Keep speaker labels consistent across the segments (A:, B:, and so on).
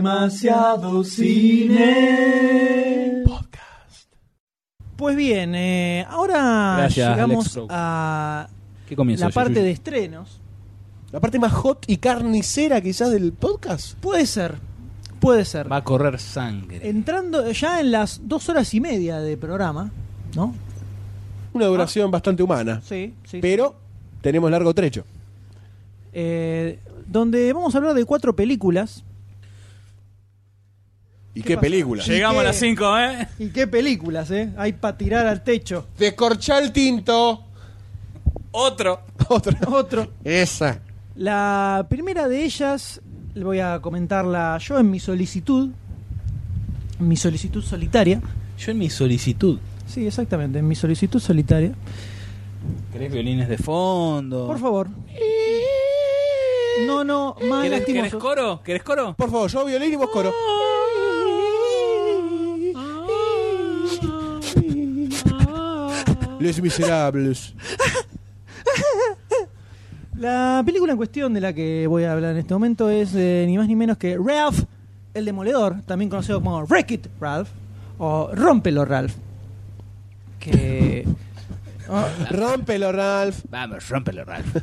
A: Demasiado cine.
B: Pues bien, eh, ahora
C: Gracias, Alex
B: llegamos
C: Rowe.
B: a
C: ¿Qué comienza?
B: la parte
C: Yuyu?
B: de estrenos.
D: La parte más hot y carnicera quizás del podcast.
B: Puede ser, puede ser.
C: Va a correr sangre.
B: Entrando ya en las dos horas y media de programa, ¿no?
D: Una duración bastante humana.
B: Sí, sí.
D: Pero tenemos largo trecho.
B: Eh, donde vamos a hablar de cuatro películas.
D: ¿Y
B: ¿Qué
D: qué,
B: pasó?
D: película?
B: Sí.
C: Llegamos a
B: ¿Qué?
C: las 5, ¿eh?
B: ¿Y qué películas, eh? Hay para tirar al techo.
D: Descorchá el tinto.
C: Otro.
D: Otra.
B: Otro.
D: Esa.
B: La primera de ellas, le voy a comentarla yo en mi solicitud. En mi solicitud solitaria.
C: Yo en mi solicitud.
B: Sí, exactamente, en mi solicitud solitaria.
C: ¿Querés violines de fondo?
B: Por favor. No, no, más
C: ¿Querés, querés
B: lastimoso.
C: coro? ¿Querés coro?
D: Por favor, yo violín y vos coro. Les miserables.
B: La película en cuestión de la que voy a hablar en este momento es eh, ni más ni menos que Ralph el Demoledor, también conocido como Wreck It Ralph o Rómpelo Ralph. Que. Oh,
D: Rómpelo, Ralph.
C: Vamos, rompelo, Ralph.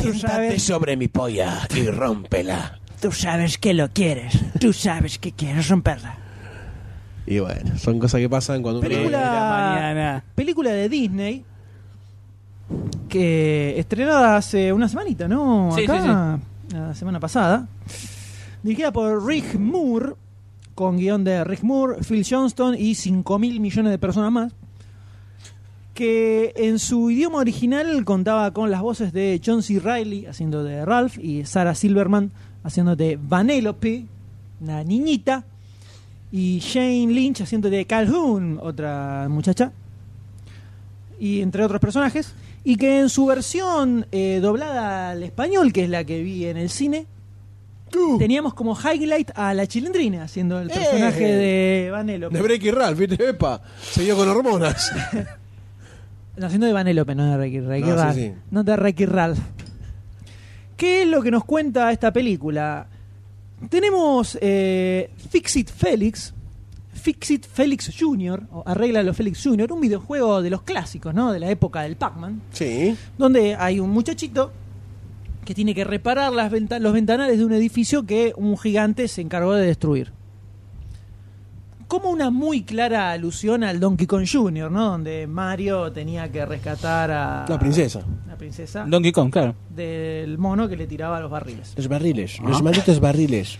B: tú, sabes,
D: sobre mi polla y rómpela.
B: tú sabes que lo quieres. Tú sabes que quieres romperla.
D: Y bueno, son cosas que pasan cuando uno-
B: Película-
C: mañana.
B: Película de Disney que estrenada hace una semanita, ¿no?
C: Sí,
B: Acá, la semana pasada. Dirigida por Rick Moore, con guión de Rick Moore, Phil Johnston y 5 mil millones de personas más, que en su idioma original contaba con las voces de John C. Reilly haciendo de Ralph y Sarah Silverman haciendo de Vanellope, una niñita, y Shane Lynch haciendo de Calhoun, otra muchacha, y entre otros personajes, y que en su versión eh, doblada al español, que es la que vi en el cine,
D: ¡Tú!
B: teníamos como highlight a la chilindrina haciendo el personaje de Vanellope.
D: Eh. De Breaky Ralph, ¿viste? Epa, seguido con hormonas.
B: No, haciendo de Vanellope, no de Ricky, Ricky
D: No, sí,
B: Ralph.
D: sí.
B: No de Ricky Ralph. ¿Qué es lo que nos cuenta esta película? Tenemos eh, Fix It Félix, Fix It Félix Jr., o Arréglalo Félix Jr., un videojuego de los clásicos, ¿no? De la época del Pac-Man.
D: Sí.
B: donde hay un muchachito que tiene que reparar las venta- los ventanales de un edificio que un gigante se encargó de destruir. Como una muy clara alusión al Donkey Kong Jr., ¿no? Donde Mario tenía que rescatar a...
D: La princesa.
B: La princesa
C: Donkey Kong, claro.
B: del mono que le tiraba los barriles.
D: Los barriles, los malditos barriles.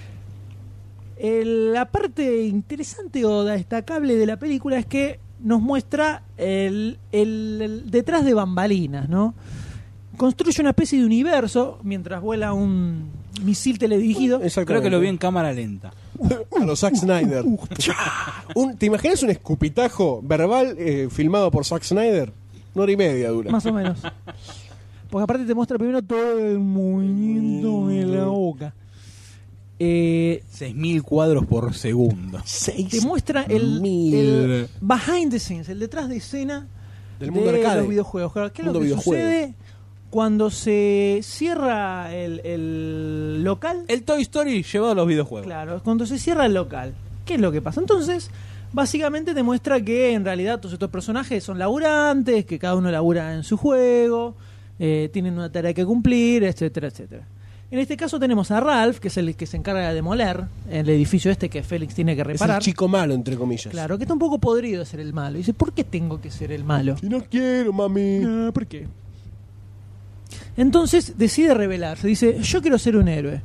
B: El- la parte interesante o destacable de la película es que nos muestra el, el- el detrás de bambalinas, ¿no? Construye una especie de universo mientras vuela un misil teledirigido.
C: Creo que lo vi en cámara lenta.
D: A los Zack Snyder. Un- ¿Te imaginas un escupitajo verbal eh, filmado por Zack Snyder? Una hora y media dura.
B: Más o menos. Porque aparte te muestra primero todo el movimiento de la boca. Eh,
C: 6.000 cuadros por segundo.
B: te muestra el, el behind the scenes, el detrás de escena
D: Del mundo
B: de
D: arcade.
B: los videojuegos. Claro, ¿Qué es lo
D: Mundo
B: que
D: videojuego.
B: sucede cuando se cierra el, el local?
C: El Toy Story llevado a los videojuegos.
B: Claro, cuando se cierra el local. ¿Qué es lo que pasa? Entonces, básicamente te muestra que en realidad todos estos personajes son laburantes, que cada uno labura en su juego, eh, tienen una tarea que cumplir, etcétera, etcétera. En este caso tenemos a Ralph, que es el que se encarga de demoler el edificio este que Félix tiene que
D: Es
B: reparar.
D: el chico malo, entre comillas.
B: Claro, que está un poco podrido de ser el malo. Y dice, ¿por qué tengo que ser el malo?
D: Y no quiero, mami.
B: ¿Por qué? Entonces decide rebelarse. Dice, yo quiero ser un héroe.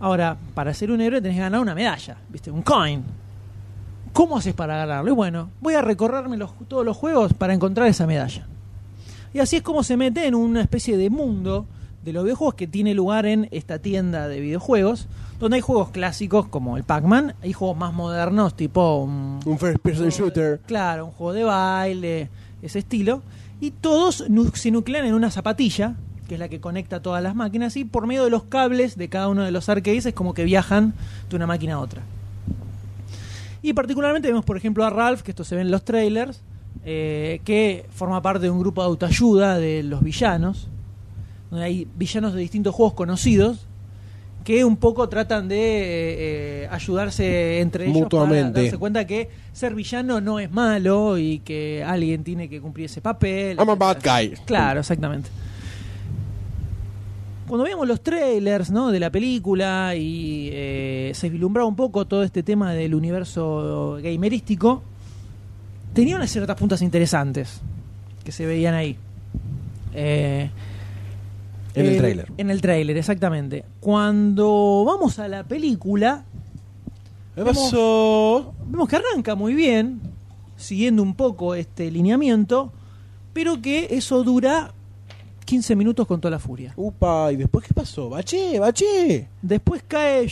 B: Ahora, para ser un héroe tenés que ganar una medalla, ¿viste? Un coin. ¿Cómo haces para ganarlo? Y bueno, voy a recorrerme los- todos los juegos para encontrar esa medalla. Y así es como se mete en una especie de mundo de los videojuegos que tiene lugar en esta tienda de videojuegos, donde hay juegos clásicos como el Pac-Man, hay juegos más modernos tipo mm,
D: Un first person shooter.
B: Claro, un juego de baile, ese estilo. Y todos nu- se nuclean en una zapatilla, que es la que conecta todas las máquinas, y por medio de los cables de cada uno de los arcades es como que viajan de una máquina a otra. Y particularmente vemos, por ejemplo, a Ralph, que esto se ve en los trailers, eh, que forma parte de un grupo de autoayuda de los villanos, donde hay villanos de distintos juegos conocidos, que un poco tratan de eh, eh, ayudarse entre ellos
D: Mutuamente.
B: para darse cuenta que ser villano no es malo y que alguien tiene que cumplir ese papel.
D: I'm a bad
B: etcétera.
D: guy.
B: Claro, exactamente. Cuando veíamos los trailers ¿no? de la película y eh, se vislumbraba un poco todo este tema del universo gamerístico, tenía unas ciertas puntas interesantes que se veían ahí. Eh,
C: En el tráiler.
B: En el tráiler, exactamente. Cuando vamos a la película,
C: ¿Qué pasó?
B: vemos que arranca muy bien, siguiendo un poco este lineamiento, pero que eso dura 15 minutos con toda la furia.
D: Upa, ¿y después qué pasó? Bache, bache.
B: Después cae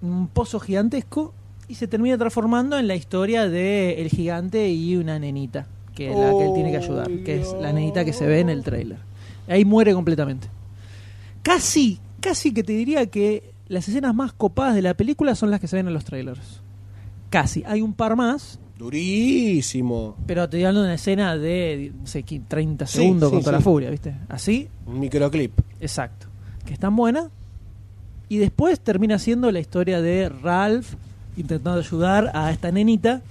B: un pozo gigantesco y se termina transformando en la historia de el gigante y una nenita, que es la que él tiene que ayudar, que es la nenita que se ve en el tráiler. Ahí muere completamente. Casi, casi que te diría que las escenas más copadas de la película son las que se ven en los trailers. Casi. Hay un par más,
D: Durísimo.
B: pero te estoy hablando de una escena de no sé, 30
D: Sí,
B: segundos
D: sí,
B: con toda la
D: sí.
B: furia, ¿viste? Así,
D: Un microclip.
B: Exacto. Que es tan buena. Y después termina siendo la historia de Ralph intentando ayudar a esta nenita.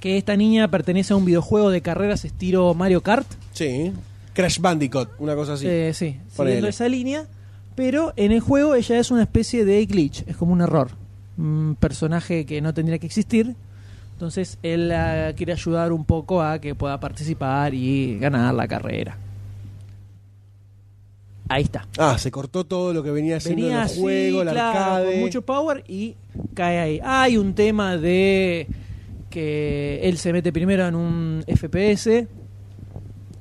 B: Que esta niña pertenece a un videojuego de carreras estilo Mario Kart.
D: Sí. Crash Bandicoot, una cosa así.
B: Eh, sí,
D: Ponele.
B: siguiendo esa línea. Pero en el juego ella es una especie de glitch, es como un error. Un personaje que no tendría que existir. Entonces él la quiere ayudar un poco a que pueda participar y ganar la carrera. Ahí está.
D: Ah, se cortó todo lo que venía haciendo
B: venía
D: en
B: así,
D: el juego, el
B: claro,
D: arcade.
B: con mucho power y cae ahí. Hay un tema de que él se mete primero en un FPS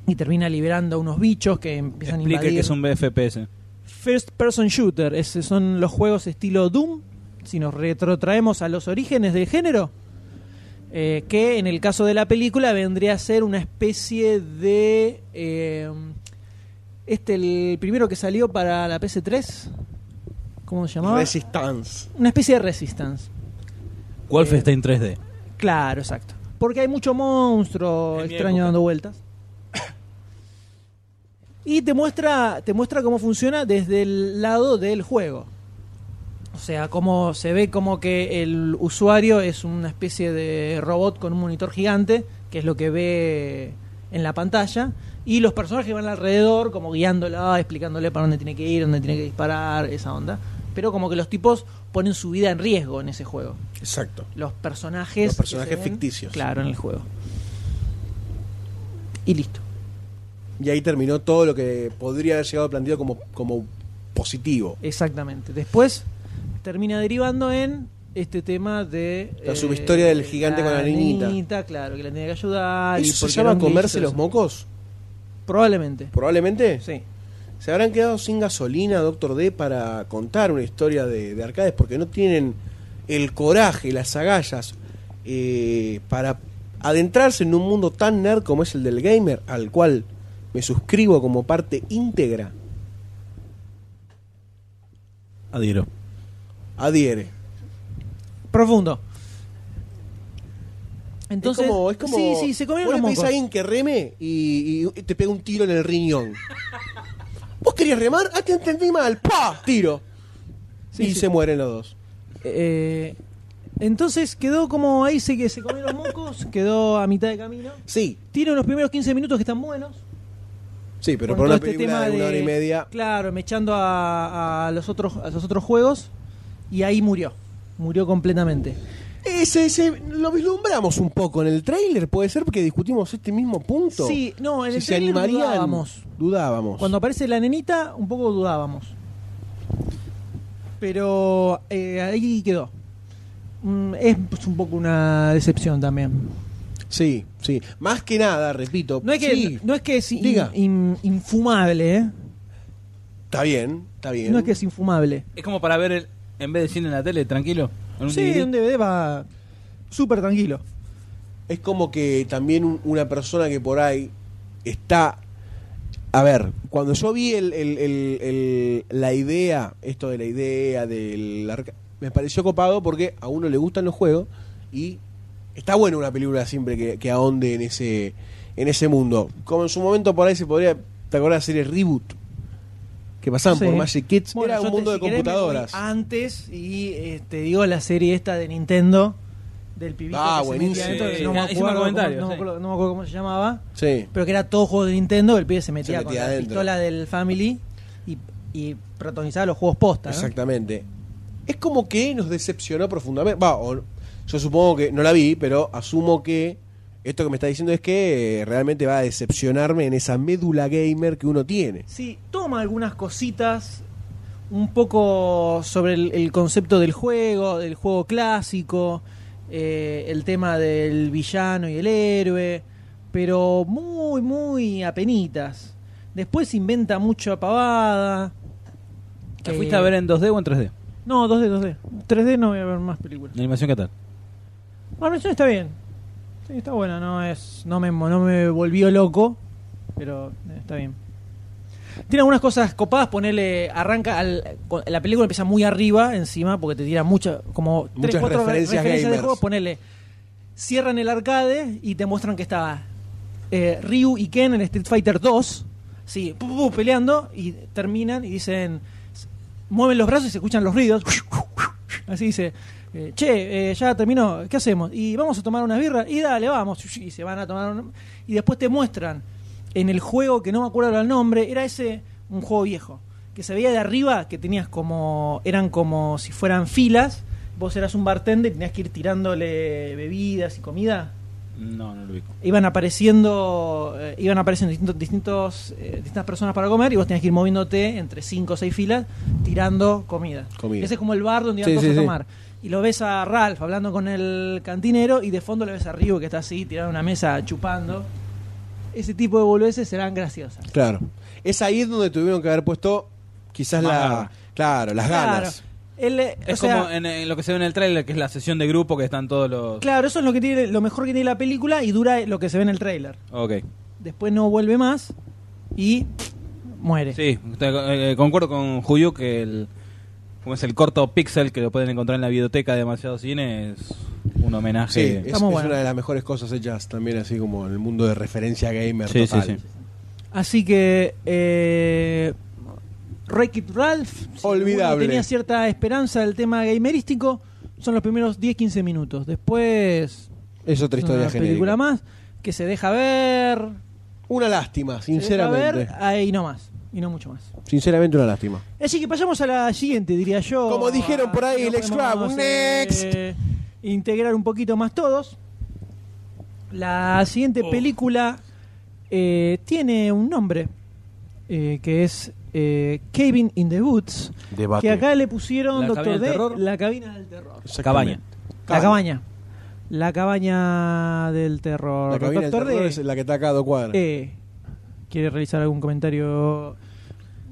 B: y termina liberando a unos bichos que empiezan a
C: Explique
B: invadir.
C: que es un BFPS.
B: First Person Shooter, ese son los juegos estilo Doom, si nos retrotraemos a los orígenes del género, eh, que en el caso de la película vendría a ser una especie de... eh, este, el primero que salió para la PS3, ¿cómo se llamaba?
D: Resistance.
B: una especie de Resistance.
C: Wolfenstein 3D.
B: Claro, exacto. Porque hay mucho monstruo
C: En mi
B: extraño
C: época.
B: dando vueltas. Y te muestra, te muestra cómo funciona desde el lado del juego. O sea, cómo se ve como que el usuario es una especie de robot con un monitor gigante, que es lo que ve en la pantalla, y los personajes van alrededor como guiándola, explicándole para dónde tiene que ir, dónde tiene que disparar, esa onda. Pero como que los tipos ponen su vida en riesgo en ese juego
D: Exacto.
B: los personajes.
D: Los personajes
B: que se ven,
D: ficticios.
B: Claro, en el juego. Y listo.
D: Y ahí terminó todo lo que podría haber llegado planteado como, como positivo.
B: Exactamente. Después termina derivando en este tema de. eh,
D: La subhistoria del gigante con la niñita.
B: Claro, que la tiene que ayudar. y
D: ¿Eso
B: porque
D: se llama
B: era un
D: comerse
B: glitch,
D: los
B: todo eso.
D: mocos?
B: Probablemente.
D: Probablemente.
B: Sí.
D: Se habrán quedado sin gasolina, Doctor D, para contar una historia de, de arcades porque no tienen el coraje, las agallas eh, para adentrarse en un mundo tan nerd como es el del gamer, al cual me suscribo como parte íntegra.
C: Adiro.
D: Adhiere.
B: Profundo. Entonces.
D: es como, es como-
B: sí, sí, se comieron
D: vos
B: los
D: le pedís
B: mocos.
D: a alguien que reme y, y te pega un tiro en el riñón. ¿Vos querías remar? Ah, te entendí mal. ¡Pah! Tiro.
B: Sí,
D: y
B: sí.
D: se mueren los dos.
B: Eh, entonces quedó como ahí, se, que se comieron los mocos, quedó a mitad de camino.
D: Sí,
B: Tiene unos primeros 15 minutos que están buenos.
D: sí, pero por
B: con todo
D: una
B: este
D: película
B: tema
D: de una hora y media.
B: Claro, me echando a, a los otros, a los otros juegos y ahí murió. Murió completamente.
D: Ese, ese, lo vislumbramos un poco en el tráiler, puede ser porque discutimos este mismo punto.
B: Sí, no, en
D: si
B: el
D: se
B: trailer
D: animarían,
B: dudábamos.
D: dudábamos.
B: Cuando aparece la nenita, un poco dudábamos. Pero eh, ahí quedó. Mm, es pues, un poco una decepción también.
D: Sí, sí. Más que nada, repito.
B: No es que,
D: sí,
B: no es, que es in-
D: Diga.
B: in- infumable, ¿eh?
D: Está bien, está bien.
B: No es que es infumable.
C: Es como para ver, el, en vez de cine en la tele, tranquilo. en un
B: Sí,
C: DVD.
B: un DVD va súper tranquilo.
D: Es como que también un- una persona que por ahí está. A ver, cuando yo vi el, el- el- el- la idea, esto de la idea del arca- me pareció copado porque a uno le gustan los juegos y está bueno una película siempre que, que ahonde en ese en ese mundo. Como en su momento por ahí se podría, ¿te acordás de la serie Reboot? que pasaban
B: Sí.
D: por Magic Kids,
B: Bueno,
D: era un
B: yo te-
D: mundo de
B: si querés me voy
D: computadoras.
B: Antes, y eh, te digo la serie esta de Nintendo, del pibito
D: Ah,
B: que se metía
D: buenísimo.
B: adentro, que
C: Sí.
B: no, me
C: Ah, hicimos
B: acuerdo cómo,
C: comentarios,
B: no, me
C: sí.
B: acuerdo- no me acuerdo cómo se llamaba,
D: Sí.
B: pero que era todo juego de Nintendo, el pibe se metía,
D: metía
B: con la
D: adentro.
B: pistola del Family y, y protagonizaba los juegos posta. ¿no?
D: Exactamente. Es como que nos decepcionó profundamente. Va, o- yo supongo que no la vi, pero asumo que esto que me está diciendo es que eh, realmente va a decepcionarme en esa médula gamer que uno tiene.
B: Sí, toma algunas cositas un poco sobre el, el concepto del juego, del juego clásico, eh, el tema del villano y el héroe, pero muy, muy apenitas. Después inventa mucha pavada.
C: ¿La
B: Eh,
C: fuiste a ver en 2D o en 3D?
B: No, 2D, 2D. 3D no voy a ver más películas.
C: La animación qué tal?
B: La versión Ah, está bien. Sí, está buena, no es no me no me volvió loco, pero eh, está bien. Tiene algunas cosas copadas, ponerle arranca al con- la película empieza muy arriba encima porque te tira mucha como tres
D: Muchas
B: cuatro re-
D: referencias
B: de
D: gamers.
B: juegos, ponele cierran el arcade y te muestran que estaba eh, Ryu y Ken en Street Fighter 2, sí, pu- pu- pu, peleando y terminan y dicen mueven los brazos y se escuchan los ruidos. Así dice, eh, che, eh, ya terminó, ¿qué hacemos? Y vamos a tomar unas birras y dale, vamos. Y se van a tomar un- Y después te muestran en el juego, que no me acuerdo ahora el nombre, era ese, un juego viejo, que se veía de arriba, que tenías como, eran como si fueran filas, vos eras un bartender y tenías que ir tirándole bebidas y comida
C: No, no lo ubico.
B: iban apareciendo eh, iban apareciendo distintos, distintos eh, distintas personas para comer y vos tenías que ir moviéndote entre cinco o seis filas tirando comida.
D: Comida.
B: Ese es como el bar donde iban
D: Sí,
B: todos
D: sí,
B: a
D: sí.
B: tomar. Y lo ves a Ralph hablando con el cantinero y de fondo lo ves a Ryu que está así tirando una mesa chupando. Ese tipo de boludeces serán graciosas.
D: Claro. Es ahí donde tuvieron que haber puesto quizás
C: Más
D: la.
C: ganas.
D: Claro, las ganas.
B: Él, eh,
C: Es
B: o sea,
C: como en, en lo que se ve en el tráiler, que es la sesión de grupo que están todos los...
B: claro, eso es lo que tiene lo mejor que tiene la película y dura lo que se ve en el tráiler.
C: Ok.
B: Después no vuelve más y muere.
C: Sí, te- eh, concuerdo con Julio que el... Como es el corto Pixel que lo pueden encontrar en la biblioteca de Demasiado Cine, es un
D: Sí,
C: homenaje.
D: es,
B: Está muy
D: es
B: bueno.
D: una de las mejores cosas hechas también, así como en el mundo de referencia gamer.
C: Sí,
D: total.
C: sí, sí.
B: Así que. Eh, Wreck It Ralph. si
D: Olvidable.
B: uno Tenía cierta esperanza del tema gamerístico. Son los primeros 10-15 minutos. Después.
D: Es otra historia
B: una
D: genérica.
B: película más que se deja ver.
D: Una lástima,
B: se deja
D: sinceramente.
B: ver, ahí no más. Y no mucho más.
D: Sinceramente, una lástima.
B: Así que pasamos a la siguiente, diría yo.
D: Como dijeron por ahí,
B: Ah,
D: Lex
B: podemos,
D: Crab,
B: eh, integrar un poquito más todos. La siguiente
D: Oh.
B: película eh, tiene un nombre eh, que es eh, Cabin in the Woods. Que acá le pusieron,
C: La
B: Doctor
C: cabina del
B: D,
C: terror.
B: la cabina del terror.
C: Cabaña.
B: La cabaña. La cabaña del terror.
D: La cabina del
B: Doctor
D: terror
B: D.
D: es la que está acá a dos cuadras.
B: eh, ¿Quiere realizar algún comentario?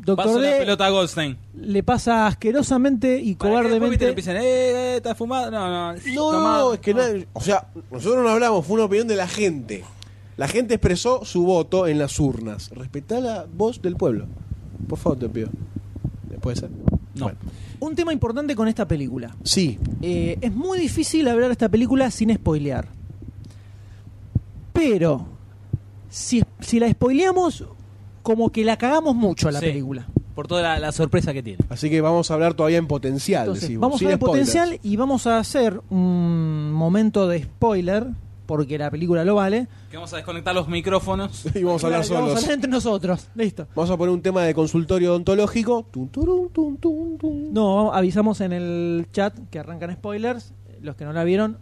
B: Doctor
C: Paso la
B: D
C: pelota a Goldstein.
B: le pasa asquerosamente y
C: Para que después, viste,
B: cobardemente.
C: le empiezan, eh, eh, está fumado. No, no.
D: No,
C: tomá.
D: no, es que nadie- o sea, nosotros no hablamos, fue una opinión de la gente. La gente expresó su voto en las urnas. Respetá la voz del pueblo. Por favor, te pido. ¿Puede ser?
C: No.
D: Bueno.
B: Un tema importante con esta película.
D: Sí,
B: Eh, es muy difícil hablar de esta película sin spoilear. Pero, si, si la spoileamos, como que la cagamos mucho a la
C: Sí.
B: película.
C: Por toda la, la sorpresa que tiene.
D: así que vamos a hablar todavía en potencial.
B: Entonces,
D: decimos,
B: vamos
D: sin
B: a ver
D: spoilers.
B: potencial y vamos a hacer un momento de spoiler, porque la película lo vale.
C: Que vamos a desconectar los micrófonos.
D: Y vamos a hablar
B: Claro, y Vamos a
D: solos.
B: hablar entre nosotros. Listo.
D: Vamos a poner un tema de consultorio odontológico. Tun, turun, tun, tun, tun.
B: No, avisamos en el chat que arrancan spoilers. Los que no la vieron,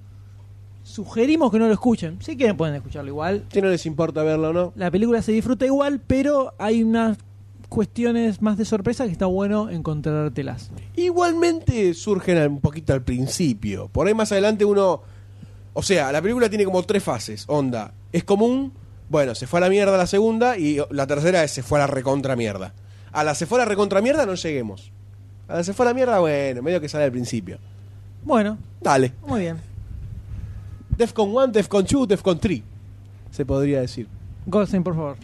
B: sugerimos que no lo escuchen. Si quieren, pueden escucharlo igual.
D: Si no les importa verlo o no.
B: La película se disfruta igual, pero hay unas cuestiones más de sorpresa que está bueno encontrártelas.
D: Igualmente surgen al- un poquito al principio. Por ahí más adelante uno. O sea, la película tiene como tres fases. Onda, es común. Bueno, se fue a la mierda la segunda. Y la tercera es se fue a la recontra mierda. A la se fue a la recontra mierda no lleguemos. A la se fue a la mierda, bueno, medio que sale al principio.
B: Bueno,
D: Dale.
B: muy bien.
D: Defcon 1, Defcon 2, Defcon 3. Se podría decir.
B: Goldstein, por favor.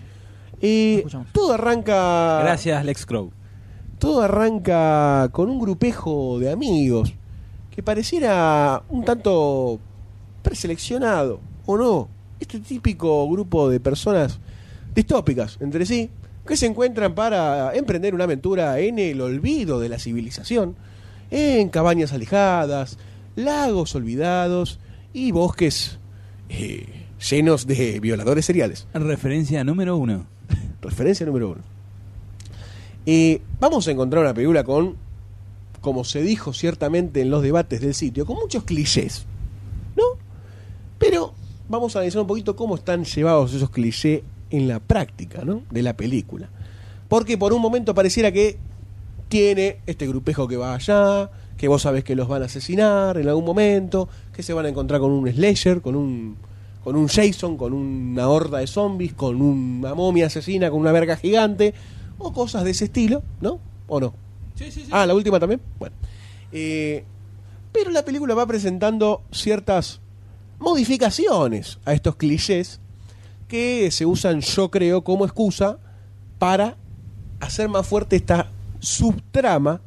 D: Y
B: Escuchamos.
D: todo arranca.
C: Gracias, Lex Crow.
D: Todo arranca con un grupejo de amigos que pareciera un tanto preseleccionado, ¿o no? Este típico grupo de personas distópicas entre sí, que se encuentran para emprender una aventura en el olvido de la civilización, en cabañas alejadas, lagos olvidados y bosques eh, llenos de violadores seriales.
C: Referencia número uno.
D: Referencia número uno. Eh, vamos a encontrar una película con, como se dijo ciertamente en los debates del sitio, con muchos clichés, ¿no? Pero vamos a analizar un poquito cómo están llevados esos clichés en la práctica, ¿no? De la película. Porque por un momento pareciera que tiene este grupejo que va allá, que vos sabés que los van a asesinar en algún momento, que se van a encontrar con un slasher, con un con un Jason, con una horda de zombies, con una momia asesina, con una verga gigante o cosas de ese estilo, ¿no? ¿O no? Ah, la última también. Bueno. Eh, pero la película va presentando ciertas modificaciones a estos clichés que se usan, yo creo, como excusa para hacer más fuerte esta subtrama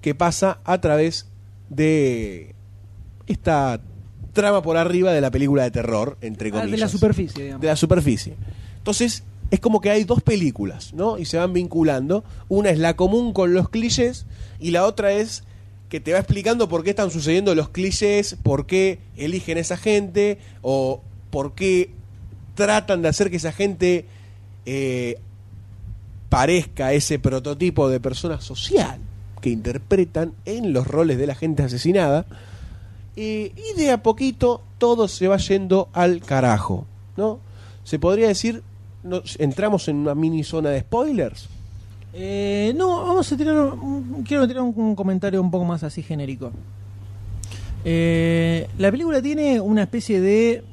D: que pasa a través de esta trama por arriba de la película de terror, entre
B: Ah,
D: comillas
B: de la superficie, digamos.
D: de la superficie. Entonces, es como que hay dos películas, ¿no? Y se van vinculando. Una es la común con los clichés y la otra es que te va explicando por qué están sucediendo los clichés, por qué eligen esa gente o por qué tratan de hacer que esa gente eh, parezca ese prototipo de persona social que interpretan en los roles de la gente asesinada. Eh, y de a poquito todo se va yendo al carajo, ¿no? Se podría decir, nos, entramos en una mini zona de spoilers.
B: Eh, no, vamos a tirar. un- quiero tirar un, un comentario un poco más así genérico. Eh, la película tiene una especie de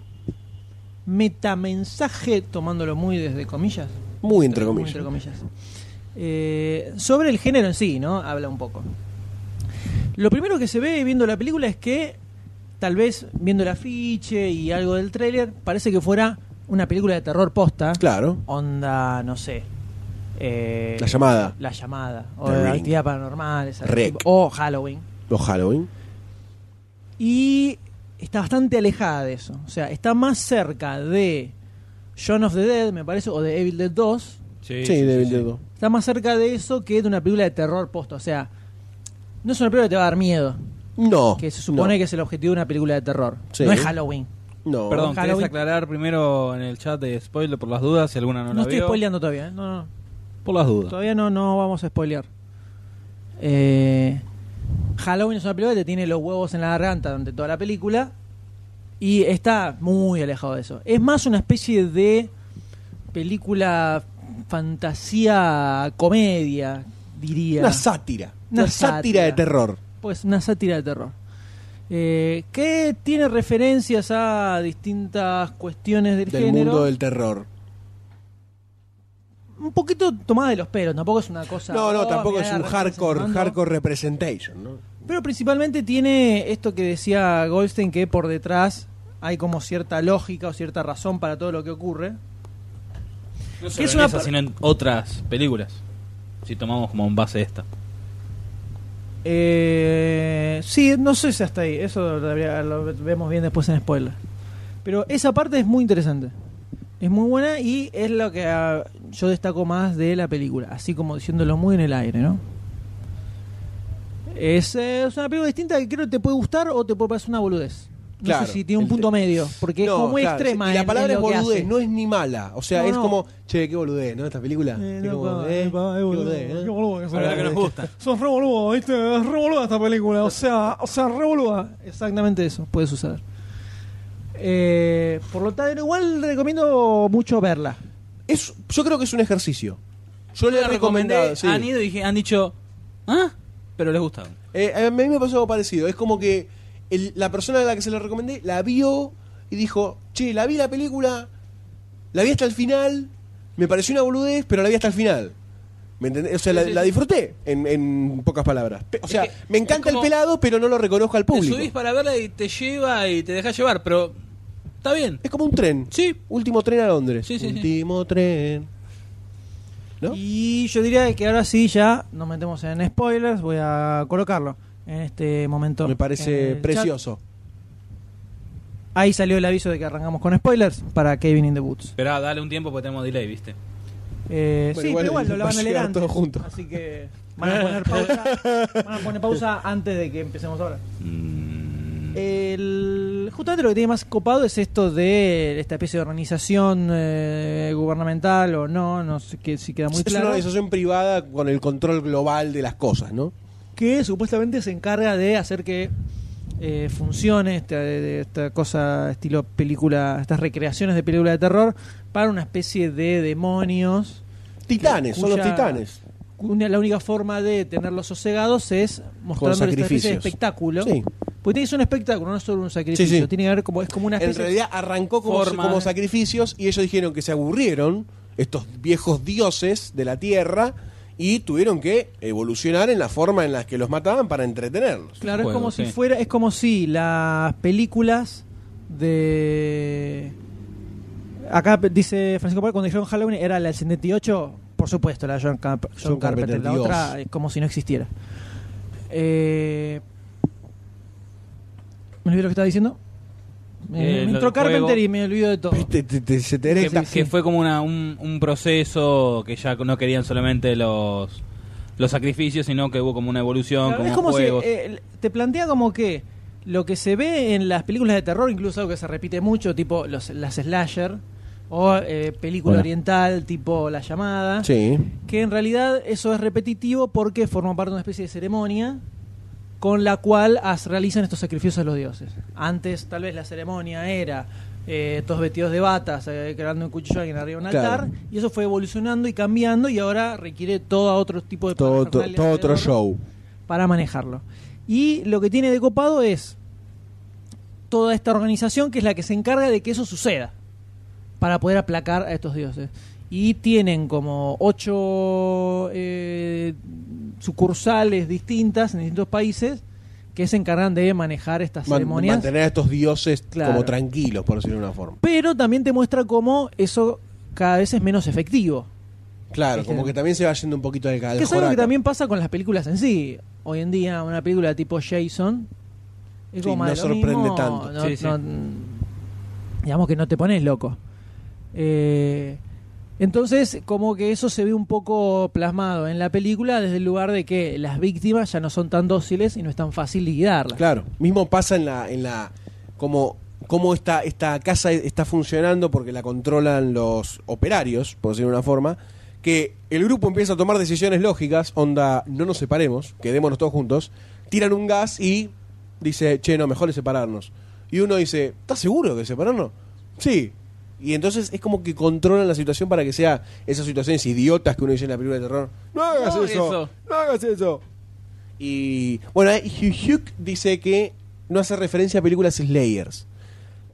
B: metamensaje, tomándolo muy desde comillas.
D: Muy entre
B: Muy
D: comillas.
B: entre comillas. Eh, sobre el género en sí, ¿no? Habla un poco. Lo primero que se ve viendo la película es que, tal vez viendo el afiche y algo del tráiler, parece que fuera una película de terror posta.
D: Claro.
B: Onda, no sé. eh,
D: La llamada.
B: La llamada. O
D: The
B: la
D: Ring.
B: actividad paranormal. esa
D: Rec.
B: tipo. O Halloween.
D: O Halloween.
B: Y está bastante alejada de eso. O sea, está más cerca de Shaun of the Dead, me parece, o de Evil Dead 2.
D: Sí, de Bildergo.
B: Está más cerca de eso que de una película de terror posto. O sea, no es una película que te va a dar miedo.
D: No.
B: Que se supone que es el objetivo de una película de terror.
D: Sí.
B: No es Halloween.
D: No. no.
C: Perdón,
B: Halloween.
C: ¿querés aclarar primero en el chat de spoiler por las dudas? Si alguna no,
B: No,
C: la
B: estoy
C: vio?
B: spoileando todavía. ¿eh? No, no, no.
C: Por las dudas.
B: Todavía no, no vamos a spoilear. Eh, Halloween es una película que te tiene los huevos en la garganta durante toda la película y está muy alejado de eso. Es más una especie de película fantasía comedia, diría.
D: Una sátira.
B: Una
D: Una, sátira.
B: sátira.
D: de terror.
B: Pues una sátira de terror. Eh, que tiene referencias a distintas cuestiones del,
D: Del
B: género.
D: mundo del terror.
B: Un poquito tomada de los pelos, tampoco es una cosa.
D: no, no,
B: "Oh,
D: tampoco
B: mirá
D: es
B: la
D: un
B: referencia
D: hardcore,
B: tomando".
D: hardcore representation, ¿no?
B: Pero principalmente tiene esto que decía Goldstein, que por detrás hay como cierta lógica o cierta razón para todo lo que ocurre.
C: No
B: Que
C: solo
B: es
C: en
B: una
C: esa,
B: par-
C: sino en otras películas. Si tomamos como en base esta.
B: Eh, sí, no sé si hasta ahí, eso lo, habría- lo vemos bien después en spoiler. Pero esa parte es muy interesante. Es muy buena y es lo que ah, yo destaco más de la película, así como diciéndolo muy en el aire, ¿no? Es, eh, es una película distinta que creo que te puede gustar o te puede parecer una boludez. No
D: Claro.
B: sé si tiene un
D: El
B: punto
D: te-
B: medio, porque es
D: No,
B: como muy
D: claro,
B: extrema.
D: Y la
B: en-
D: palabra
B: en
D: es
B: lo que
D: boludez,
B: hace.
D: no es ni mala. O sea,
B: No,
D: es
B: no.
D: como, che, qué boludez, ¿no? Esta película.
B: Eh,
D: Qué
B: no,
D: como,
B: pa,
D: eh,
B: eh, pa, eh,
D: qué
B: boludo,
D: boludez,
B: eh,
D: eh.
B: qué boludo que
C: La verdad que nos gusta.
B: Sos re boludo, ¿viste? Es re boluda esta película. O sea, o sea, re boluda. Exactamente eso, puede suceder. Eh, por lo tanto, igual recomiendo mucho verla.
D: Es, yo creo que es un ejercicio. Yo le he
C: la recomendé,
D: recomendado. sí.
C: han ido y dije- han dicho, ¿ah? Pero les gustaron.
D: Eh, a mí me pasó algo parecido. Es como que el- la persona a la que se la recomendé la vio y dijo, che, la vi la película, la vi hasta el final, me pareció una boludez, pero la vi hasta el final. ¿Me entendés? O sea, la,
C: sí,
D: la
C: sí.
D: disfruté, en, en pocas palabras. Pe- O sea,
C: que
D: me encanta
C: es como-
D: el pelado, pero no lo reconozco al
C: Te
D: público.
C: subís para verla y te lleva y te dejas llevar, pero está bien.
D: Es como un tren.
C: Sí.
D: Último tren a Londres.
C: Sí, sí, sí.
D: Último tren. ¿No?
B: Y yo diría que ahora sí ya nos metemos en spoilers. Voy a colocarlo en este momento.
D: Me
B: en
D: parece
B: el chat.
D: precioso.
B: Ahí salió el aviso de que arrancamos con spoilers para Kevin in the Woods.
C: Esperá, dale un tiempo porque tenemos delay, ¿viste?
B: Eh,
D: Bueno,
B: sí,
D: igual
B: pero igual lo
D: va a
B: lavan
D: llegar
B: elegante.
D: todo junto.
B: Así que van a poner pausa, van a poner pausa antes de que empecemos ahora.
C: Mm.
B: El- justamente lo que tiene más copado es esto de esta especie de organización eh, gubernamental o no, no sé qué, si queda muy
D: es
B: claro.
D: una organización privada con el control global de las cosas, ¿no?
B: que supuestamente se encarga de hacer que eh, funcione esta, de- esta cosa estilo película, estas recreaciones de película de terror para una especie de demonios.
D: Titanes, son los
B: cuya-
D: titanes.
B: Una- la única forma de tenerlos sosegados es mostrando esta especie de
D: sacrificios.
B: espectáculo.
D: Sí.
B: Porque tiene que ser un espectáculo, no es solo un sacrificio.
D: Sí, sí.
B: Tiene que ver como, es como una
D: En
B: especie
D: realidad arrancó como,
C: Forma.
D: como sacrificios y ellos dijeron que se aburrieron, estos viejos dioses de la tierra, y tuvieron que evolucionar en la forma en la que los mataban para entretenerlos.
B: Claro,
C: Juego,
B: es como si
C: sí.
B: fuera, es como si las películas de acá pe- dice Francisco Pablo cuando dijeron Halloween era la del 78, por supuesto, la de John, Carp- John
D: John Carpenter,
B: Carpenter, la
D: Dios.
B: otra es como si no existiera. Eh, me olvidé lo que estaba diciendo. Eh,
C: Eh,
B: me
C: lo
B: entró
C: del juego.
B: Carpenter y me olvido de todo.
D: Te- te- te- se te
C: que,
D: erecta.
B: sí.
C: que fue como una- un, un proceso que ya no querían solamente los los sacrificios, sino que hubo como una evolución,
B: Claro,
C: como,
B: es como
C: juegos.
B: si eh, te plantea como que lo que se ve en las películas de terror, incluso algo que se repite mucho, tipo los, las slasher o eh, película
D: Hola.
B: oriental, tipo La Llamada,
D: Sí.
B: que en realidad eso es repetitivo porque forma parte de una especie de ceremonia con la cual as- realizan estos sacrificios a los dioses. Antes tal vez la ceremonia era eh, todos vestidos de batas, eh, creando un cuchillo a alguien arriba de un
D: Claro.
B: altar, y eso fue evolucionando y cambiando y ahora requiere todo otro tipo de...
D: Todo, to-
B: parafernalia
D: todo otro
B: alrededor
D: show.
B: para manejarlo. Y lo que tiene de copado es toda esta organización que es la que se encarga de que eso suceda para poder aplacar a estos dioses. Y tienen como ocho eh, sucursales distintas en distintos países que se encargan de manejar estas
D: Man-
B: ceremonias.
D: mantener a estos dioses
B: Claro.
D: como tranquilos, por decirlo de una forma.
B: Pero también te muestra cómo eso cada vez es menos efectivo.
D: Claro,
B: Este-
D: como que también se va yendo un poquito al
B: Que
D: calor.
B: es algo que también pasa con las películas en sí. Hoy en día, una película tipo Jason. Es
D: Sí,
B: como más
D: no
B: de lo
D: sorprende
B: mismo,
D: tanto.
B: no-
C: Sí, sí.
B: no- digamos que no te pones loco. Eh, entonces, como que eso se ve un poco plasmado en la película desde el lugar de que las víctimas ya no son tan dóciles y no es tan fácil liquidarlas.
D: Claro, mismo pasa en la, en la como, como esta, esta casa está funcionando porque la controlan los operarios, por decirlo de una forma, que el grupo empieza a tomar decisiones lógicas, onda, no nos separemos, quedémonos todos juntos, tiran un gas y dice, che, no, mejor es separarnos. Y uno dice, ¿estás seguro de separarnos? Sí. Y entonces es como que controlan la situación para que sea esas situaciones idiotas que uno dice en la película de terror. No hagas eso,
C: No, eso.
D: no hagas eso. Y bueno, eh, Hugh Hugh dice que no hace referencia a películas Slayers.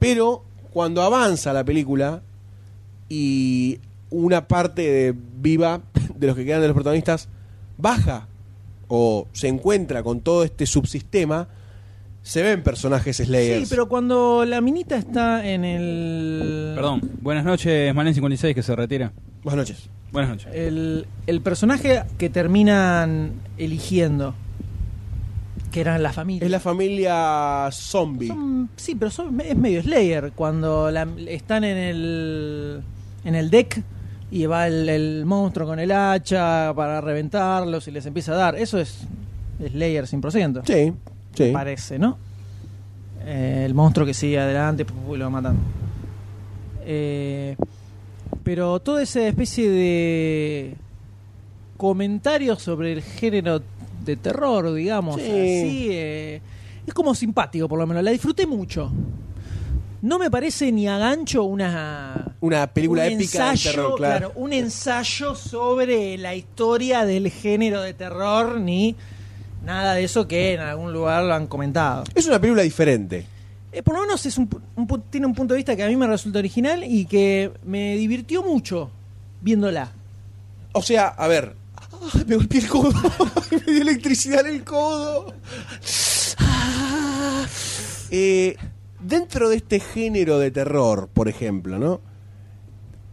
D: Pero cuando avanza la película y una parte de- viva de los que quedan de los protagonistas baja o se encuentra con todo este subsistema, se ven personajes Slayers.
B: Sí, pero cuando la minita está en el.
C: Perdón. Buenas noches, Malen 56 que se retira.
D: Buenas noches.
C: Buenas noches.
B: El, el personaje que terminan eligiendo, que eran la familia.
D: Es la familia zombie.
B: Son- sí, pero son- es medio Slayer. Cuando la- están en el, en el deck y va el, el monstruo con el hacha para reventarlos y les empieza a dar. Eso es Slayer 100%.
D: Sí, sí.
B: Parece, ¿no? Eh, el monstruo que sigue adelante pu, pu, y lo matan. Eh, pero toda esa especie de comentarios sobre el género de terror, digamos,
D: Sí.
B: así, eh, es como simpático por lo menos. La disfruté mucho. No me parece ni a gancho una
D: Una película
B: un
D: épica de
B: ensayo,
D: terror, claro.
B: un ensayo sobre la historia del género de terror ni nada de eso que en algún lugar lo han comentado.
D: Es una película diferente.
B: Eh, por lo menos es un pu- un pu- tiene un punto de vista que a mí me resulta original y que me divirtió mucho viéndola.
D: O sea, a ver. ¡Ay, me golpeé el codo. ¡Ay, me dio electricidad en el codo. Ah. Eh, dentro de este género de terror, por ejemplo, ¿no?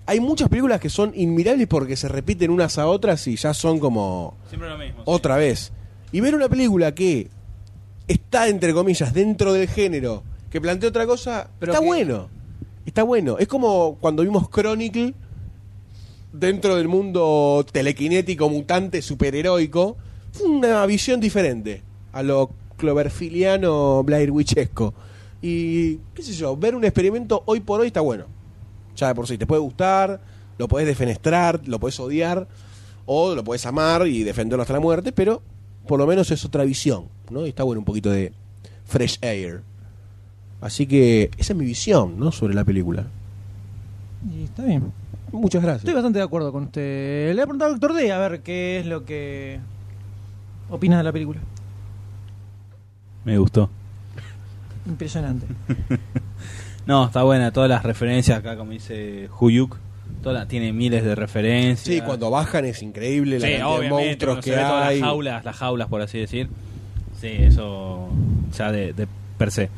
D: Hay muchas películas que son inmirables porque se repiten unas a otras y ya son como
C: Siempre lo mismo.
D: otra vez. Y ver una película que está, entre comillas, dentro del género, que plantea otra cosa,
C: Pero
D: está
C: que-
D: bueno. Está bueno. Es como cuando vimos Chronicle, dentro del mundo telequinético, mutante, superheroico, fue una visión diferente a lo cloverfiliano Blair Witchesco. Y, qué sé yo, ver un experimento hoy por hoy está bueno. Ya de por sí, te puede gustar, lo podés defenestrar, lo podés odiar, o lo podés amar y defenderlo hasta la muerte, pero por lo menos es otra visión, ¿no? Y está bueno un poquito de fresh air. Así que esa es mi visión, ¿no? Sobre la película.
B: Y está bien.
D: Muchas
B: Estoy
D: gracias.
B: bastante de acuerdo con usted. Le voy a preguntar al doctor D a ver qué es lo que opina de la película.
C: Me gustó.
B: Impresionante.
C: No, está buena. Todas las referencias acá, como dice Huyuk, todas las- tiene miles de referencias.
D: Sí, cuando bajan es increíble la
C: Sí,
D: cantidad de
C: obviamente,
D: monstruos
C: cuando se
D: que
C: ve todas
D: hay.
C: las jaulas, las jaulas, por así decir. Sí, eso ya de, de per se.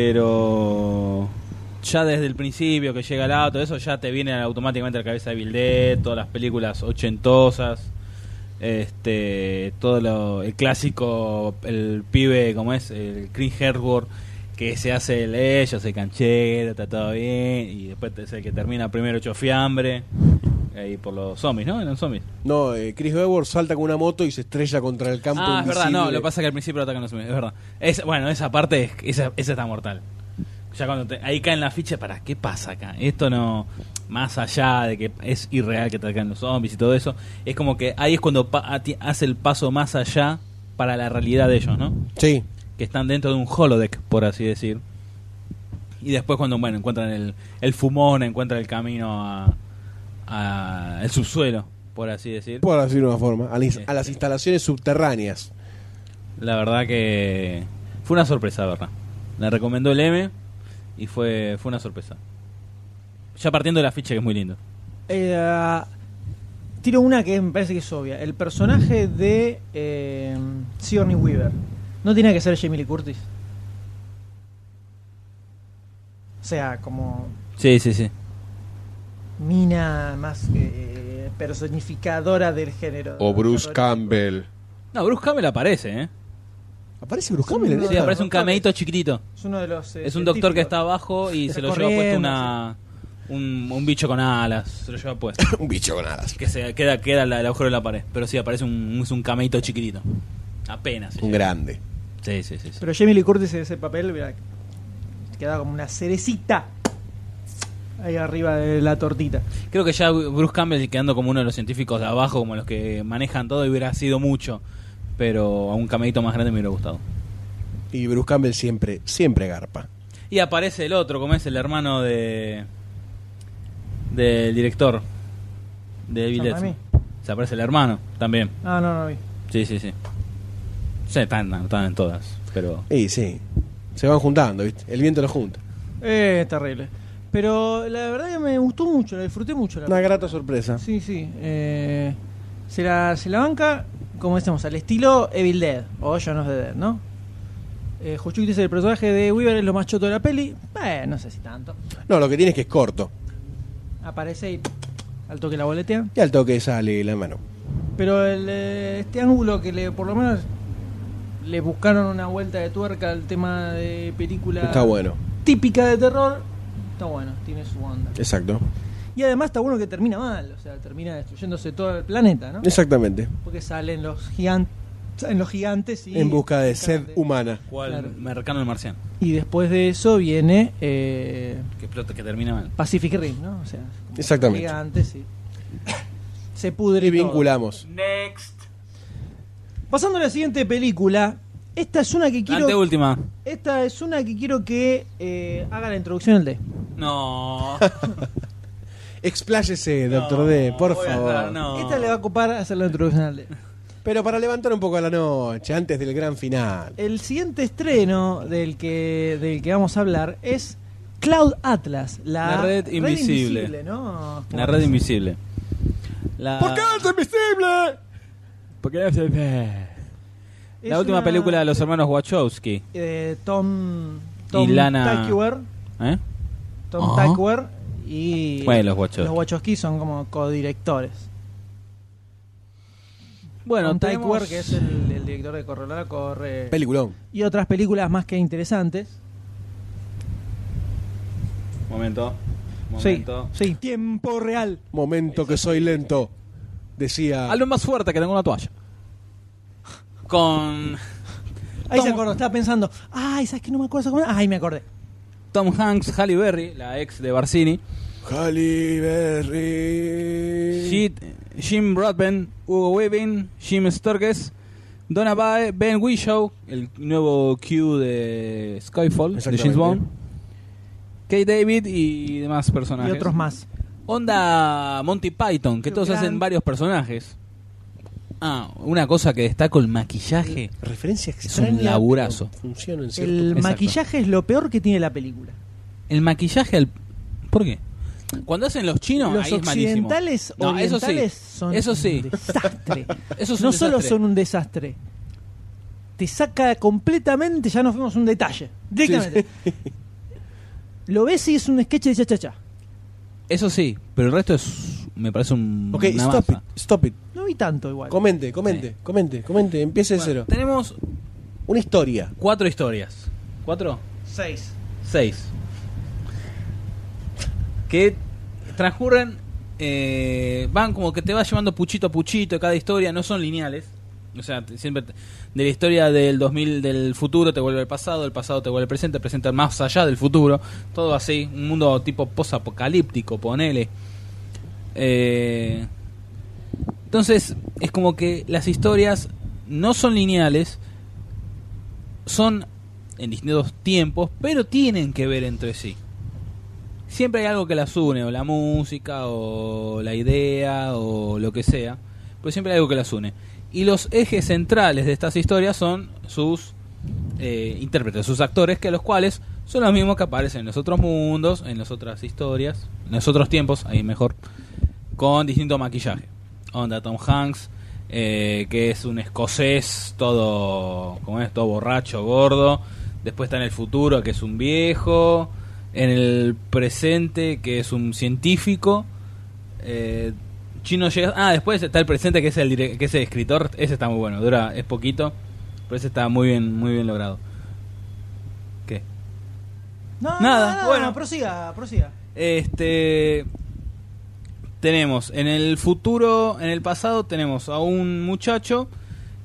C: Pero ya desde el principio que llega el auto, eso ya te viene automáticamente a la cabeza de Bill todas las películas ochentosas, este, todo lo, el clásico, el pibe, como es, el Chris Hemsworth que se hace el ellos, el canchero, está todo bien, y después es el que termina primero hecho fiambre, ahí por los zombies, ¿no? Eran zombies.
D: No, eh, Chris Webber salta con una moto y se estrella contra el campo.
C: Ah, es verdad, no,
D: invisible.
C: lo que pasa es que al principio lo atacan los zombies, es verdad. Es, bueno, esa parte, es- esa, esa está mortal. Ya cuando te- ahí caen la ficha, ¿para qué pasa acá? Esto no, más allá de que es irreal que te atacan los zombies y todo eso, es como que ahí es cuando pa- ati- hace el paso más allá para la realidad de ellos, ¿no?
D: Sí,
C: Que están dentro de un holodeck, por así decir. Y después cuando, bueno, encuentran el, el fumón, encuentran el camino a, a el subsuelo, por así decir.
D: por decirlo de una forma. A las,
C: Sí.
D: a las instalaciones subterráneas.
C: La verdad que fue una sorpresa, ¿verdad? La recomendó el M y fue, fue una sorpresa. Ya partiendo de la ficha que es muy lindo.
B: Eh, tiro una que me parece que es obvia. El personaje de eh, Sigourney Weaver. ¿No tiene que ser Jamie Lee Curtis? O sea, como
C: Sí, sí, sí.
B: mina más eh, personificadora del género.
D: Campbell.
C: No, Bruce Campbell aparece, ¿eh?
D: ¿Aparece Bruce Campbell en
B: No,
C: Sí,
D: esta?
B: no,
C: aparece un
B: Bruce Campbell.
C: cameíto chiquitito.
B: Es uno de los. eh,
C: Es un doctor que
B: científicos.
C: está abajo y se lo lleva
B: Corriendo,
C: puesto una, un, un bicho con alas. Se lo lleva puesto.
D: un bicho con alas.
C: Que se queda, queda la- el agujero de la pared. Pero sí, aparece un, es un cameíto chiquitito. Apenas. se
D: Un
C: llega.
D: grande.
C: Sí, sí, sí. sí.
B: Pero Jamie Lee Curtis en ese papel hubiera quedado como una cerecita ahí arriba de la tortita.
C: Creo que ya Bruce Campbell quedando como uno de los científicos de abajo, como los que manejan todo, hubiera sido mucho. Pero a un cameíto más grande me hubiera gustado.
D: Y Bruce Campbell siempre, siempre garpa.
C: Y aparece el otro, como es el hermano de del director de Evil
B: ¿Sam
C: Dead.
B: Raimi?
C: Se aparece el hermano también.
B: Ah, no, no, vi.
C: Sí, sí, sí. Sí, están, están en todas. Pero
D: Y sí, se van juntando, ¿viste? El viento los junta.
B: Eh, es terrible. Pero la verdad que me gustó mucho, la disfruté mucho. La
D: Una
B: película.
D: grata sorpresa.
B: Sí, sí. eh, se, la, se la banca, como decimos, al estilo Evil Dead o Shaun of the Dead, ¿no? Eh, Hoshuk dice el personaje de Weaver es lo más choto de la peli. Eh, no sé si tanto.
D: No, lo que tiene es que es corto.
B: Aparece y al toque la boletean.
D: Y al toque sale la mano.
B: Pero el, eh, este ángulo que le, por lo menos le buscaron una vuelta de tuerca al tema de película
D: Está bueno.
B: típica de terror, está bueno, tiene su onda.
D: Exacto.
B: Y además está bueno que termina mal, o sea, termina destruyéndose todo el planeta, ¿no?
D: Exactamente.
B: Porque salen los gigantes, salen los gigantes y
D: en busca de
B: buscan
D: sed humana.
C: ¿cuál
B: Claro.
C: Mercano el Marciano?
B: Y después de eso viene eh,
C: Que explota, que termina mal.
B: Pacific Rim, ¿no? O sea, como
D: Exactamente.
B: gigantes y se pudre
D: Y
B: todo.
D: vinculamos.
B: Pasando a la siguiente película, esta es una que
C: La
B: quiero
C: última.
B: Esta es una que quiero que eh, haga la introducción el D.
C: No.
D: Expláyese, doctor
C: No,
D: D, por
C: voy a
D: favor.
C: estar- no.
B: Esta le va a ocupar hacer la introducción al D.
D: Pero para levantar un poco la noche, antes del gran final.
B: El siguiente estreno del que, del que vamos a hablar es Cloud Atlas, la,
C: La red invisible.
B: ¿no?
C: La red invisible. La...
D: ¿Por qué es invisible?
C: Porque
B: Es
C: La última
B: una-
C: película de los hermanos Wachowski.
B: eh, Tom, Tom
C: Y Lana-
B: Tykwer,
C: ¿Eh?
B: Tom
C: Ajá.
B: Tykwer y
C: Bueno, los Wachowski.
B: los Wachowski son como codirectores.
C: Bueno,
B: Tom
C: tenemos-
B: Tykwer, que es el, el director de Correlada, corre
D: Peliculón.
B: y otras películas más que interesantes.
C: Momento.
B: Sí,
C: Momento.
B: sí, tiempo real.
D: Momento que soy lento. Decía.
C: Algo más fuerte que tengo una toalla. Con
B: Ahí se
C: Tom-
B: acordó, estaba pensando, ay, ¿sabes que no me acuerdo? cómo era? Ay, me acordé.
C: Tom Hanks, Halle Berry, la ex de Barcini,
D: Halle Berry.
C: Shit- Jim Broadbent, Hugo Weaving, Jim Sturges, Donna Bae, Ben Whishaw, el nuevo Q de Skyfall, de James
D: Exactamente.
C: Bond, Kate David y demás personajes.
B: Y otros más.
C: Onda Monty Python, que
B: Hugh
C: todos
B: Grant.
C: hacen varios personajes. Ah, una cosa que destaco el maquillaje.
D: Referencia
C: un
D: extraña. pero
C: laburazo.
D: Funciona en cierto.
B: El
C: Exacto.
B: maquillaje es lo peor que tiene la película.
C: El maquillaje al... ¿Por qué? Cuando hacen los chinos,
B: Los
C: ahí es malísimo.
B: occidentales
C: No, eso sí.
B: orientales son
C: Eso
B: un
C: sí.
B: desastre.
C: Eso es un
B: no solo
C: desastre.
B: son un desastre, te saca completamente, ya nos vemos un detalle. Directamente. Lo ves y es un sketch de cha-cha-cha.
C: Eso sí, pero el resto es me parece un
D: Ok,
C: una
D: stop it,
C: masa.
D: stop it.
B: No vi tanto igual.
D: Comente, comente,
C: Sí.
D: comente, comente. Empiece de
C: Bueno,
D: cero.
C: Tenemos
D: Una historia.
C: cuatro historias. ¿Cuatro?
B: Seis.
C: Seis. Que transcurren, eh, van como que te vas llevando puchito a puchito cada historia, no son lineales. O sea, te- siempre te- de la historia del 2000 del futuro te vuelve al pasado, el pasado te vuelve al presente, el presente al más allá del futuro, todo así, un mundo tipo posapocalíptico, ponele. Eh, entonces, es como que las historias no son lineales, son en distintos tiempos, pero tienen que ver entre sí. Siempre hay algo que las une, o la música, o la idea, o lo que sea, pero siempre hay algo que las une. Y los ejes centrales de estas historias son sus eh, intérpretes, sus actores, que los cuales son los mismos que aparecen en los otros mundos, en las otras historias, en los otros tiempos, ahí mejor, con distinto maquillaje. Onda Tom Hanks, eh, que es un escocés todo, como es, todo borracho, gordo. Después está en el futuro, que es un viejo. En el presente, que es un científico. Eh, Chino llega. Ah, después está el presente, que es el, dire- que es el escritor. Ese está muy bueno, dura, es poquito. Pero ese está muy bien, muy bien logrado. ¿Qué?
B: No,
C: Nada,
B: nada, nada,
C: bueno.
B: bueno, prosiga, prosiga.
C: Este. Tenemos en el futuro, en el pasado, tenemos a un muchacho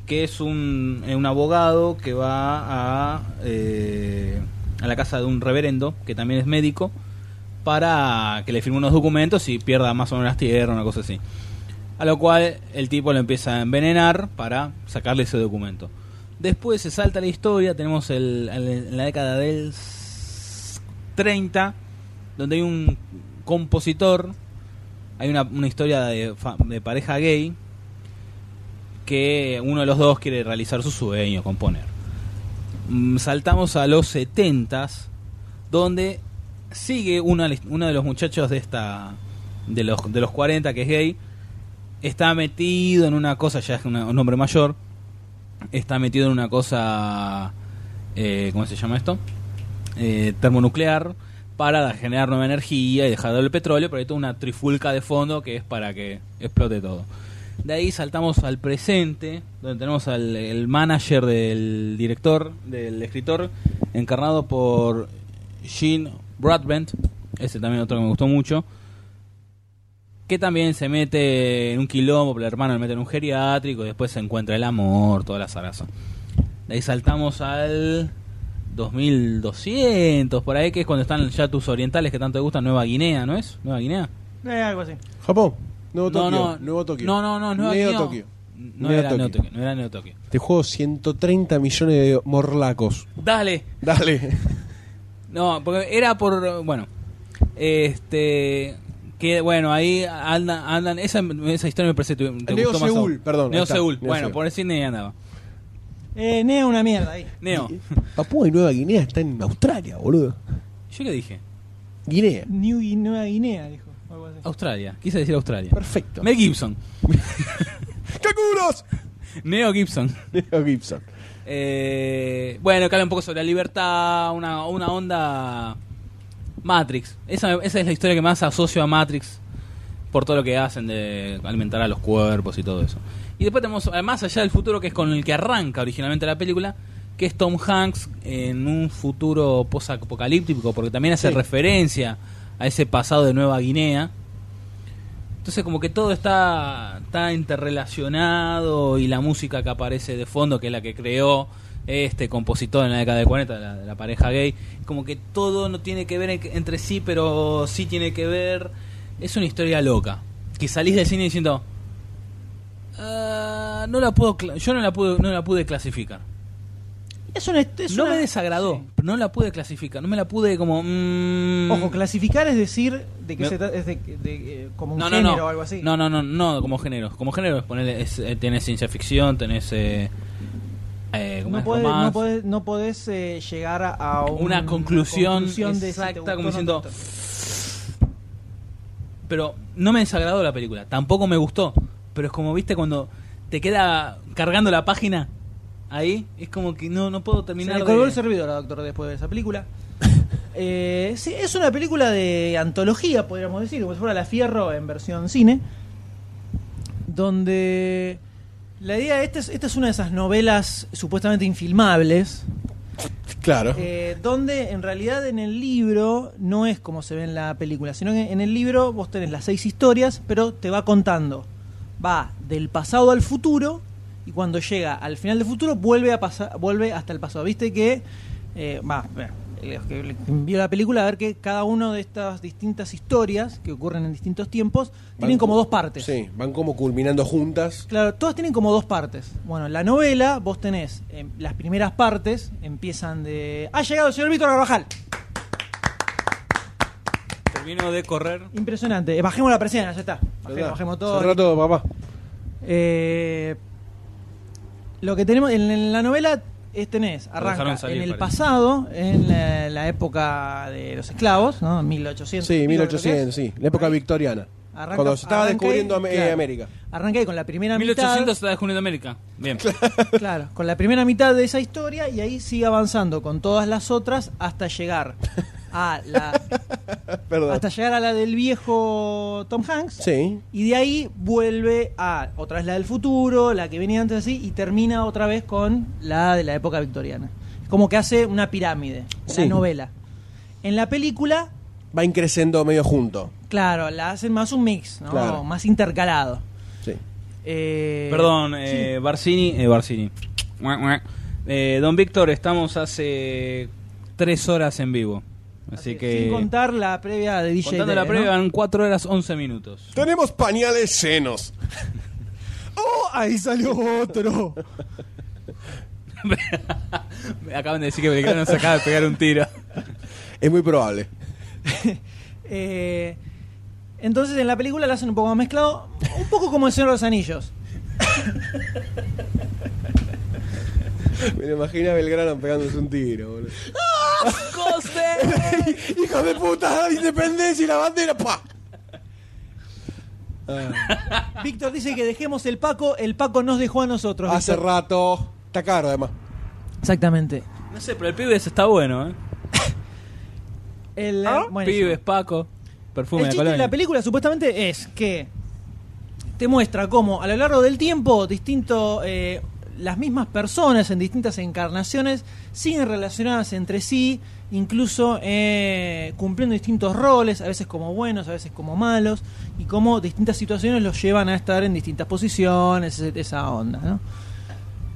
C: que es un, eh, un abogado que va a, eh, a la casa de un reverendo que también es médico para que le firme unos documentos y pierda más o menos las tierras, una cosa así. A lo cual el tipo lo empieza a envenenar para sacarle ese documento. Después se salta la historia, tenemos el, el- en la década del s- 30, donde hay un compositor, hay una, una historia de, fa- de pareja gay, que uno de los dos quiere realizar su sueño, componer. Mm, Saltamos a los 70s, donde sigue uno, al- uno de los muchachos de esta de los, de los 40 que es gay, está metido en una cosa, ya es una- un hombre mayor, está metido en una cosa, eh, ¿cómo se llama esto? Eh, termonuclear para generar nueva energía y dejar el petróleo, pero hay toda una trifulca de fondo que es para que explote todo. De ahí saltamos al presente, donde tenemos al el manager del director, del escritor, encarnado por Gene Bradbent, ese también otro que me gustó mucho, que también se mete en un quilombo, porque el hermano le mete en un geriátrico, y después se encuentra el amor, toda la zaraza. De ahí saltamos al 2200, por ahí, que es cuando están ya tus orientales que tanto te gustan, Nueva Guinea, ¿no es? Nueva Guinea.
B: Eh, algo así.
D: Japón. Nuevo
C: no,
D: Tokio.
C: no,
D: Nuevo Tokio.
C: No, no, no, Nueva
D: Neo
C: Guinea.
D: Tokio.
C: No
D: Neo
C: era Neo
D: Tokio.
C: Tokio, no era Neo Tokio.
D: Te juego 130 millones de morlacos.
C: Dale.
D: Dale.
C: No, porque era por. Bueno. Este. Que bueno, ahí andan. andan esa, esa historia me parece. que te- te
D: Neo
C: gustó más
D: Seúl,
C: aún.
D: perdón, ahí
C: Neo
D: está,
C: Seúl.
D: Neo
C: Bueno,
D: Seúl.
C: por decir Neo andaba.
B: Eh, Neo, una mierda ahí.
C: Neo.
D: Papúa y Nueva Guinea está en Australia, boludo.
C: ¿Yo qué dije?
D: Guinea.
B: New Guin- Nueva Guinea, dijo. algo así.
C: Australia. Quise decir Australia.
D: Perfecto.
C: Mel Gibson.
D: ¡Kakuros!
C: Neo Gibson.
D: Neo Gibson.
C: Eh, bueno, que habla un poco sobre la libertad, una, una onda Matrix. Esa, esa es la historia que más asocio a Matrix por todo lo que hacen de alimentar a los cuerpos y todo eso. Y después tenemos eh, Más allá del futuro, que es con el que arranca originalmente la película, que es Tom Hanks en un futuro post-apocalíptico, porque también hace
D: Sí.
C: referencia a ese pasado de Nueva Guinea. Entonces como que todo está, está interrelacionado y la música que aparece de fondo, que es la que creó este compositor en la década de 40, la, la pareja gay, como que todo no tiene que ver en- entre sí, pero sí tiene que ver. Es una historia loca. Que salís del cine diciendo, "Ah, no la puedo, cla- yo no la pude, no la pude clasificar.
B: Es una, es
C: no
B: una-
C: me desagradó,
B: Sí.
C: pero no la pude clasificar, no me la pude como... mm,
B: Ojo, clasificar es decir de que
C: Me-
B: se trata, es de, de- eh, como un
C: no, no,
B: género
C: no.
B: o algo así.
C: No, no, no, no, como género. Como género, ponele, es, eh, tenés ciencia ficción, tenés... Eh, eh, ¿cómo
B: No
C: es?
B: podés, no
C: Romance.
B: podés, no podés, eh, llegar a, a un-
C: Una conclusión
B: de si te
C: exacta,
B: gustó o no
C: como
B: te
C: diciendo,
B: gustó.
C: Pero no me desagradó la película, tampoco me gustó. Pero es como, viste, cuando te queda cargando la página ahí, es como que no, no puedo
B: Se
C: terminar
B: le
C: de-
B: colgó el servidor, doctor, después de esa película. Eh, sí, es una película de antología, podríamos decir, como si fuera La Fierro en versión cine, donde la idea, esta es, esta es una de esas novelas supuestamente infilmables,
D: Claro.
B: eh, donde en realidad en el libro no es como se ve en la película, sino que en el libro vos tenés las seis historias, pero te va contando. Va del pasado al futuro y cuando llega al final del futuro vuelve, a pasar, vuelve hasta el pasado. Viste que... eh, va, bueno, los que vio la película a ver que cada una de estas distintas historias que ocurren en distintos tiempos tienen
D: Van-
B: como dos partes.
D: Sí, van como culminando juntas.
B: Claro, todas tienen como dos partes. Bueno, la novela, vos tenés em, las primeras partes, empiezan de. ¡Ha llegado el señor Víctor Carvajal!
C: Termino de correr.
B: Impresionante. Eh, bajemos la persiana, ya está. Bajemos,
D: ¿verdad?
B: bajemos todo.
D: Cerrá todo, papá.
B: Eh, lo que tenemos en, en la novela es tenés, arranca
C: dejaron salir,
B: en el
C: parece.
B: pasado, en la, la época de los esclavos, ¿no? 1800.
D: Sí,
B: y pico, creo que es.
D: 1800, sí. La época
B: Ahí.
D: victoriana.
B: Arranca-
D: cuando se estaba
B: arranca
D: descubriendo
B: ahí,
D: Am- eh,
B: claro.
D: América.
B: Arranca ahí con la primera mitad.
C: 1800 está de junio de América. Bien.
B: Claro, con la primera mitad de esa historia y ahí sigue avanzando con todas las otras hasta llegar a la
D: Perdón.
B: hasta llegar a la del viejo Tom Hanks.
D: Sí.
B: Y de ahí vuelve a otra vez la del futuro, la que venía antes así y termina otra vez con la de la época victoriana. Como que hace una pirámide,
D: Sí.
B: la novela. En la película,
D: Van creciendo medio junto.
B: claro, la hacen más un mix, ¿no?
D: Claro.
B: Más intercalado.
D: Sí.
B: Eh,
C: Perdón,
B: sí.
C: eh, Barcini. Eh, Barcini. Mua, mua. Eh, don Víctor, estamos hace tres horas en vivo. Así,
B: Así
C: que.
B: Sin contar la previa de DJ
C: contando la
B: Dele, ¿no?
C: prueba, en cuatro horas 11 minutos.
D: Tenemos pañales senos.
B: ¡Oh! Ahí salió otro.
C: Me Acaban de decir que Belgrano se acaba de pegar un tiro.
D: Es muy probable.
B: Eh, entonces en la película la hacen un poco más mezclado, un poco como el Señor de los Anillos.
D: Me lo imagino a Belgrano pegándose un tiro, boludo.
C: ¡Coste!
D: ¡Hijo de puta! ¡La independencia y la bandera! ¡Pah! Ah,
B: Víctor dice que dejemos el Paco, el Paco nos dejó a nosotros.
D: hace
B: Víctor.
D: rato. Está caro, además.
B: Exactamente.
C: No sé, pero el pibe ese está bueno, ¿eh?
B: El, eh, bueno,
C: Ah, Pibes, Paco, perfume
B: el
C: de
B: chiste de
C: colonia.
B: la película supuestamente es que te muestra cómo a lo largo del tiempo distinto, eh, las mismas personas en distintas encarnaciones siguen relacionadas entre sí, incluso eh, cumpliendo distintos roles, a veces como buenos, a veces como malos, y cómo distintas situaciones los llevan a estar en distintas posiciones, ese- esa onda. ¿no?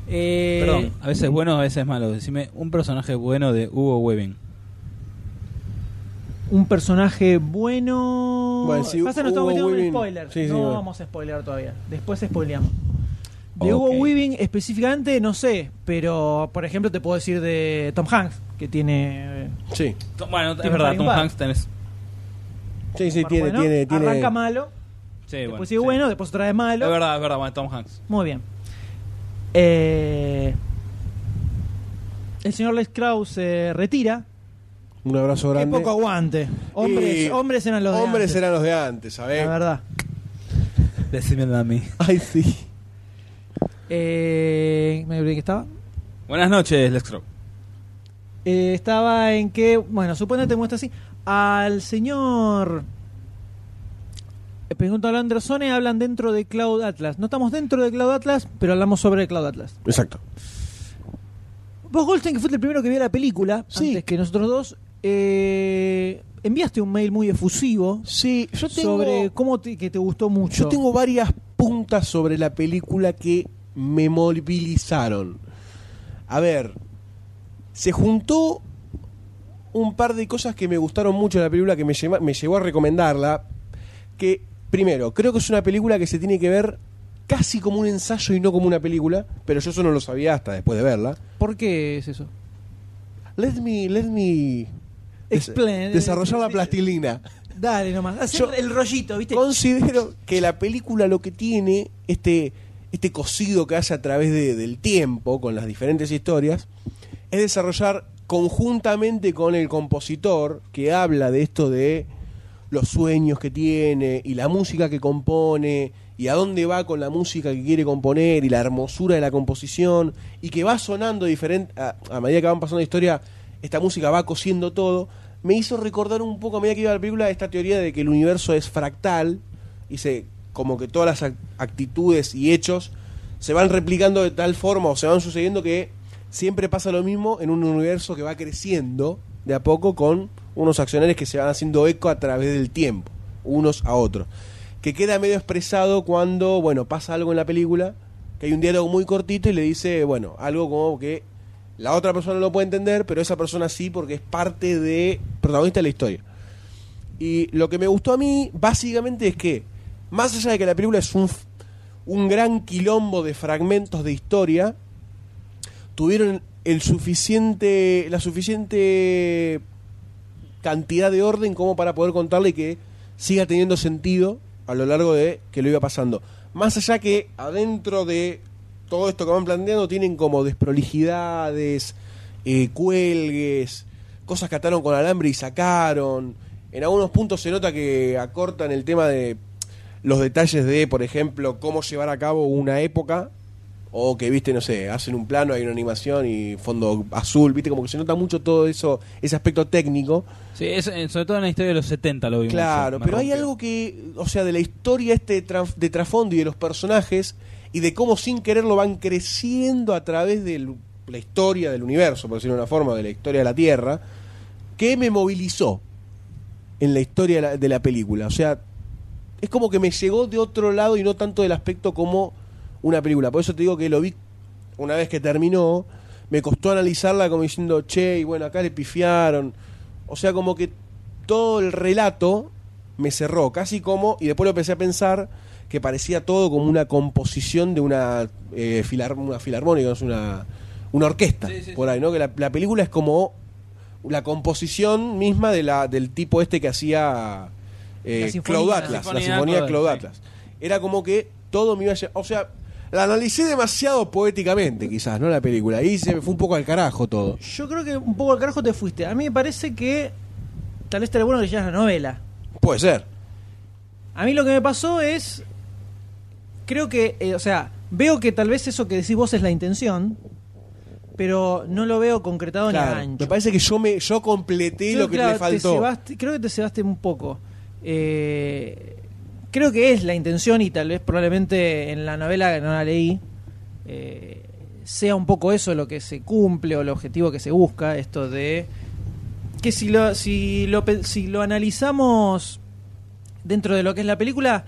B: Eh,
C: Perdón, a veces bueno, a veces malo. Decime un personaje bueno de Hugo Webbing.
B: un personaje bueno.
D: Bueno, sí,
B: Pasa, nos
D: Hugo
B: estamos metiendo en
D: Weaving.
B: spoiler.
D: Sí, sí,
B: no
D: bueno.
B: vamos a spoiler todavía. Después spoileamos. De
C: Ok.
B: Hugo Weaving específicamente, no sé. Pero, por ejemplo, te puedo decir de Tom Hanks, que tiene. eh,
D: Sí.
C: To- Bueno, es
B: Tiene
C: verdad,
B: varios
C: Tom
B: par.
C: Hanks tenés.
D: Sí, sí,
B: par
D: tiene,
B: bueno,
D: tiene, tiene.
B: Arranca malo,
C: Sí,
B: después
C: sí.
B: sigue bueno, después otra vez
C: Es
B: malo.
C: verdad, es verdad, bueno, Tom Hanks.
B: Muy bien. Eh, el señor Les Krause se retira.
D: Un abrazo grande.
B: Qué poco aguante. Hombres,
D: Y-
B: hombres eran los de
D: Hombres
B: antes,
D: eran los de antes, ¿sabes?
B: La verdad.
C: Decímelo a mí.
D: Ay, sí.
B: Eh, me olvidé que estaba.
C: Buenas noches, Lex Crow.
B: Eh, estaba en que, bueno, suponete muestra así, al señor... eh, Pregunta a Anderson, hablan dentro de Cloud Atlas. No estamos dentro de Cloud Atlas, pero hablamos sobre Cloud Atlas.
D: Exacto.
B: Vos, Goldstein, que fuiste el primero que vio la película,
D: Sí.
B: antes que nosotros dos, eh, enviaste un mail muy efusivo
D: Sí, yo tengo,
B: sobre cómo te, que te gustó mucho.
D: yo tengo varias puntas sobre la película que me movilizaron. A ver, se juntó un par de cosas que me gustaron mucho de la película que me, lleva- me llevó a recomendarla. Que, primero, creo que es una película que se tiene que ver casi como un ensayo y no como una película, pero yo eso no lo sabía hasta después de verla.
B: ¿Por qué es eso?
D: Let me, let me des-
B: Explain.
D: desarrollar la plastilina.
B: Dale nomás. Hacé
D: Yo-
B: el rollito, ¿viste?
D: Considero que la película lo que tiene, este, este cocido que hace a través de- del tiempo con las diferentes historias, es desarrollar conjuntamente con el compositor que habla de esto de los sueños que tiene y la música que compone y a dónde va con la música que quiere componer y la hermosura de la composición y que va sonando diferente a, a medida que van pasando la historia esta música va cosiendo todo me hizo recordar un poco a medida que iba la película esta teoría de que el universo es fractal y se como que todas las ac- actitudes y hechos se van replicando de tal forma o se van sucediendo que siempre pasa lo mismo en un universo que va creciendo de a poco con unos accionarios que se van haciendo eco a través del tiempo, unos a otros. Que queda medio expresado cuando, bueno, pasa algo en la película, que hay un diálogo muy cortito y le dice, bueno, algo como que la otra persona no lo puede entender, pero esa persona sí porque es parte de protagonista de la historia. Y lo que me gustó a mí, básicamente, es que, más allá de que la película es un, f- un gran quilombo de fragmentos de historia, tuvieron el suficiente, la suficiente cantidad de orden como para poder contarle y que siga teniendo sentido a lo largo de que lo iba pasando. Más allá que adentro de todo esto que van planteando tienen como desprolijidades, eh, cuelgues, cosas que ataron con alambre y sacaron. En algunos puntos se nota que acortan el tema de los detalles de, por ejemplo, cómo llevar a cabo una época. O que, viste, no sé, hacen un plano, hay una animación y fondo azul, viste, como que se nota mucho todo eso, ese aspecto técnico.
C: Sí, eso, eh, sobre todo en la historia de los 70 lo vimos.
D: Claro, pero hay algo que, o sea, de la historia este traf- de trasfondo y de los personajes y de cómo sin quererlo van creciendo a través de la historia del universo, por decirlo de una forma, de la historia de la Tierra, que me movilizó en la historia de la, de la película. O sea, es como que me llegó de otro lado y no tanto del aspecto como una película. Por eso te digo que lo vi una vez que terminó, me costó analizarla como diciendo, che, y bueno, acá le pifiaron. O sea, como que todo el relato me cerró, casi como, y después lo empecé a pensar, que parecía todo como una composición de una, eh, filar- una filarmónica, es una, una orquesta,
C: Sí, sí,
D: por ahí, ¿no? Que la, la película es como la composición misma de la, del tipo este que hacía eh,
B: La sinfonía.
D: Cloud Atlas,
C: La
D: la
C: sinfonía
D: sinfonía,
C: Cloud,
D: Cloud
C: sí.
D: Atlas. Era como que todo me iba a lle- O sea, la analicé demasiado poéticamente, quizás, ¿no? La película. Y se me fue un poco al carajo todo.
B: Yo creo que un poco al carajo te fuiste. A mí me parece que tal vez estaría bueno que leyeras la novela.
D: Puede ser.
B: A mí lo que me pasó es. Creo que. eh, o sea, veo que tal vez eso que decís vos es la intención, pero no lo veo concretado ni a
D: Claro.
B: gancho.
D: Me parece que yo me yo completé
B: Creo,
D: lo que
B: claro,
D: le
B: te
D: faltó.
B: cebaste- creo que te cebaste un poco. Eh, creo que es la intención y tal vez probablemente en la novela que no la leí eh, sea un poco eso lo que se cumple o el objetivo que se busca, esto de que si lo, si lo, pe- si lo analizamos dentro de lo que es la película,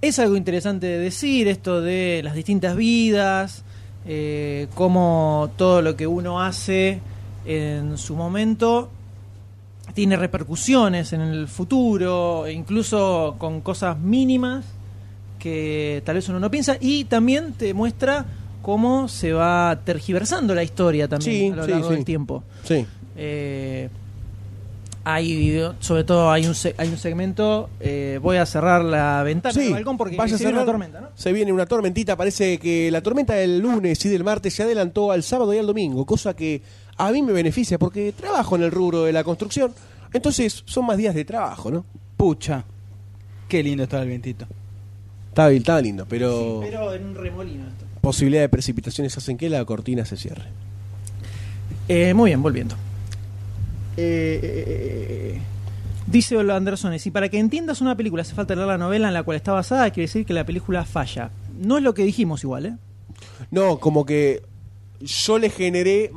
B: es algo interesante de decir, esto de las distintas vidas, eh, cómo todo lo que uno hace en su momento tiene repercusiones en el futuro, e incluso con cosas mínimas que tal vez uno no piensa, y también te muestra cómo se va tergiversando la historia también
D: Sí,
B: a lo
D: sí,
B: largo
D: sí.
B: del tiempo.
D: Sí.
B: Eh, hay, sobre todo, hay un, se- hay un segmento. eh, voy a cerrar la ventana
D: Sí,
B: del balcón porque
D: vaya a
B: se viene una
D: cerrar.
B: tormenta, ¿no?
D: Se viene una tormentita, parece que la tormenta del lunes y del martes se adelantó al sábado y al domingo, cosa que a mí me beneficia porque trabajo en el rubro de la construcción, entonces son más días de trabajo, ¿no?
C: Pucha, qué lindo estaba el vientito.
D: Estaba, estaba lindo, pero,
B: pero en un remolino esto.
D: posibilidad de precipitaciones hacen que la cortina se cierre.
B: Eh, muy bien, volviendo. Eh, eh, eh, eh, Dice Olo Anderson, si para que entiendas una película hace falta leer la novela en la cual está basada, quiere decir que la película falla. No es lo que dijimos igual, ¿eh?
D: No, como que yo le generé mm,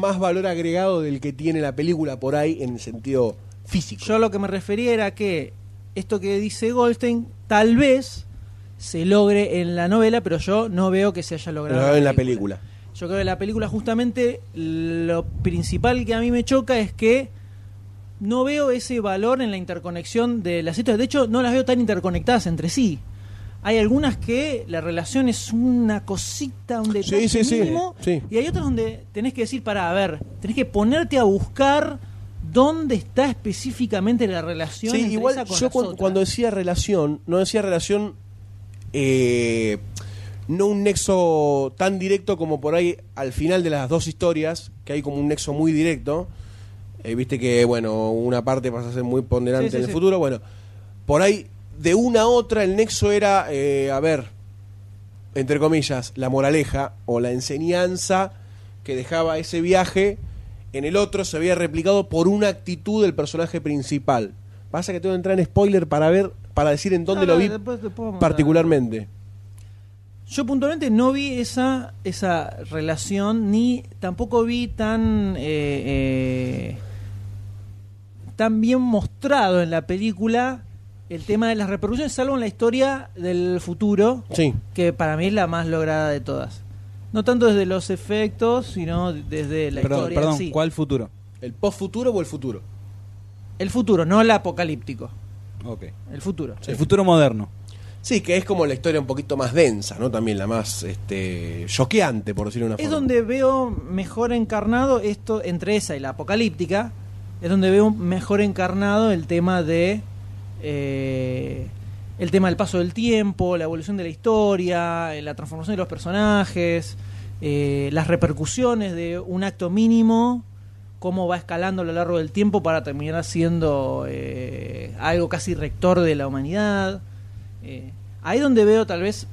D: más valor agregado del que tiene la película por ahí en el sentido físico.
B: Yo lo que me refería era que esto que dice Goldstein tal vez se logre en la novela, pero yo no veo que se haya logrado
D: Pero en la película.
B: Yo creo que la película justamente lo principal que a mí me choca es que no veo ese valor en la interconexión de las historias. De hecho, no las veo tan interconectadas entre sí. Hay algunas que la relación es una cosita, un detalle
D: Sí, sí, sí,
B: mínimo,
D: sí.
B: y hay otras donde tenés que decir, para, a ver, tenés que ponerte a buscar dónde está específicamente la relación.
D: Sí,
B: entre
D: igual
B: esa con
D: yo
B: las
D: cu-
B: otras.
D: cuando decía relación, no decía relación, eh, no un nexo tan directo como por ahí al final de las dos historias, que hay como un nexo muy directo. Eh, Viste que, bueno, una parte pasa a ser muy ponderante
B: Sí, sí,
D: en el
B: sí.
D: futuro. Bueno, por ahí de una a otra el nexo era, eh, a ver, entre comillas, la moraleja o la enseñanza que dejaba ese viaje en el otro se había replicado por una actitud del personaje principal. Pasa que tengo que entrar en spoiler para ver, para decir en dónde
B: No,
D: lo
B: no,
D: vi
B: después- después vamos a-
D: particularmente.
B: Yo puntualmente no vi esa, esa relación, ni tampoco vi tan, eh, eh, tan bien mostrado en la película el tema de las repercusiones, salvo en la historia del futuro,
D: Sí.
B: que para mí es la más lograda de todas. No tanto desde los efectos, sino desde la
C: Perdón,
B: historia en
C: perdón,
B: sí.
C: ¿cuál futuro?
D: ¿El post-futuro o el futuro?
B: El futuro, no el apocalíptico.
C: Ok.
B: El futuro.
D: Sí.
C: El futuro moderno.
D: Sí, que es como la historia un poquito más densa, ¿no? También la más este choqueante, por decirlo de una
B: Es
D: forma.
B: donde veo mejor encarnado esto, entre esa y la apocalíptica, es donde veo mejor encarnado el tema de. eh, el tema del paso del tiempo, la evolución de la historia, eh, la transformación de los personajes, eh, las repercusiones de un acto mínimo, cómo va escalando a lo largo del tiempo para terminar siendo eh, algo casi rector de la humanidad. Eh, ahí donde veo tal vez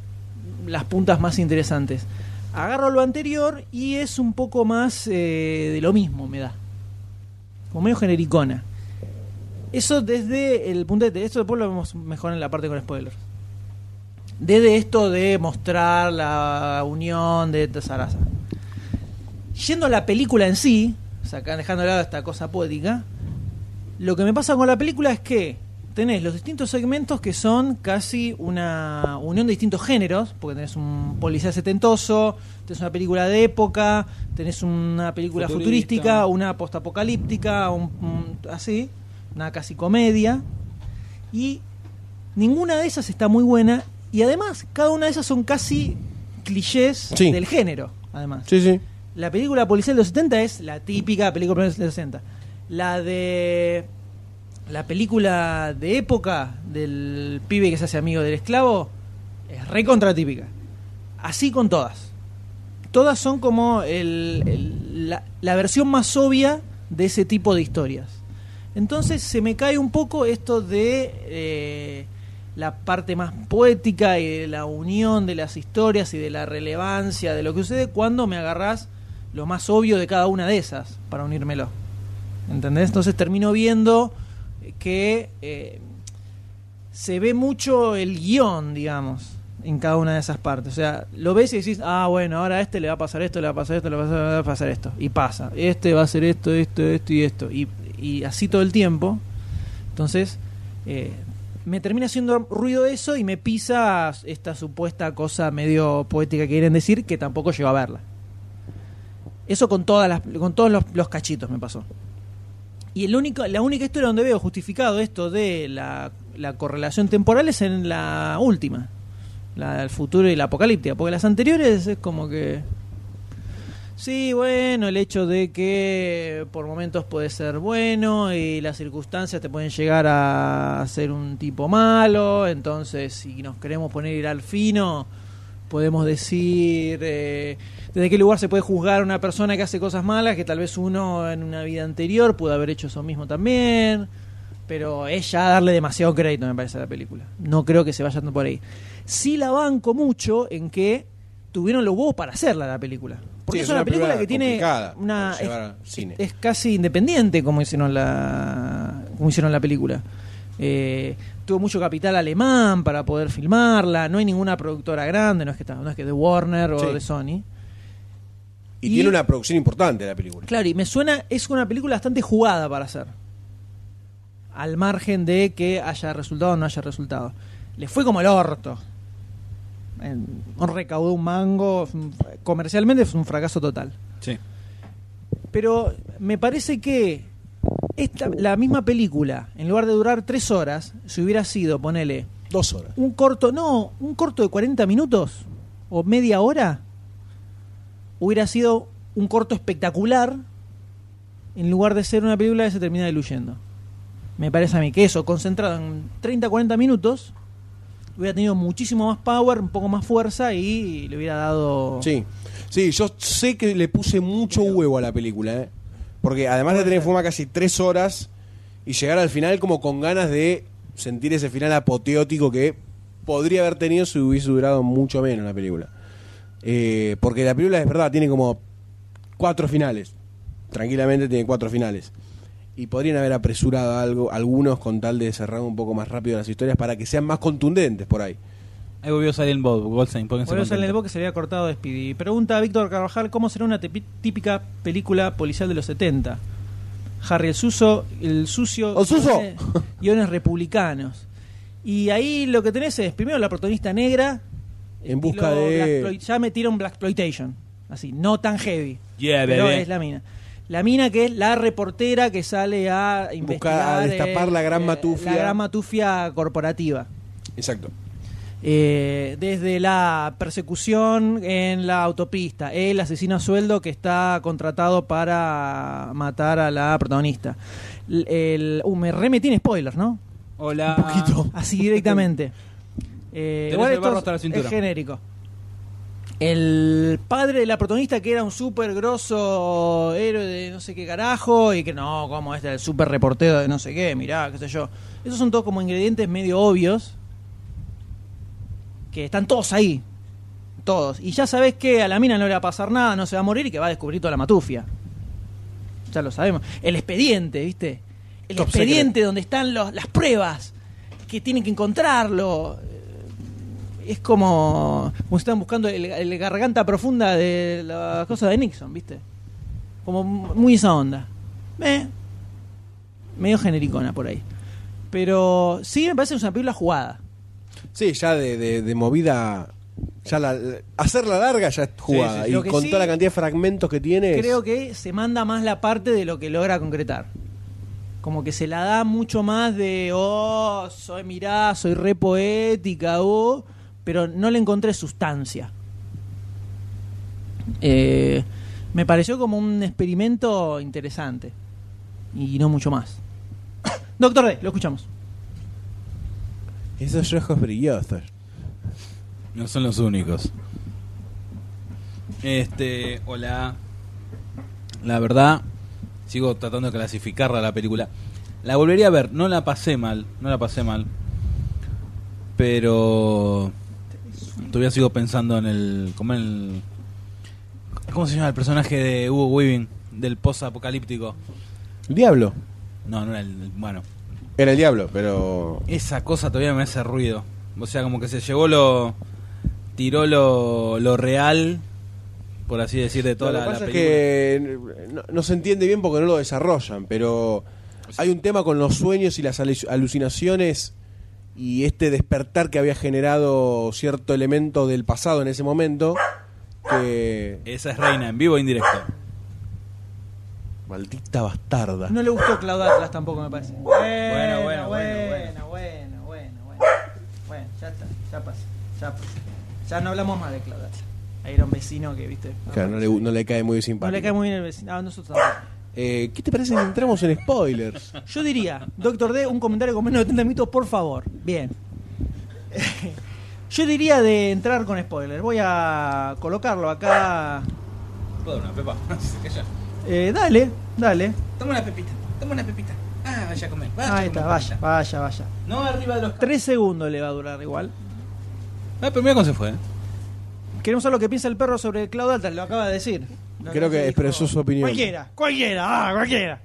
B: las puntas más interesantes. Agarro lo anterior y es un poco más eh, de lo mismo, me da. Como medio genericona. Eso desde el punto de esto después lo vemos mejor en la parte con spoilers. Desde esto de mostrar la unión de Tazarasa. Yendo a la película en sí, saca- dejando de lado esta cosa poética, lo que me pasa con la película es que tenés los distintos segmentos que son casi una unión de distintos géneros, porque tenés un policía setentoso, tenés una película de época, tenés una película
C: Futurista.
B: futurística, una postapocalíptica, un, un- así, una casi comedia. Y ninguna de esas está muy buena. Y además, cada una de esas son casi clichés
D: Sí.
B: del género, además.
D: Sí, sí.
B: La película policial de los 70 es la típica película policial de los 70. La de. La película de época del pibe que se hace amigo del esclavo es re contratípica. Así con todas. Todas son como el- el- la, la versión más obvia de ese tipo de historias. Entonces se me cae un poco esto de eh, la parte más poética y de la unión de las historias y de la relevancia de lo que sucede cuando me agarrás lo más obvio de cada una de esas para unírmelo. ¿Entendés? Entonces termino viendo que eh, se ve mucho el guión, digamos, en cada una de esas partes. O sea, lo ves y decís, ah, bueno, ahora a este le va a pasar esto, le va a pasar esto, le va a pasar, le va a pasar esto. Y pasa. Este va a hacer esto, esto, esto y esto. Y, y así todo el tiempo. Entonces, eh, me termina haciendo ruido eso y me pisa esta supuesta cosa medio poética que quieren decir que tampoco llego a verla. Eso con, todas las, con todos los, los cachitos me pasó. Y el único, la única historia donde veo justificado esto de la, la correlación temporal es en la última, la del futuro y la apocalíptica, porque las anteriores es como que... Sí, bueno, el hecho de que por momentos puede ser bueno y las circunstancias te pueden llegar a ser un tipo malo, entonces si nos queremos poner a ir al fino, podemos decir eh, desde qué lugar se puede juzgar a una persona que hace cosas malas, que tal vez uno en una vida anterior pudo haber hecho eso mismo también, pero es ya darle demasiado crédito, me parece, a la película. No creo que se vaya tanto por ahí. Sí la banco mucho en que tuvieron los huevos para hacerla la película. Porque
D: Sí,
B: es una película que tiene
D: complicada
B: una...
D: para llevar al
B: es-
D: cine.
B: es casi independiente como hicieron la como hicieron la película Eh, tuvo mucho capital alemán para poder filmarla no hay ninguna productora grande no es que está- no es que de Warner o
D: Sí.
B: de Sony
D: Y,
B: Y-
D: tiene una producción importante la película.
B: claro y me suena es una película bastante jugada para hacer al margen de que haya resultado o no haya resultado. Le fue como el orto. En- No recaudó un mango. fue un- Comercialmente fue un fracaso total.
C: Sí.
B: Pero me parece que esta, la misma película, en lugar de durar tres horas, si hubiera sido, ponele,
D: Dos horas.
B: un corto, no, un corto de 40 minutos o media hora, hubiera sido un corto espectacular, en lugar de ser una película que se termina diluyendo. Me parece a mí que eso, concentrado en 30, 40 minutos, hubiera tenido muchísimo más power, un poco más fuerza y le hubiera dado...
D: Sí. Sí, yo sé que le puse mucho huevo a la película, ¿eh? Porque además de tener que fumar casi tres horas y llegar al final como con ganas de sentir ese final apoteótico que podría haber tenido si hubiese durado mucho menos la película. Eh, porque la película es verdad, tiene como cuatro finales. Tranquilamente tiene cuatro finales. Y podrían haber apresurado algo, algunos con tal de cerrar un poco más rápido las historias para que sean más contundentes por ahí.
C: Ahí volvió Silent Bob, Goldstein, pónganse
B: Volvió a salir en el box
C: contentos.
B: que se había cortado de Speedy. Pregunta a Víctor Carvajal cómo será una tepi- típica película policial de los 70. Harry el Suso, el sucio,
D: ¡El Suso!
B: guiones- guiones republicanos. Y ahí lo que tenés es primero la protagonista negra
D: En
B: estilo
D: busca de...
B: Blaxploit- ya me tira un blaxploitation, así, no tan heavy.
C: Yeah,
B: pero
C: baby.
B: es la mina. La mina que es la reportera que sale a investigar eh,
D: a destapar la gran matufia.
B: la gran matufia corporativa.
D: Exacto.
B: Eh, desde la persecución en la autopista, el asesino a sueldo que está contratado para matar a la protagonista. L- El, uh, me re metí en spoilers, ¿no?
C: Hola.
B: Así directamente. Eh,
C: Tenés
B: igual
C: el
B: esto
C: barro
B: es-
C: hasta la cintura.
B: es genérico. El padre de la protagonista que era un súper grosso héroe de no sé qué carajo y que no, como este el súper reportero de no sé qué, mirá, qué sé yo. Esos son todos como ingredientes medio obvios que están todos ahí. Todos. Y ya sabés que a la mina no le va a pasar nada, no se va a morir y que va a descubrir toda la matufia. Ya lo sabemos. El expediente, ¿viste? El
D: Top
B: expediente donde están los- las pruebas, que tienen que encontrarlo. Eh, Es como, como si estaban buscando el, el garganta profunda de la cosa de Nixon, ¿viste? Como muy esa onda. Eh, medio genericona por ahí. Pero sí me parece que es una película jugada.
D: Sí, ya de, de- de movida. Ya la, la- hacerla larga ya es jugada.
B: sí. Lo que
D: Y con
B: sí-
D: toda la cantidad de fragmentos que tiene.
B: creo que se manda más la parte de lo que logra concretar. Como que se la da mucho más de, oh, soy mirá, soy re poética, oh, pero no le encontré sustancia. Eh, me pareció como un experimento interesante y no mucho más. Doctor D, lo escuchamos.
D: Esos ojos brillosos.
C: No son los únicos. Este, hola. La verdad, sigo tratando de clasificarla la película. La volvería a ver, no la pasé mal, no la pasé mal. Pero todavía sigo pensando en el como en el ¿Cómo se llama el personaje de Hugo Weaving del post apocalíptico?
D: El diablo.
C: No, no era el bueno.
D: Era el diablo, pero.
C: Esa cosa todavía me hace ruido. O sea, como que se llevó lo. Tiró lo, lo real, por así decir, de toda
D: Lo
C: la,
D: que
C: la
D: pasa es
C: película.
D: que no, no se entiende bien porque no lo desarrollan, pero hay un tema con los sueños y las alu- alucinaciones y este despertar que había generado cierto elemento del pasado en ese momento. Que.
C: Esa es Reina, en vivo e indirecto.
D: Maldita bastarda.
B: No le gustó Cloud Atlas tampoco, me parece. Bueno,
C: bueno, bueno,
B: bueno, bueno, bueno, bueno. Bueno, ya está, ya pasa, ya pasa. Ya no hablamos más de Cloud Atlas. Ahí era un vecino que, viste.
D: Claro, no le, no le cae muy
B: No
D: simpático.
B: le cae muy bien el vecino. Ah, nosotros tampoco.
D: Eh, ¿Qué te parece que entramos en spoilers?
B: Yo diría, Doctor D, un comentario con menos de 30 minutos, por favor. Bien. Yo diría de entrar con spoiler. Voy a colocarlo acá.
C: ¿Puedo dar una pepa?
B: Eh, dale, dale.
C: Toma una pepita, toma una pepita. Ah, vaya a comer.
B: Ahí está, vaya, vaya, vaya.
C: No arriba de los
B: Tres segundos le va a durar igual.
C: Ah, pero mira cómo se fue. ¿eh?
B: Queremos saber lo que piensa el perro sobre Cloud Atlas, lo acaba de decir. Lo
D: Creo que
B: dijo-
D: expresó su opinión.
B: Cualquiera, cualquiera, ah, cualquiera.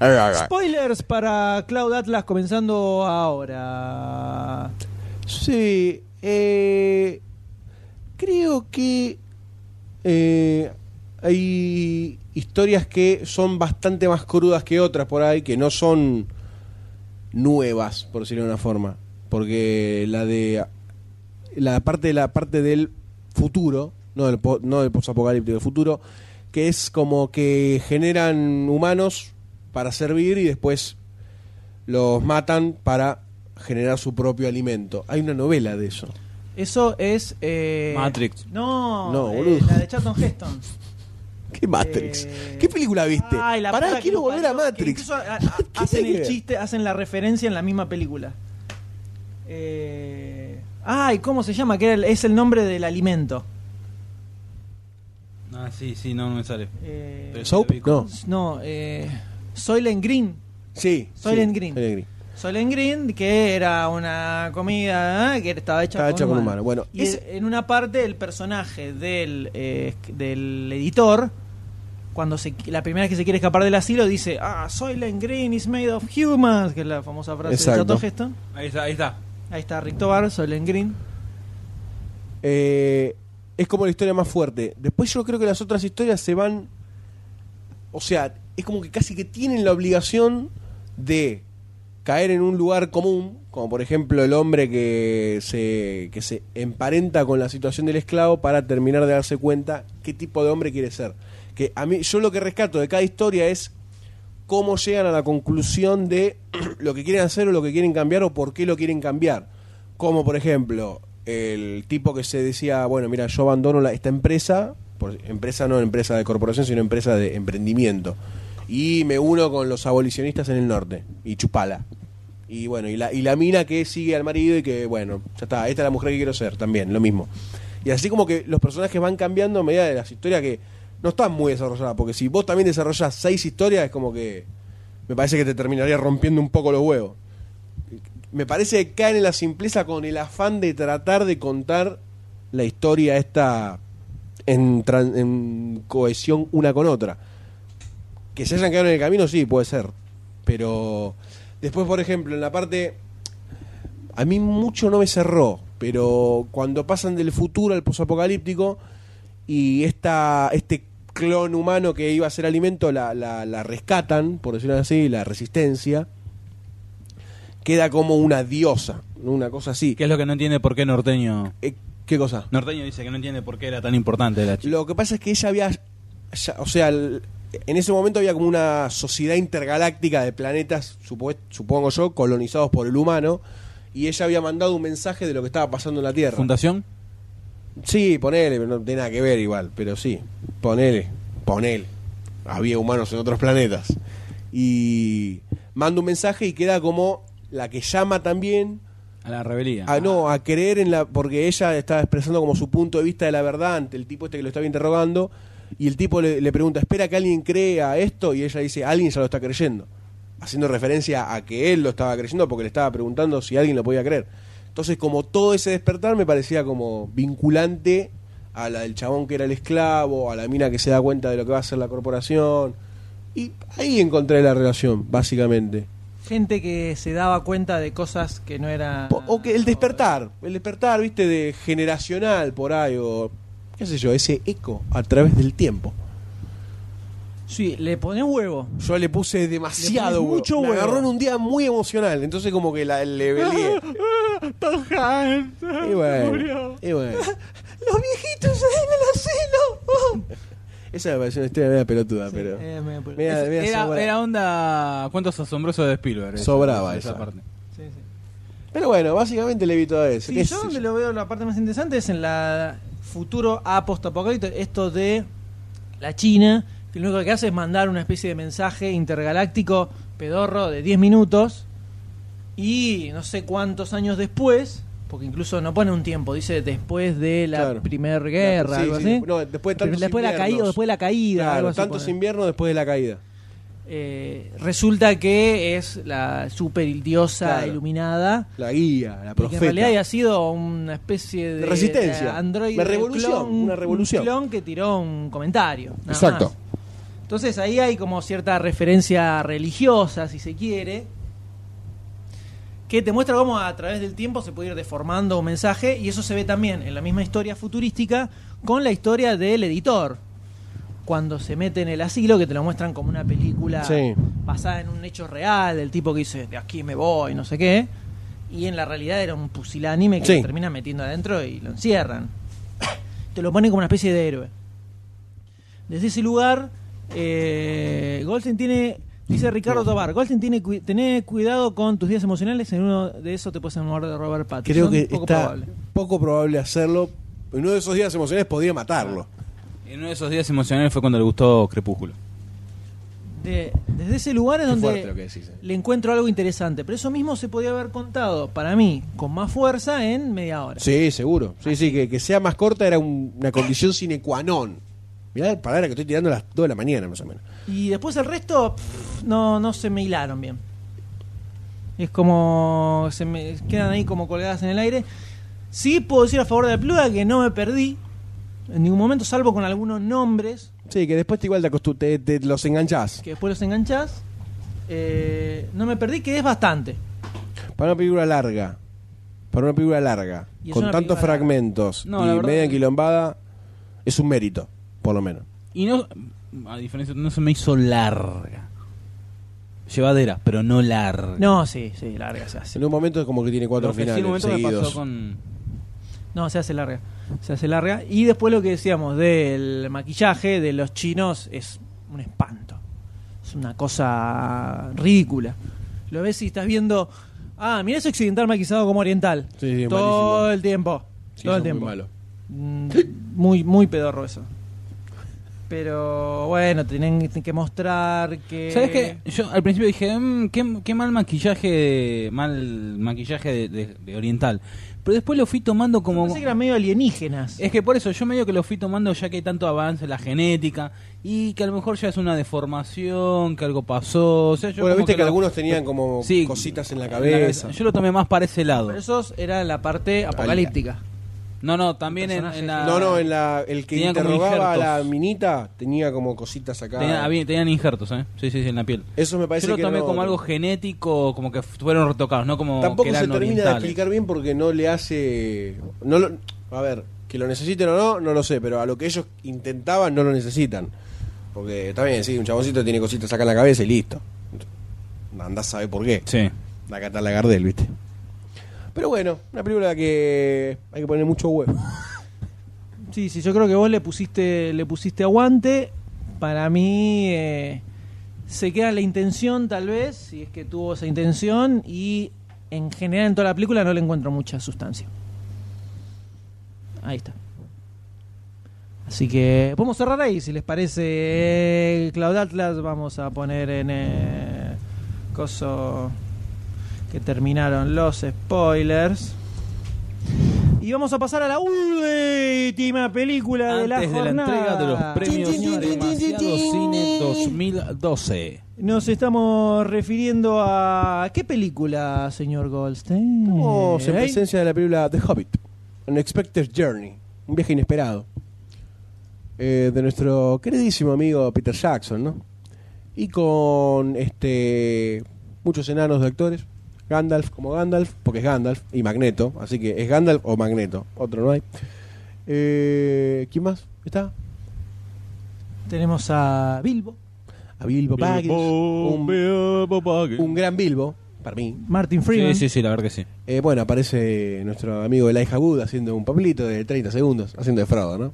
D: Arr, arr.
B: Spoilers para Cloud Atlas comenzando ahora.
D: Sí, eh, creo que eh, hay historias que son bastante más crudas que otras por ahí, que no son nuevas, por decirlo de una forma. Porque la de la parte de la parte del futuro, no del po- no del posapocalíptico, del futuro, que es como que generan humanos para servir y después los matan para generar su propio alimento. Hay una novela de eso.
B: Eso es. eh,
C: Matrix.
B: No,
D: No,
B: eh,
D: boludo.
B: la de Charlton Heston.
D: ¿Qué Matrix?
B: Eh,
D: ¿Qué película viste?
B: Ay, la puta
D: Pará,
B: que
D: quiero
B: lo
D: volver a
B: parió, que
D: Matrix.
B: incluso a- a-
D: ¿Qué
B: hacen
D: tiene que
B: el
D: ver?
B: chiste, hacen la referencia en la misma película. Eh, ay, ¿cómo se llama? Que era el- es el nombre del alimento.
C: Ah, sí, sí, no, no me sale.
B: Eh,
C: Pero-
D: ¿Soap? No.
B: no, eh, Soylent Green.
D: Sí.
B: Soylent
D: sí,
B: Green.
D: Soylent Green.
B: Soylent Green, que era una comida ¿eh? que estaba hecha,
D: Estaba
B: con,
D: hecha con
B: humano.
D: humano. Bueno,
B: y
D: ese-
B: en una parte el personaje del, eh, del editor, cuando se, la primera vez que se quiere escapar del asilo, dice, ah, Soylent Green is made of humans, que es la famosa frase
D: Exacto.
B: de Charlton Heston.
C: Ahí está, ahí está.
B: Ahí está Rick Tobar, Soylent Green.
D: Eh, es como la historia más fuerte. Después yo creo que las otras historias se van... O sea, es como que casi que tienen la obligación de caer en un lugar común, como por ejemplo el hombre que se, que se emparenta con la situación del esclavo para terminar de darse cuenta qué tipo de hombre quiere ser. Que a mí, yo lo que rescato de cada historia es cómo llegan a la conclusión de lo que quieren hacer o lo que quieren cambiar o por qué lo quieren cambiar. Como por ejemplo, el tipo que se decía, bueno, mira, yo abandono la- esta empresa, por- empresa no empresa de corporación, sino empresa de emprendimiento, y me uno con los abolicionistas en el norte, y chupala. Y bueno, y la, y la mina que sigue al marido y que, bueno, ya está, esta es la mujer que quiero ser también, lo mismo. Y así como que los personajes van cambiando a medida de las historias que no están muy desarrolladas, porque si vos también desarrollás seis historias, es como que me parece que te terminaría rompiendo un poco los huevos. Me parece que caen en la simpleza con el afán de tratar de contar la historia esta en, tran- en cohesión una con otra. Que se hayan quedado en el camino, sí, puede ser. Pero después, por ejemplo, en la parte... A mí mucho no me cerró, pero cuando pasan del futuro al posapocalíptico y esta, este clon humano que iba a ser alimento la, la, la rescatan, por decirlo así, la resistencia, queda como una diosa, una cosa así.
C: ¿Qué es lo que no entiende por qué Norteño?
D: Eh, ¿Qué cosa?
C: Norteño dice que no entiende por qué era tan importante la chica.
D: Lo que pasa es que ella había. ya- o sea, el- en ese momento había como una sociedad intergaláctica de planetas, supo- supongo yo, colonizados por el humano. Y ella había mandado un mensaje de lo que estaba pasando en la Tierra.
C: ¿Fundación?
D: sí, ponele, pero no tiene nada que ver igual, pero sí, ponele, ponele. Había humanos en otros planetas. Y manda un mensaje y queda como la que llama también
C: A la rebelía.
D: Ah, no, a creer en la. Porque ella está expresando como su punto de vista de la verdad ante el tipo este que lo estaba interrogando. Y el tipo le, le pregunta: ¿Espera que alguien crea esto? Y ella dice: Alguien ya lo está creyendo. Haciendo referencia a que él lo estaba creyendo porque le estaba preguntando si alguien lo podía creer. Entonces, como todo ese despertar me parecía como vinculante a la del chabón que era el esclavo, a la mina que se da cuenta de lo que va a hacer la corporación. Y ahí encontré la relación, básicamente.
B: Gente que se daba cuenta de cosas que no era...
D: Po- O que el despertar, el despertar, viste, de generacional por ahí, o qué sé yo, ese eco a través del tiempo.
B: Sí, le pone huevo.
D: Yo le puse demasiado
B: Le pones
D: huevo.
B: mucho
D: Me
B: huevo.
D: agarró en un día muy emocional, entonces como que la levelé. y bueno, y bueno.
B: Los viejitos en el asilo.
D: Esa me pareció una historia media pelotuda, pero...
B: Eh, me-
D: Media- media
C: Era,
D: sobra-
C: era onda cuentos asombrosos de Spielberg. esa-
D: Sobraba esa.
B: Sí, sí.
D: Pero bueno, básicamente le vi todo eso.
B: Sí,
D: qué
B: yo
D: sé
B: donde
D: yo.
B: lo veo la parte más interesante es en la futuro apostapocalíptico, esto de la China, que lo único que hace es mandar una especie de mensaje intergaláctico pedorro de 10 minutos y no sé cuántos años después, porque incluso no pone un tiempo, dice después de la
D: Claro.
B: primera guerra,
D: Sí,
B: algo
D: sí,
B: así.
D: no, después de tantos
B: después de la caída,
D: inviernos.
B: después de la caída,
D: Claro,
B: algo así
D: tantos
B: pone.
D: inviernos después de la caída.
B: Eh, resulta que es la super diosa
D: Claro.
B: iluminada.
D: La guía, la
B: Y que
D: profeta.
B: en realidad haya sido una especie de
D: Resistencia.
B: de androide
D: La revolución,
B: clon,
D: una revolución.
B: un clon que tiró un comentario. nada
D: Exacto.
B: más. Entonces ahí hay como cierta referencia religiosa, si se quiere, que te muestra cómo a través del tiempo se puede ir deformando un mensaje y eso se ve también en la misma historia futurística con la historia del editor. cuando se mete en el asilo, que te lo muestran como una película
D: Sí.
B: basada en un hecho real, del tipo que dice, de aquí me voy, no sé qué. Y en la realidad era un pusilánime que
D: Sí.
B: lo termina metiendo adentro y lo encierran. Te lo ponen como una especie de héroe. Desde ese lugar, eh, Goldstein tiene, dice Ricardo Tobar, Goldstein tiene cu- tené cuidado con tus días emocionales, en uno de esos te puedes enamorar de Robert
D: Creo
B: Pattinson.
D: que
B: Poco
D: está
B: probable.
D: poco probable hacerlo. En uno de esos días emocionales podría matarlo.
C: En uno de esos días emocionales fue cuando le gustó Crepúsculo.
B: De- desde ese
C: Ah,
B: lugar es
D: Qué
B: donde
D: fuerte lo que decís, eh.
B: le encuentro algo interesante. Pero eso mismo se podía haber contado, para mí, con más fuerza en media hora.
D: Sí, seguro. Sí, sí, que, que sea más corta era un- una condición sine qua non. Mirá la palabra que estoy tirando a las 2 de la mañana, más o menos.
B: Y después el resto pff, no, no se me hilaron bien. Es como. se me quedan ahí como colgadas en el aire. Sí, puedo decir a favor de Pluga que no me perdí en ningún momento, salvo con algunos nombres
D: Sí, que después te igual te, acostu- te- te los enganchás.
B: que después los enganchás. Eh, no me perdí, que es bastante.
D: Para una película larga. Para una película larga.
B: Y es
D: Con
B: una
D: tantos
B: película larga.
D: fragmentos
C: No, la
D: y
C: verdad
D: media
C: que-
D: enquilombada. Es un mérito, por lo menos.
C: Y no, a diferencia, no se me hizo larga. Llevadera, pero no larga.
B: No, sí, sí, larga se hace.
D: En un momento es como que tiene cuatro
C: Lo que sí, en un
D: finales
C: momento me
D: seguidos.
C: pasó con...
B: No, se hace larga. Se hace larga. Y después lo que decíamos del maquillaje de los chinos es un espanto. Es una cosa ridícula. Lo ves y estás viendo. Ah, mira ese occidental maquillado como oriental.
D: Sí, sí,
B: todo
D: malísimo.
B: el tiempo.
D: Sí,
B: todo
D: son muy
B: el tiempo.
D: malos.
B: Mm, muy, muy pedorro eso. Pero bueno, tienen que mostrar que.
C: ¿Sabes qué? Yo al principio dije, "Mm, qué, qué mal maquillaje, de- mal maquillaje de, de- de oriental. Pero después lo fui tomando como...
B: Pensé que eran medio alienígenas.
C: Es que por eso yo medio que lo fui tomando ya que hay tanto avance en la genética y que a lo mejor ya es una deformación, que algo pasó. O sea, yo
D: Bueno,
C: como
D: viste que,
C: lo-
D: algunos tenían como
C: Sí,
D: cositas en la
C: cabeza.
D: cabeza.
C: Yo lo tomé más para ese lado.
B: Pero esos era la parte apocalíptica.
C: No, no, también en, en la...
D: No, no, en la, el que
C: Tenía como
D: interrogaba a la
C: injertos.
D: minita tenía como cositas acá.
C: Tenía- había- tenían injertos, ¿eh? Sí, sí, sí, en la piel.
D: Eso me parece
C: Yo lo
D: que
C: tomé
D: no-
C: como algo genético, como que fueron retocados, no como
D: Tampoco
C: que eh.
D: se
C: eran
D: termina de
C: orientales.
D: explicar bien porque no le hace. No lo- a ver, que lo necesiten o no, no lo sé, pero a lo que ellos intentaban no lo necesitan. Porque está bien, sí, un chaboncito tiene cositas acá en la cabeza y listo. Andás a saber por qué.
C: Sí.
D: La cata la Gardel, viste. Pero bueno, una película que hay que poner mucho huevo.
B: Sí, sí, yo creo que vos le pusiste, le pusiste aguante. Para mí eh, se queda la intención, tal vez, si es que tuvo esa intención, y en general en toda la película no le encuentro mucha sustancia. Ahí está. Así que podemos cerrar ahí, si les parece. Eh, Cloud Atlas vamos a poner en eh, coso que terminaron los spoilers. Y vamos a pasar a la última película de la
C: Antes de la
B: jornada.
C: entrega de los premios
B: Chin, chin, chin, chin, chin,
C: Demasiado
B: chin.
C: Cine 2012.
B: Nos estamos refiriendo a... ¿Qué película, señor Goldstein?
D: Estamos en
B: ¿Eh?
D: presencia de la película The Hobbit, An Expected Journey, un viaje inesperado, eh, de nuestro queridísimo amigo Peter Jackson, ¿no? Y con este muchos enanos de actores, Gandalf como Gandalf, porque es Gandalf, y Magneto, así que es Gandalf o Magneto, otro no hay. Eh, ¿Quién más está?
B: Tenemos a Bilbo,
D: A Bilbo Baggins, un, un gran Bilbo, para mí.
B: Martin Freeman.
C: Sí, sí, sí, la verdad que sí.
D: Eh, bueno, aparece nuestro amigo Elijah Wood haciendo un papelito de 30 segundos, haciendo de Frodo, ¿no?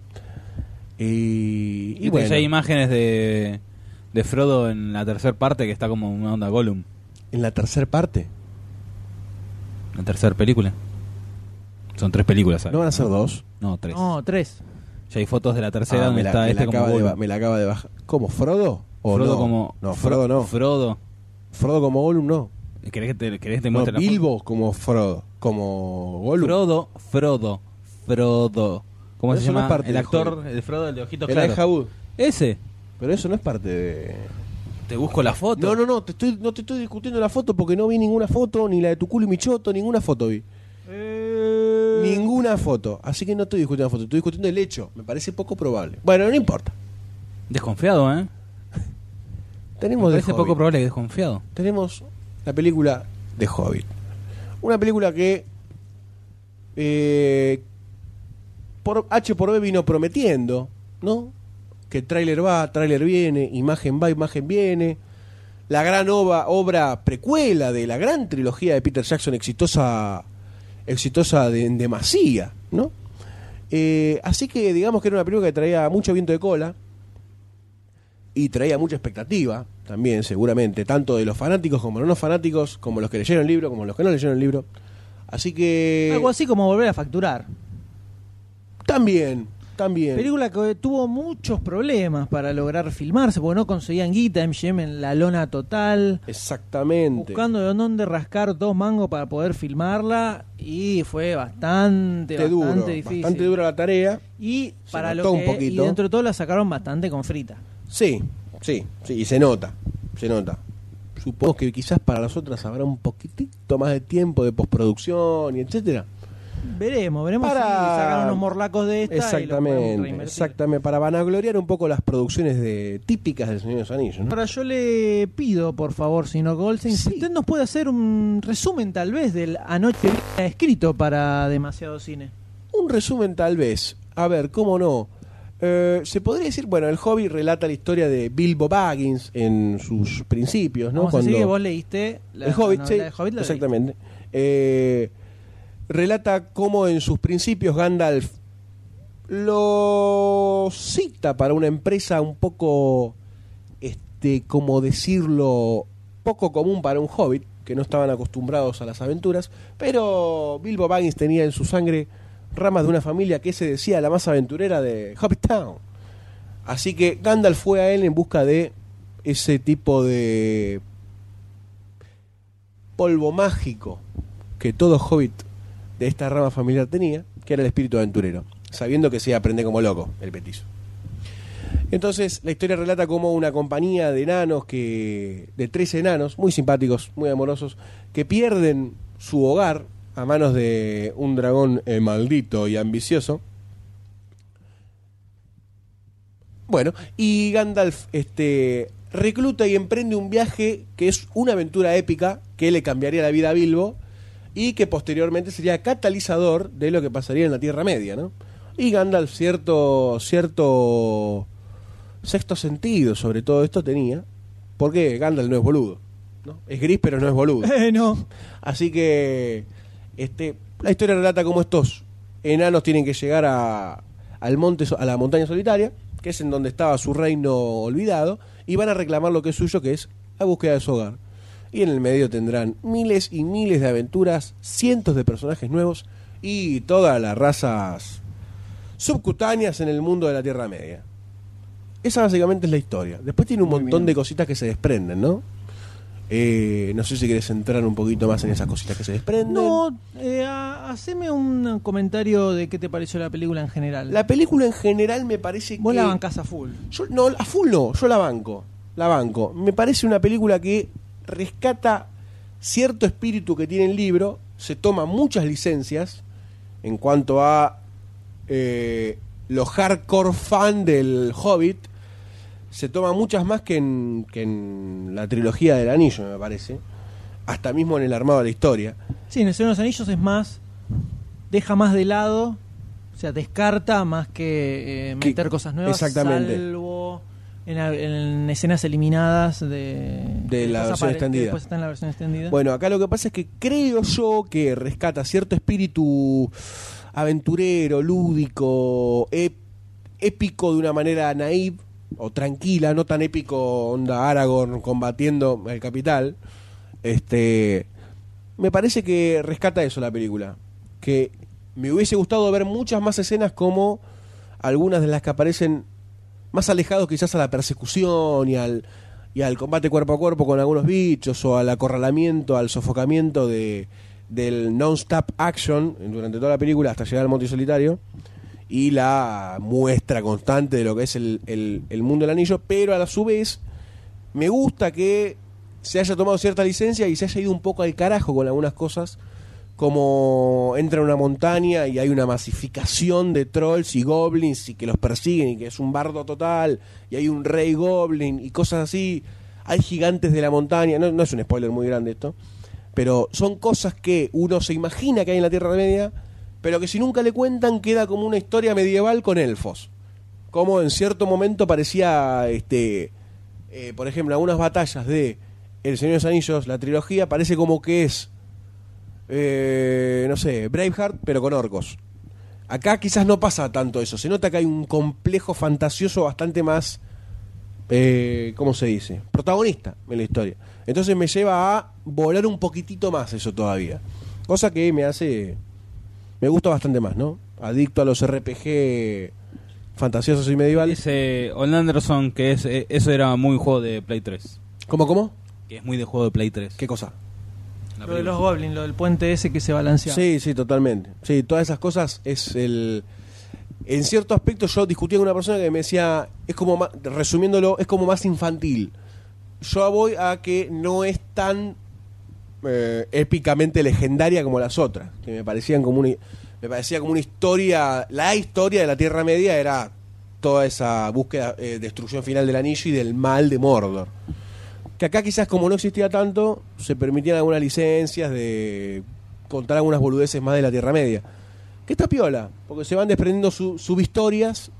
D: Y, y
C: Y
D: bueno,
C: Este, hay imágenes de, de Frodo en la tercera parte que está como una onda Gollum.
D: en la tercera parte,
C: La tercera película. Son tres películas, ¿sabes?
D: ¿no van a ser dos?
C: No, tres.
B: No, tres.
C: Ya hay fotos de la tercera
D: Ah, me
C: donde
D: la,
C: está
D: me la
C: este como
D: acaba de,
C: Gollum.
D: ba- me la acaba de bajar. ¿Cómo, Frodo? ¿O
C: Frodo
D: no?
C: como...
D: No, Frodo no.
C: Frodo.
D: Frodo como Gollum no.
C: ¿Querés que te, querés que te
D: No,
C: muestre la foto?
D: Bilbo como Frodo, como Gollum.
C: Frodo, Frodo, Frodo. ¿Cómo
D: Pero
C: se
D: eso no
C: llama?
D: es parte
C: el
D: del
C: actor,
D: juego.
C: el Frodo, el de ojitos
D: Elijah
C: claros.
D: Wood.
C: Ese.
D: Pero eso no es parte de...
C: Te busco la foto.
D: No, no, no, te estoy, no te estoy discutiendo la foto porque no vi ninguna foto, ni la de tu culo y mi choto, ninguna foto vi. Eh, Ninguna foto. Así que no estoy discutiendo la foto, estoy discutiendo el hecho. Me parece poco probable. Bueno, no importa.
C: Desconfiado, ¿eh? Me
D: Tenemos de
C: parece poco probable que desconfiado.
D: Tenemos la película de Hobbit. Una película que eh, por H por B vino prometiendo, ¿no? que tráiler va, tráiler viene, imagen va, imagen viene. La gran ova- obra precuela de la gran trilogía de Peter Jackson, exitosa, exitosa de, en demasía, ¿no? Eh, así que digamos que era una película que traía mucho viento de cola y traía mucha expectativa también, seguramente, tanto de los fanáticos como de los no fanáticos, como los que leyeron el libro, como los que no leyeron el libro. Así que.
B: Eh, Algo así como volver a facturar.
D: También, también.
B: Película que tuvo muchos problemas para lograr filmarse, porque no conseguían guita, MGM en la lona total,
D: Exactamente.
B: buscando de dónde rascar dos mangos para poder filmarla, y fue
D: bastante
B: bastante, bastante
D: duro,
B: difícil.
D: bastante dura la tarea.
B: Y
D: Se
B: para lo
D: notó un
B: que, y
D: poquito.
B: dentro de todo la sacaron bastante con frita.
D: Sí, sí, sí, y se nota, se nota. Supongo que quizás para las otras habrá un poquitito más de tiempo de postproducción y etcétera.
B: Veremos, veremos
D: Para-
B: si sacan unos morlacos de esta y lo podemos
D: exactamente,
B: reinvertir.
D: exactamente, para vanagloriar un poco las producciones de típicas del Señor de los Anillos, ¿no?
B: Ahora yo le pido, por favor, señor Goldstein,
D: Sí.
B: si usted nos puede hacer un resumen tal vez del anoche escrito para Demasiado Cine.
D: Un resumen tal vez. A ver, ¿cómo no? Eh, se podría decir, bueno, el hobby relata la historia de Bilbo Baggins en sus principios, ¿no?
B: Vamos a decir
D: Cuando-
B: que vos leíste la
D: el Hobbit,
B: novela
D: sí,
B: de Hobbit, la
D: exactamente. Eh, relata cómo en sus principios Gandalf lo cita para una empresa un poco, este, como decirlo, poco común para un hobbit, que no estaban acostumbrados a las aventuras, pero Bilbo Baggins tenía en su sangre ramas de una familia que se decía la más aventurera de Hobbit Town. Así que Gandalf fue a él en busca de ese tipo de polvo mágico que todo hobbit de esta rama familiar tenía, que era el espíritu aventurero, sabiendo que se aprende como loco el petizo. Entonces, la historia relata cómo una compañía de enanos que de tres enanos muy simpáticos, muy amorosos, que pierden su hogar a manos de un dragón eh, maldito y ambicioso. Bueno, y Gandalf este, recluta y emprende un viaje que es una aventura épica que le cambiaría la vida a Bilbo y que posteriormente sería catalizador de lo que pasaría en la Tierra Media, ¿no? Y Gandalf cierto, cierto sexto sentido sobre todo esto tenía, porque Gandalf no es boludo, ¿no? Es gris pero no es boludo.
B: leí. Eh, no.
D: Así que este, la historia relata cómo estos enanos tienen que llegar a, al monte, so- a la montaña solitaria, que es en donde estaba su reino olvidado, y van a reclamar lo que es suyo, que es la búsqueda de su hogar. Y en el medio tendrán miles y miles de aventuras, cientos de personajes nuevos y todas las razas subcutáneas en el mundo de la Tierra Media. Esa básicamente es la historia. Después tiene un montón de cositas que se desprenden, ¿no? Eh, no sé si querés entrar un poquito más en esas cositas que se desprenden.
B: No, eh, ha- haceme un comentario de qué te pareció la película en general.
D: La película en general me parece
B: vos
D: que.
B: la bancás a full.
D: Yo, no, a full no, yo la banco. La banco. Me parece una película que rescata cierto espíritu que tiene el libro, se toma muchas licencias en cuanto a eh, los hardcore fan del Hobbit, se toma muchas más que en, que en la trilogía del anillo, me parece. Hasta mismo en el armado de la historia.
B: Sí, en El Señor de los Anillos es más, deja más de lado, o sea, descarta más que eh,
D: Que-
B: meter cosas nuevas,
D: exactamente.
B: salvo en, a- en escenas eliminadas de, que
D: la versión
B: después apare- que
D: extendida.
B: después está en la versión extendida.
D: Bueno, acá lo que pasa es que creo yo que rescata cierto espíritu aventurero, lúdico, ép- épico de una manera naive o tranquila, no tan épico onda Aragorn combatiendo el capital. Este, me parece que rescata eso la película, que me hubiese gustado ver muchas más escenas como algunas de las que aparecen más alejados quizás a la persecución y al, y al combate cuerpo a cuerpo con algunos bichos o al acorralamiento, al sofocamiento de, del non-stop action durante toda la película hasta llegar al monte solitario y la muestra constante de lo que es el, el- el mundo del anillo, pero a la su vez me gusta que se haya tomado cierta licencia y se haya ido un poco al carajo con algunas cosas, como entra una montaña y hay una masificación de trolls y goblins y que los persiguen y que es un bardo total y hay un rey goblin y cosas así, hay gigantes de la montaña, no, no es un spoiler muy grande esto, pero son cosas que uno se imagina que hay en la Tierra Media, pero que si nunca le cuentan queda como una historia medieval con elfos Como en cierto momento parecía, este, eh, por ejemplo, algunas batallas de El Señor de los Anillos, la trilogía, parece como que es, eh, no sé, Braveheart, pero con orcos. Acá quizás no pasa tanto eso. Se nota que hay un complejo fantasioso bastante más, eh, ¿cómo se dice? Protagonista en la historia. Entonces me lleva a volar un poquitito más eso todavía. Cosa que me hace, me gusta bastante más, ¿no? Adicto a los RPG fantasiosos y medievales.
C: Dice Olin Anderson que es, eh, eso era muy juego de Play 3.
D: ¿Cómo, cómo?
C: Que es muy de juego de Play 3.
D: ¿Qué cosa?
C: La
B: Lo de
C: película.
B: los goblins, lo del puente ese que se balancea.
D: Sí, sí, totalmente. Sí, todas esas cosas es el... En cierto aspecto yo discutía con una persona que me decía, es como más, resumiéndolo, es como más infantil. Yo voy a que no es tan eh, épicamente legendaria como las otras, que me parecían como una, me parecía como una historia, la historia de la Tierra Media era toda esa búsqueda, eh, destrucción final del anillo y del mal de Mordor. Que acá quizás como no existía tanto, se permitían algunas licencias de contar algunas boludeces más de la Tierra Media. Que está piola, porque se van desprendiendo su- subhistorias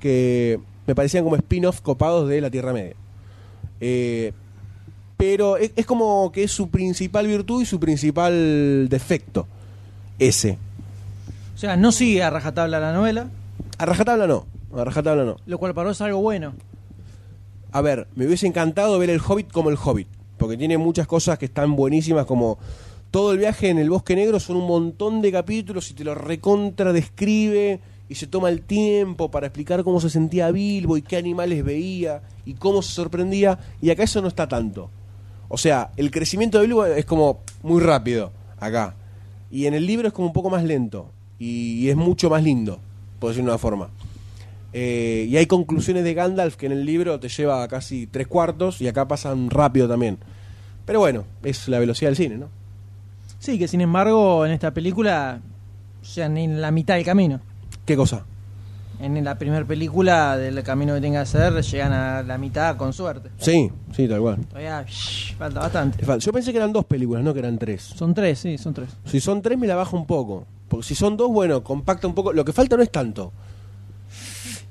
D: que me parecían como spin-off copados de la Tierra Media. Eh, pero es, es como que es su principal virtud y su principal defecto. Ese.
B: O sea, no sigue a rajatabla la novela,
D: A rajatabla no. A rajatabla no.
B: lo cual para vos es algo bueno.
D: A ver, me hubiese encantado ver el Hobbit como el Hobbit, porque tiene muchas cosas que están buenísimas, como todo el viaje en el Bosque Negro son un montón de capítulos y te lo recontra describe y se toma el tiempo para explicar cómo se sentía Bilbo y qué animales veía y cómo se sorprendía, y acá eso no está tanto. O sea, el crecimiento de Bilbo es como muy rápido acá, y en el libro es como un poco más lento y es mucho más lindo, por decirlo de una forma. Eh, y hay conclusiones de Gandalf que en el libro te lleva a casi tres cuartos y acá pasan rápido también. Pero bueno, es la velocidad del cine, ¿no?
B: Sí, que sin embargo en esta película, o sea, ni en la mitad del camino.
D: ¿Qué cosa?
B: En la primera película del camino que tenga que hacer, llegan a la mitad con suerte.
D: Sí, sí, tal cual.
B: Todavía shh, falta bastante.
D: Es fal- Yo pensé que eran dos películas, no que eran tres.
B: Son tres, sí, son tres.
D: Si son tres me la bajo un poco. Porque si son dos, bueno, compacta un poco. Lo que falta no es tanto.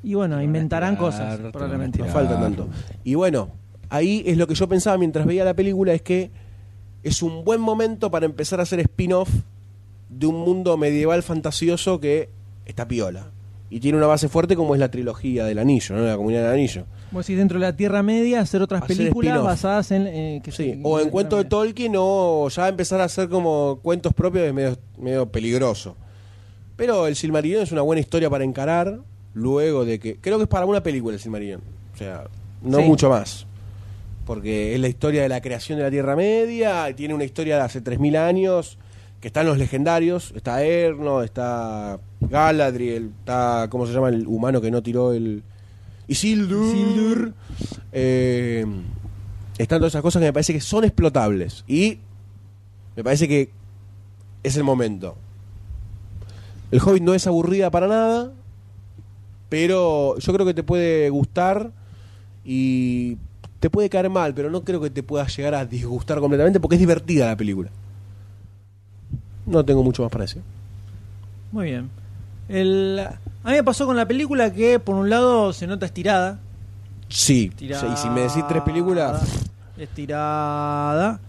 B: Y bueno, inventarán
C: estirar,
B: cosas,
C: te van a
B: probablemente.
D: No
C: Claro.
D: falta tanto. Y bueno, ahí es lo que yo pensaba mientras veía la película, es que es un buen momento para empezar a hacer spin-off de un mundo medieval fantasioso que está piola. Y tiene una base fuerte como es la trilogía del anillo, ¿no? La comunidad del anillo.
B: Vos decís dentro de la Tierra Media hacer otras
D: Hacer
B: películas
D: spin-off.
B: basadas en... eh, que
D: Sí,
B: se-
D: o en
B: la
D: cuentos de
B: Tierra
D: Tolkien o ya empezar a hacer como cuentos propios es medio, medio peligroso. Pero el Silmarillion es una buena historia para encarar luego de que... Creo que es para una película el Silmarillion. O sea, no
B: Sí.
D: mucho más. Porque es la historia de la creación de la Tierra Media, y tiene una historia de hace 3.000 años, que están los legendarios, está Erno, está Galadriel, está, ¿cómo se llama? El humano que no tiró el... Isildur. Eh, están todas esas cosas que me parece que son explotables. Y me parece que es el momento. El Hobbit no es aburrida para nada, pero yo creo que te puede gustar y te puede caer mal, pero no creo que te pueda llegar a disgustar completamente porque es divertida la película. No tengo mucho más para decir.
B: Media. Muy bien. El, a mí me pasó con la película que por un lado se nota estirada.
D: Sí,
B: Estirada.
D: y si me decís tres películas,
B: Estirada.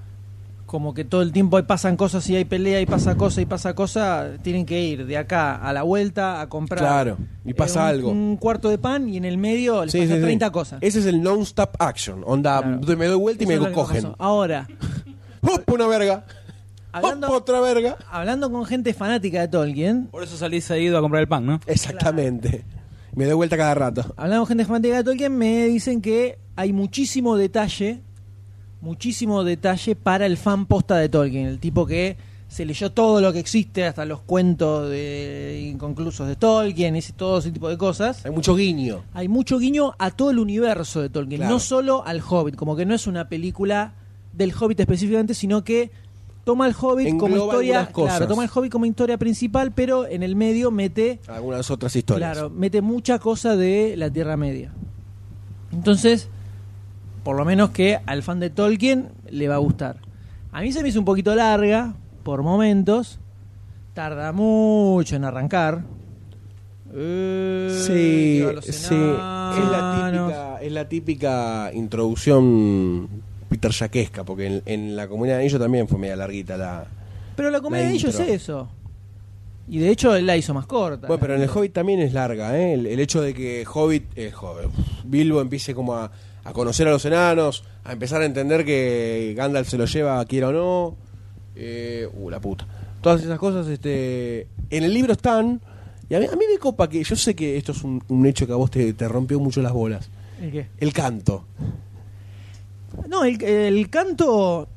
B: Como que todo el tiempo ahí pasan cosas y hay pelea y pasa cosa y pasa cosa. Tienen que ir de acá a la vuelta a comprar. eh,
D: Claro, y pasa
B: un-
D: algo.
B: Un cuarto de pan y en el medio les
D: Sí,
B: pasan
D: sí, sí.
B: 30 cosas.
D: Ese es el non-stop action. Onda,
B: Claro.
D: me doy vuelta y
B: Eso
D: me
B: es lo que
D: cogen.
B: pasó. Ahora,
D: ¡Hop! Una verga.
B: Hablando-
D: ¡Hop! Otra verga.
B: hablando con gente fanática de Tolkien,
C: Por eso salís ahí a comprar el pan, ¿no?
D: Exactamente. Me doy vuelta cada rato.
B: hablando con gente fanática de Tolkien, me dicen que hay muchísimo detalle, muchísimo detalle para el fan posta de Tolkien, el tipo que se leyó todo lo que existe, hasta los cuentos de inconclusos de Tolkien, ese, todo ese tipo de cosas.
D: Hay mucho guiño.
B: Hay mucho guiño a todo el universo de Tolkien,
D: Claro.
B: no solo al Hobbit, como que no es una película del Hobbit específicamente, sino que toma el Hobbit como
D: Engloba
B: historia,
D: algunas cosas.
B: claro, toma el Hobbit como historia principal, pero en el medio mete,
D: Algunas otras historias.
B: claro, mete mucha cosa de la Tierra Media. Entonces, por lo menos que al fan de Tolkien le va a gustar. A mí se me hizo un poquito larga por momentos, tarda mucho en arrancar. Eh,
D: Sí,
B: que va a los
D: sí. Es la,
B: enanos.
D: típica, es la típica introducción Peter Jaquesca, porque en, en la comunidad de Anillo también fue media larguita la.
B: Pero la comedia
D: la
B: de ellos es
D: intro.
B: eso. Y de hecho él la hizo más corta.
D: Bueno, pero en el Hobbit también es larga, ¿eh? El, el hecho de que Hobbit, eh, Hobbit, Bilbo empiece como a, a conocer a los enanos, a empezar a entender que Gandalf se lo lleva, quiera o no. eh, uh, la puta. Todas esas cosas, este. En el libro están. Y a mí, a mí me copa que. Yo sé que esto es un, un hecho que a vos te, te rompió mucho las bolas.
B: ¿El qué?
D: El canto.
B: No, el, el canto.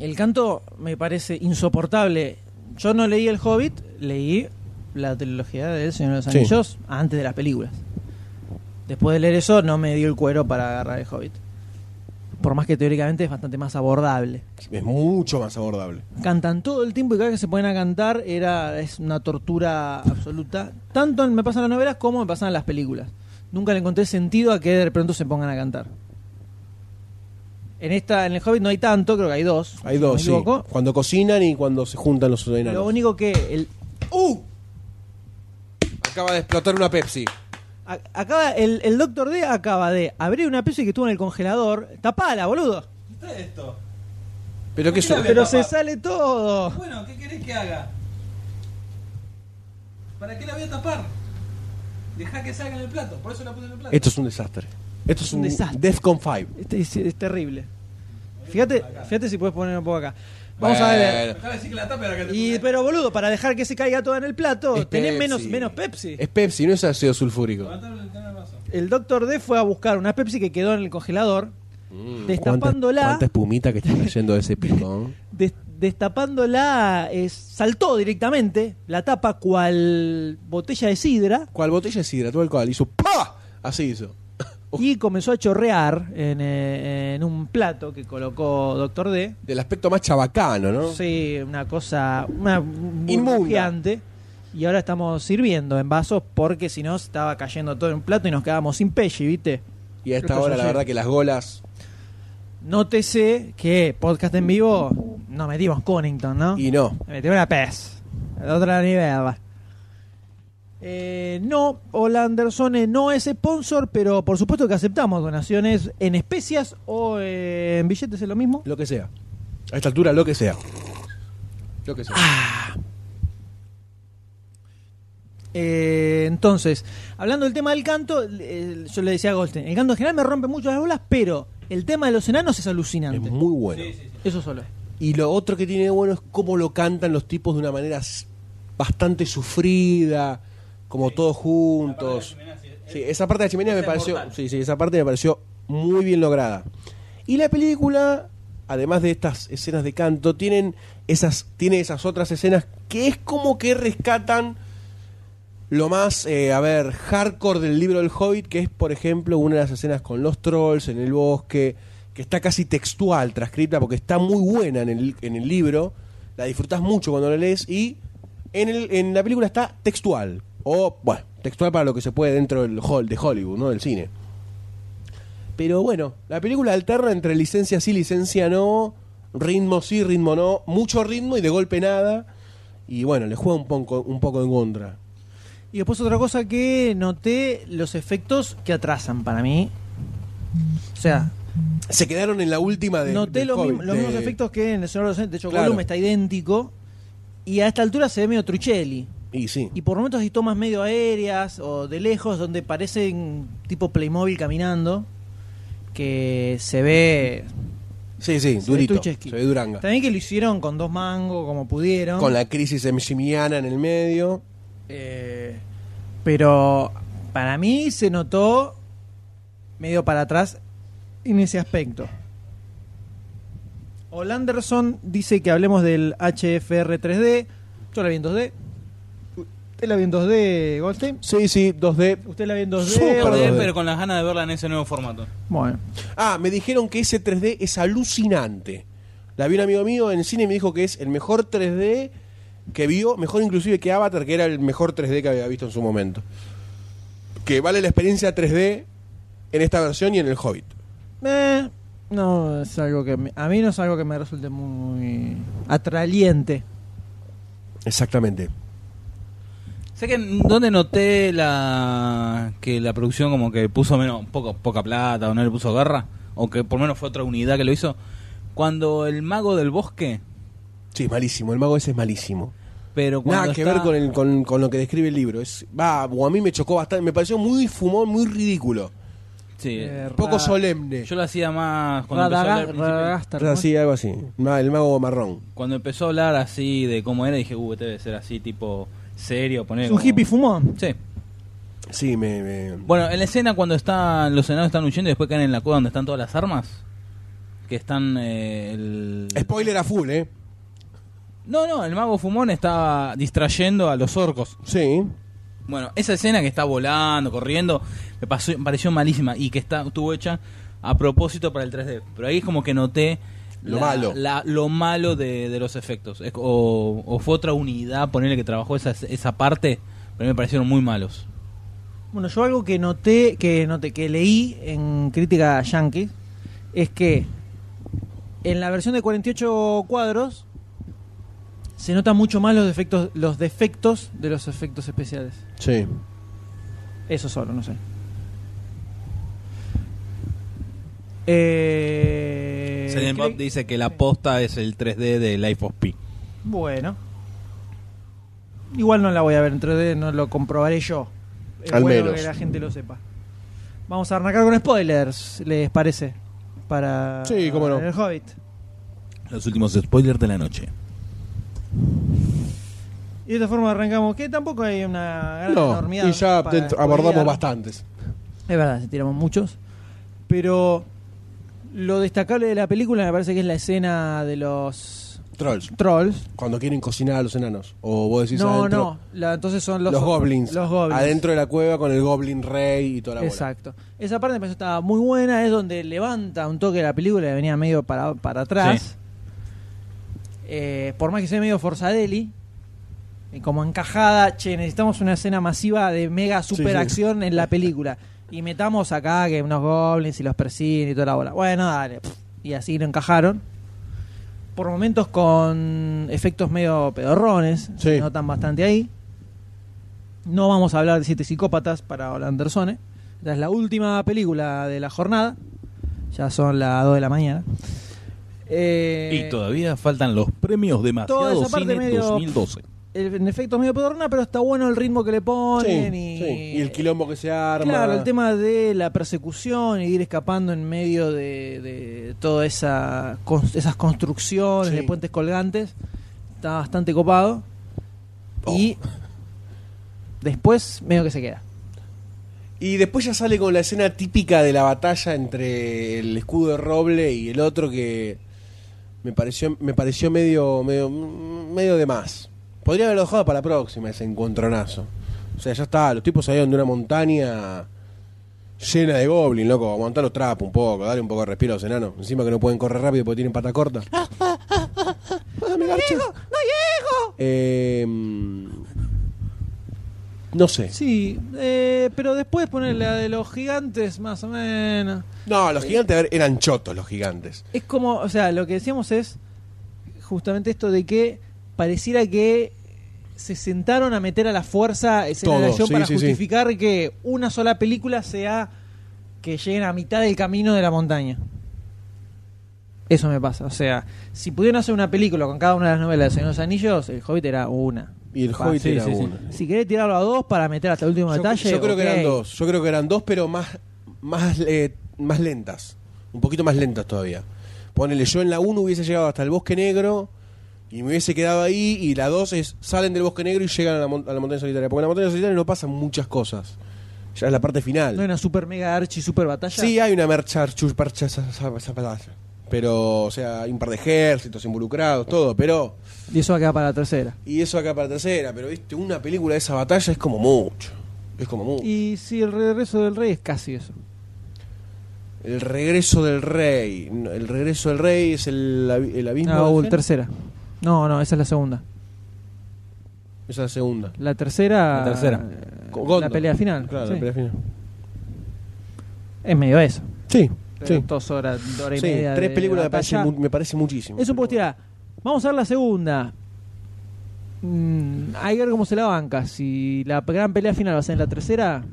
B: El canto me parece insoportable. Yo no leí El Hobbit, leí la trilogía del Señor de los
D: Sí.
B: Anillos antes de las películas. Después de leer eso, no me dio el cuero para agarrar El Hobbit. Por más que teóricamente es bastante más abordable.
D: Es mucho más abordable.
B: Cantan todo el tiempo y cada vez que se ponen a cantar era es una tortura absoluta. Tanto en- me pasan las novelas como me pasan las películas. Nunca le encontré sentido a que de pronto se pongan a cantar. En esta, en el Hobbit no hay tanto, creo que hay dos.
D: Hay
B: si no
D: dos,
B: me
D: sí.
B: equivoco.
D: Cuando cocinan y cuando se juntan los enanos.
B: Lo único que el,
D: ¡Uh! Acaba de explotar una Pepsi.
B: a- acaba, el, el Doctor D acaba de abrir una pieza que estuvo en el congelador. Tapala, boludo.
C: Esto.
D: ¿Pero qué
C: Mira,
D: son?
C: mira.
B: Pero se
C: tapa.
B: sale todo.
C: Bueno, ¿qué querés que haga? ¿Para qué la voy a tapar? Deja que salga en el plato, por eso la puse en el plato.
D: Esto es un desastre. Esto es
B: Un
D: un,
B: desastre.
D: Defcon 5.
B: Este es, es terrible. Fíjate, fíjate si puedes poner un poco acá. Vamos a ver.
D: Bueno.
C: Dejá decir que la tape ahora que la
B: Y,
C: puse.
B: pero boludo, para dejar que se caiga todo en el plato,
D: Es
B: tenés
D: Pepsi.
B: menos, menos Pepsi.
D: Es Pepsi, no es ácido sulfúrico.
C: Levantame el- tenés razón.
B: El doctor D fue a buscar una Pepsi que quedó en el congelador,
D: ¿Cuánta,
B: destapándola,
D: cuánta espumita que está cayendo de ese picón.
B: des- destapándola, eh, saltó directamente la tapa cual botella de sidra
D: ¿Cuál botella se hidrató alcohol? Hizo ¡pa! Así hizo. Uf.
B: y comenzó a chorrear en, eh, en un plato que colocó doctor D.
D: Del aspecto más chabacano, ¿no?
B: Sí, una cosa una,
D: Inmunda.
B: burbujeante. Y ahora estamos sirviendo en vasos porque si no estaba cayendo todo en un plato y nos quedábamos sin peche, ¿viste?
D: Y a esta
B: Creo que
D: hora,
B: yo
D: la
B: sé.
D: verdad, que las golas.
B: Nótese que podcast en vivo no metimos Connington, ¿no?
D: Y no.
B: Metimos una PES. De otra nivel. va. Eh, no, Hola Anderson eh, no es sponsor, pero por supuesto que aceptamos donaciones en especias o eh, en billetes, es lo mismo.
D: Lo que sea. A esta altura, lo que sea. Lo que sea.
B: Ah, Eh, entonces, hablando del tema del canto, eh, yo le decía a Goldstein, el canto en general me rompe mucho las bolas, pero el tema de los enanos
D: es
B: es alucinante.
D: muy bueno.
B: Eso solo.
D: Y lo otro que tiene de bueno es cómo lo cantan los tipos de una manera s- bastante sufrida, como todos juntos. Sí, esa parte de la chimenea me
C: es
D: pareció,
C: mortal.
D: sí, sí, esa parte me pareció muy bien lograda. Y la película, además de estas escenas de canto, tienen esas, tiene esas otras escenas que es como que rescatan lo más, eh, a ver, hardcore del libro del Hobbit, que es, por ejemplo, una de las escenas con los trolls en el bosque, que está casi textual, transcripta, porque está muy buena en el, en el libro, la disfrutás mucho cuando la lees, y en, el, en la película está textual, o, bueno, textual para lo que se puede dentro del hall, de Hollywood, ¿no? Del cine. Pero bueno, la película alterna entre licencia sí, licencia no, ritmo sí, ritmo no, mucho ritmo y de golpe nada, y bueno, le juega un poco, un poco en contra.
B: Y después otra cosa que noté, los efectos que atrasan para mí. O sea,
D: Se quedaron en la última de.
B: noté
D: del
B: los,
D: Hobbit,
B: mismos- los
D: de-
B: mismos efectos que en El Señor de los Anillos. De hecho,
D: Claro.
B: Gollum está idéntico. Y a esta altura se ve medio Truchelli.
D: Y sí.
B: Y por momentos hay tomas medio aéreas o de lejos donde parecen tipo Playmobil caminando. Que se ve.
D: Sí, sí,
B: se ve
D: durito.
B: Truchesky.
D: Se ve Duranga.
B: También que lo hicieron con dos mangos como pudieron.
D: Con la crisis emsimiana en el medio.
B: Eh, pero para mí se notó medio para atrás en ese aspecto. Olanderson dice que hablemos del HFR 3D. Yo la vi en 2D. Usted la vi en 2D, Goldstein.
D: Sí, sí, 2D.
B: Usted la vi en 2D.
D: Súper
B: o-
D: Perdón. 2D.
C: pero con las ganas de verla en ese nuevo formato.
B: Bueno.
D: Ah, me dijeron que ese 3D es alucinante. La vi un amigo mío en el cine y me dijo que es el mejor 3D que vio, mejor inclusive que Avatar, que era el mejor 3D que había visto en su momento. Que vale la experiencia 3D en esta versión y en el Hobbit.
B: Eh, no es algo que me- a mí no es algo que me resulte muy atrayente.
D: Exactamente.
C: Sé que en- donde noté la que la producción como que puso menos poco, poca plata o no le puso garra o que por lo menos fue otra unidad que lo hizo cuando el mago del bosque
D: Sí, es malísimo. El mago ese es malísimo.
C: pero cuando
D: Nada que
C: está-
D: ver con, el- con, con lo que describe el libro. Es, va, o a mí me chocó bastante. Me pareció muy fumón, muy ridículo.
C: sí,
B: Eh,
D: Poco
B: Ra-
D: solemne.
C: yo lo hacía más cuando empezó a hablar
B: Radaga-
C: al principio.
B: Radagastar. ¿no?
D: Así, algo así. Ma- El mago marrón.
C: Cuando empezó a hablar así de cómo era, dije, uh, debe ser así, tipo serio, poner.
B: Es un
C: como-
B: hippie fumón.
C: Sí.
D: Sí, me. me-
C: Bueno, en la escena cuando están los enanos están huyendo y después caen en la cueva donde están todas las armas. Que están. eh, el...
D: Spoiler a full, ¿eh?
C: No, no, el mago fumón estaba distrayendo a los orcos.
D: Sí.
C: Bueno, esa escena que está volando, corriendo, me, pasó, me pareció malísima y que está, estuvo hecha a propósito para el 3D. Pero ahí es como que noté
D: Lo
C: la-
D: malo.
C: la- lo malo de, de los efectos. Es- o, o fue otra unidad, ponerle que trabajó esa, esa parte, pero me parecieron muy malos.
B: Bueno, yo algo que noté, que noté, que leí en crítica yankee, es que en la versión de 48 cuadros se nota mucho más los defectos, los defectos de los efectos especiales.
D: Sí.
B: Eso solo, no sé. Eh,
C: Silent Bob
B: cre-
C: dice que la posta es el 3D de Life of Pi.
B: Bueno. Igual no la voy a ver en 3D, no lo comprobaré yo. Es
D: Al
B: bueno
D: menos.
B: que la gente lo sepa. Vamos a arrancar con spoilers, ¿les parece? Para
D: Sí, cómo no.
B: El Hobbit.
C: Los últimos spoilers de la noche.
B: Y de esta forma arrancamos, que tampoco hay una gran
D: No,
B: enormidad.
D: y ya
B: para
D: dentro- abordamos
B: spoilear.
D: bastantes.
B: Es verdad, se tiramos muchos. Pero lo destacable de la película me parece que es la escena de los
D: Trolls.
B: trolls.
D: Cuando quieren cocinar a los enanos. O vos decís
B: no,
D: adentro.
B: no, la- entonces son los,
D: los, goblins.
B: Los goblins.
D: Adentro de la cueva con el goblin rey y toda la bola.
B: Exacto. Esa parte me pareció estaba muy buena, es donde levanta un toque de la película que venía medio para, para atrás. Eh, por más que sea medio forzadeli, y como encajada, che, necesitamos una escena masiva de mega
D: Sí,
B: superacción en la película. Y metamos acá que unos goblins y los persiguen y toda la bola. Bueno, dale. pf, Y así lo encajaron. Por momentos con efectos medio pedorrones, se
D: Sí.
B: notan bastante ahí. No vamos a hablar de Siete Psicópatas para Andersone. Esta es la última película de la jornada. Ya son las 2 de la mañana. Eh,
C: Y todavía faltan los premios de
B: Toda
C: Demasiado
B: esa parte
C: Cine
B: medio-
C: 2012.
B: el- en efecto medio pedorrona, pero está bueno el ritmo que le
D: Sí,
B: ponen. y,
D: sí. Y el quilombo que se arma.
B: Claro, el tema de la persecución y ir escapando en medio de, de todas esa, cons- esas construcciones
D: Sí.
B: de puentes colgantes está bastante copado. Y después, medio que se queda.
D: Y después ya sale con la escena típica de la batalla entre el escudo de roble y el otro que me pareció me pareció medio medio medio de más. Podría haberlo dejado para la próxima ese encontronazo. O sea, ya está, los tipos salieron de una montaña llena de goblin, loco, aguantar los trapos un poco, dale un poco de respiro a los enanos, encima que no pueden correr rápido porque tienen pata corta. Ah, me garché.
B: ¡No llego!
D: Eh, no sé.
B: Sí, eh, pero después poner la de los gigantes, más o menos.
D: No, los gigantes a ver, eran chotos los gigantes.
B: Es como, o sea, lo que decíamos es justamente esto de que pareciera que se sentaron a meter a la fuerza escena de
D: Todo,
B: acción
D: sí,
B: para
D: sí, sí.
B: justificar que una sola película sea que lleguen a mitad del camino de la montaña. Eso me pasa. O sea, si pudieran hacer una película con cada una de las novelas de Señor de los Anillos, el Hobbit era una.
D: Y el
B: Pa,
D: Hobbit
C: sí,
D: era
C: sí, sí.
D: uno.
B: Si querés tirarlo a dos para meter hasta el último
D: Yo,
B: detalle.
D: yo creo que eran
B: ok.
D: dos. Yo creo que eran dos, pero más, más, eh, más lentas. Un poquito más lentas todavía. Ponele, yo en la 1 hubiese llegado hasta el Bosque Negro y me hubiese quedado ahí. Y la 2 es salen del Bosque Negro y llegan a la, mon- a la Montaña Solitaria. Porque en la Montaña Solitaria no pasan muchas cosas. Ya es la parte final.
B: No era una super mega archi super batalla.
D: Sí, hay una mercha, chus- parcha, sa- sa- sa- palaza. Pero, o sea, hay un par de ejércitos involucrados, todo, pero.
B: Y eso va a quedar para la tercera.
D: Y eso acá para tercera, pero viste, una película de esa batalla es como mucho. Es como mucho.
B: Y si el regreso del rey es casi eso.
D: El regreso del rey. No, El regreso del rey es el, abi- el abismo.
B: No,
D: del
B: Bull,
D: gen.
B: Ah, uh, tercera. No, no, esa es la segunda.
D: Esa es la segunda.
B: La tercera.
C: La tercera.
B: eh,
D: Con Gondor.
B: La pelea final.
D: Claro,
B: sí.
D: la pelea final.
B: Es medio eso.
D: Sí,
B: Pero
D: sí.
B: Dos horas, hora y
D: Sí,
B: media.
D: tres
B: de
D: películas me
B: batalla.
D: parece, mu- me parece muchísimo.
B: Es un poco estirada. Vamos a ver la segunda. Mm, hay que ver cómo se la banca. Si la gran pelea final va a ser en la tercera,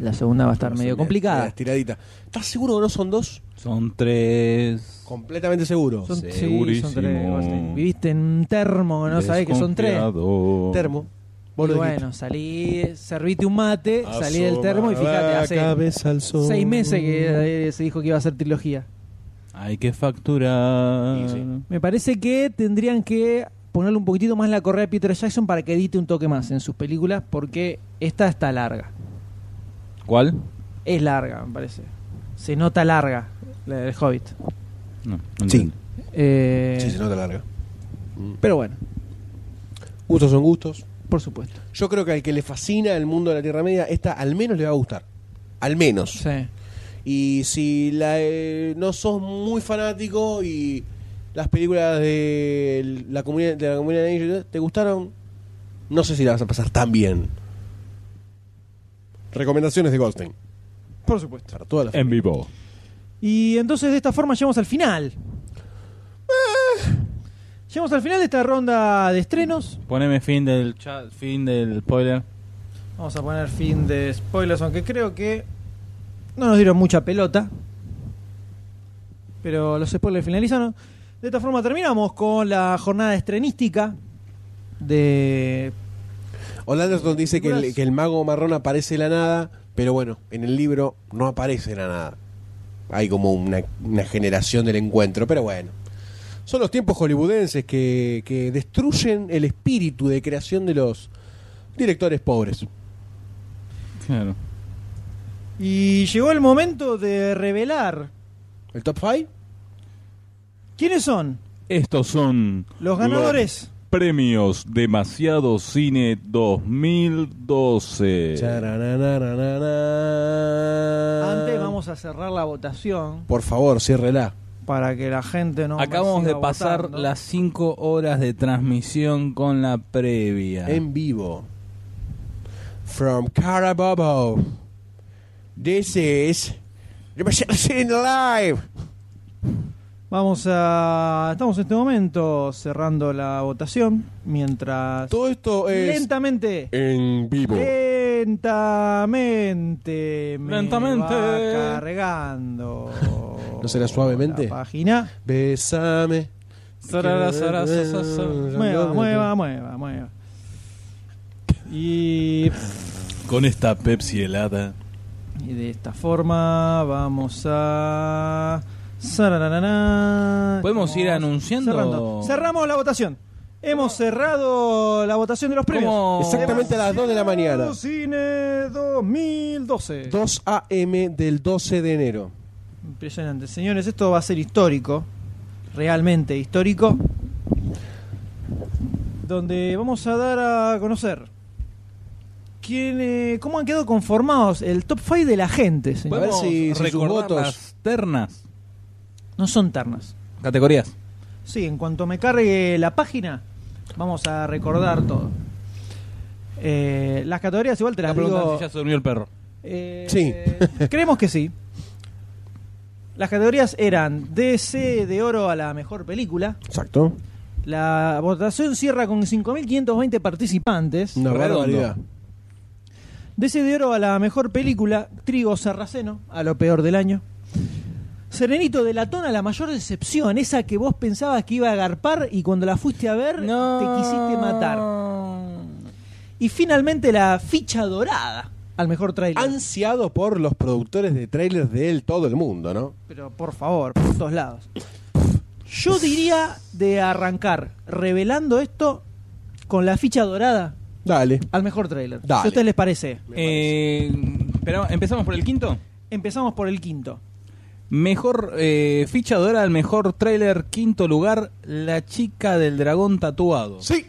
B: la segunda va a estar medio complicada.
D: Estiradita. ¿Estás seguro que no son dos?
C: Son tres.
D: Completamente seguro.
B: Son, sí, son
C: Segurísimo.
B: tres, vas a- Viviste en un termo, no sabés que son tres.
C: Desconfiado.
D: Termo. Vos
B: Y
D: lo dijiste.
B: bueno, salí, servite un mate, salí del
C: Asoma
B: termo y fíjate,
C: la
D: Ah,
B: hace
D: Cabeza al sol.
B: seis meses que eh, se dijo que iba a ser trilogía.
C: Hay que facturar.
D: Sí, sí.
B: Me parece que tendrían que ponerle un poquitito más la correa a Peter Jackson para que edite un toque más en sus películas, porque esta está larga.
C: ¿Cuál?
B: Es larga, me parece. Se nota larga, la del Hobbit.
C: No, no
D: Sí.
C: entiendo.
B: Eh,
D: Sí, se nota larga.
B: Pero bueno,
D: Gustos son gustos.
B: por supuesto.
D: Yo creo que al que le fascina el mundo de la Tierra Media, esta al menos le va a gustar. Al menos.
B: Sí.
D: Y si la, eh, no sos muy fanático y las películas de la comunidad de la comunidad de Angel te gustaron, no sé si la vas a pasar tan bien. Recomendaciones de Goldstein.
B: Por supuesto.
D: Para toda la
C: En
D: familia.
C: vivo.
B: Y entonces de esta forma llegamos al final.
D: Eh.
B: Llegamos al final de esta ronda de estrenos.
C: Poneme fin del chat, fin del spoiler.
B: Vamos a poner fin de spoilers, aunque creo que no nos dieron mucha pelota. Pero los spoilers finalizaron. De esta forma terminamos con la jornada estrenística de...
D: Holanda Anderson dice que el, que el mago marrón aparece de la nada, pero bueno, en el libro no aparece de la nada. Hay como una, una generación del encuentro, pero bueno. Son los tiempos hollywoodenses que, que destruyen el espíritu de creación de los directores pobres.
C: Claro.
B: Y llegó el momento de revelar
D: ¿El top 5?
B: quiénes son
C: Estos son
B: los ganadores.
C: Premios Demasiado Cine 2012. Eh.
B: Antes vamos a cerrar la votación
D: Por favor, ciérrela.
B: para que la gente no...
C: Acabamos
B: siga
C: de pasar
B: votando.
C: las 5 horas de transmisión con la previa.
D: En vivo. From Carabobo. This is... Live.
B: Vamos a... Estamos en este momento cerrando la votación mientras...
D: Todo esto es
B: Lentamente.
D: en vivo.
B: Eh. Lentamente. me
C: Lentamente.
B: va cargando.
D: ¿No será suavemente?
B: La página.
D: Besame.
C: Sarara, sarara, sa, sa, sa.
B: Mueva, mueva, mueva, mueva. Y,
C: Con esta Pepsi helada.
B: y de esta forma vamos a. Sarararará.
C: ¿Podemos ir
B: Estamos
C: anunciando?
B: cerrando. Cerramos la votación. Hemos cerrado la votación de los premios.
C: ¿Cómo?
D: Exactamente a las 2 de la mañana.
B: Cine 2012.
D: 2 a.m. del 12 de enero.
B: Impresionante, señores, esto va a ser histórico, realmente histórico, donde vamos a dar a conocer quién, eh, cómo han quedado conformados el top 5 de la gente. señor.
D: A ver
C: ¿Podemos
D: si- si sus
C: recordar
D: votos-
C: las ternas?
B: No son ternas.
C: Categorías.
B: Sí, en cuanto me cargue la página, vamos a recordar todo. Eh, las categorías igual te
C: La
B: las
C: pregunta
B: digo-
C: si ya se durmió el perro.
B: Eh,
D: Sí.
B: creemos que sí. Las categorías eran DC de oro a la mejor película.
D: Exacto.
B: La votación cierra con 5.520 participantes.
D: Una
C: Redondo.
D: barbaridad.
B: DC de oro a la mejor película, Trigo Sarraceno, a lo peor del año. Serenito de Latona, la mayor decepción, esa que vos pensabas que iba a agarpar y cuando la fuiste a ver te quisiste matar. Y finalmente la ficha dorada al mejor trailer.
D: Ansiado por los productores de trailers de él, todo el mundo, ¿no?
B: Pero por favor, por todos lados. Yo diría de arrancar revelando esto con la ficha dorada
D: Dale.
B: al mejor trailer. Si a
D: Dale.
B: ustedes les parece.
C: Eh, pero empezamos por el quinto.
B: Empezamos por el quinto.
C: Mejor eh, ficha de hora al mejor tráiler, quinto lugar, La chica del dragón tatuado.
D: Sí,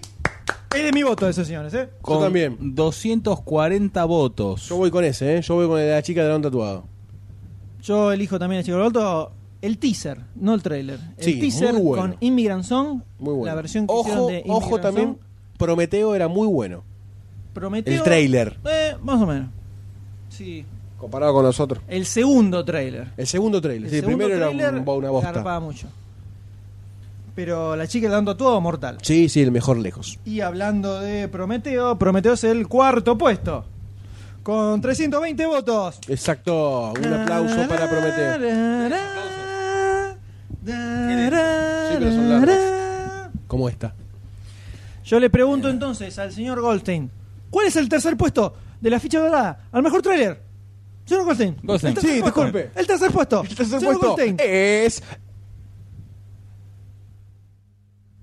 B: Es de mi voto ese, señores, ¿eh?
C: con
D: yo también.
C: 240 votos.
D: yo voy con ese, ¿eh? Yo voy con el de la chica del dragón tatuado.
B: Yo elijo también el chico del voto. El teaser, no el trailer. El
D: Sí,
B: teaser
D: muy bueno.
B: con Immigrant Song,
D: Muy bueno.
B: la versión que hicieron
D: ojo,
B: de Immigrant
D: ojo también,
B: Song,
D: Prometeo era muy bueno.
B: Prometeo,
D: el tráiler.
B: Eh, más o menos. Sí.
D: Comparado con nosotros.
B: El segundo trailer.
D: El segundo trailer.
B: El
D: sí, el
B: segundo
D: primero era
B: tráiler
D: un- una bosta.
B: garpaba mucho. Pero la chica le dando todo mortal.
D: Sí, sí, el mejor lejos.
B: Y hablando de Prometeo, Prometeo es el cuarto puesto. Con 320 votos.
D: Exacto, un aplauso para Prometeo. Sí, pero son ¿Cómo está?
B: Yo le pregunto entonces al señor Goldstein, ¿cuál es el tercer puesto de la ficha dorada? Al mejor tráiler. Señor Goldstein.
C: Goldstein.
B: El tercer
D: Sí,
B: puesto.
D: disculpe.
B: El tercer puesto.
D: El tercer
B: Señor
D: puesto eh.
B: Goldstein.
D: es.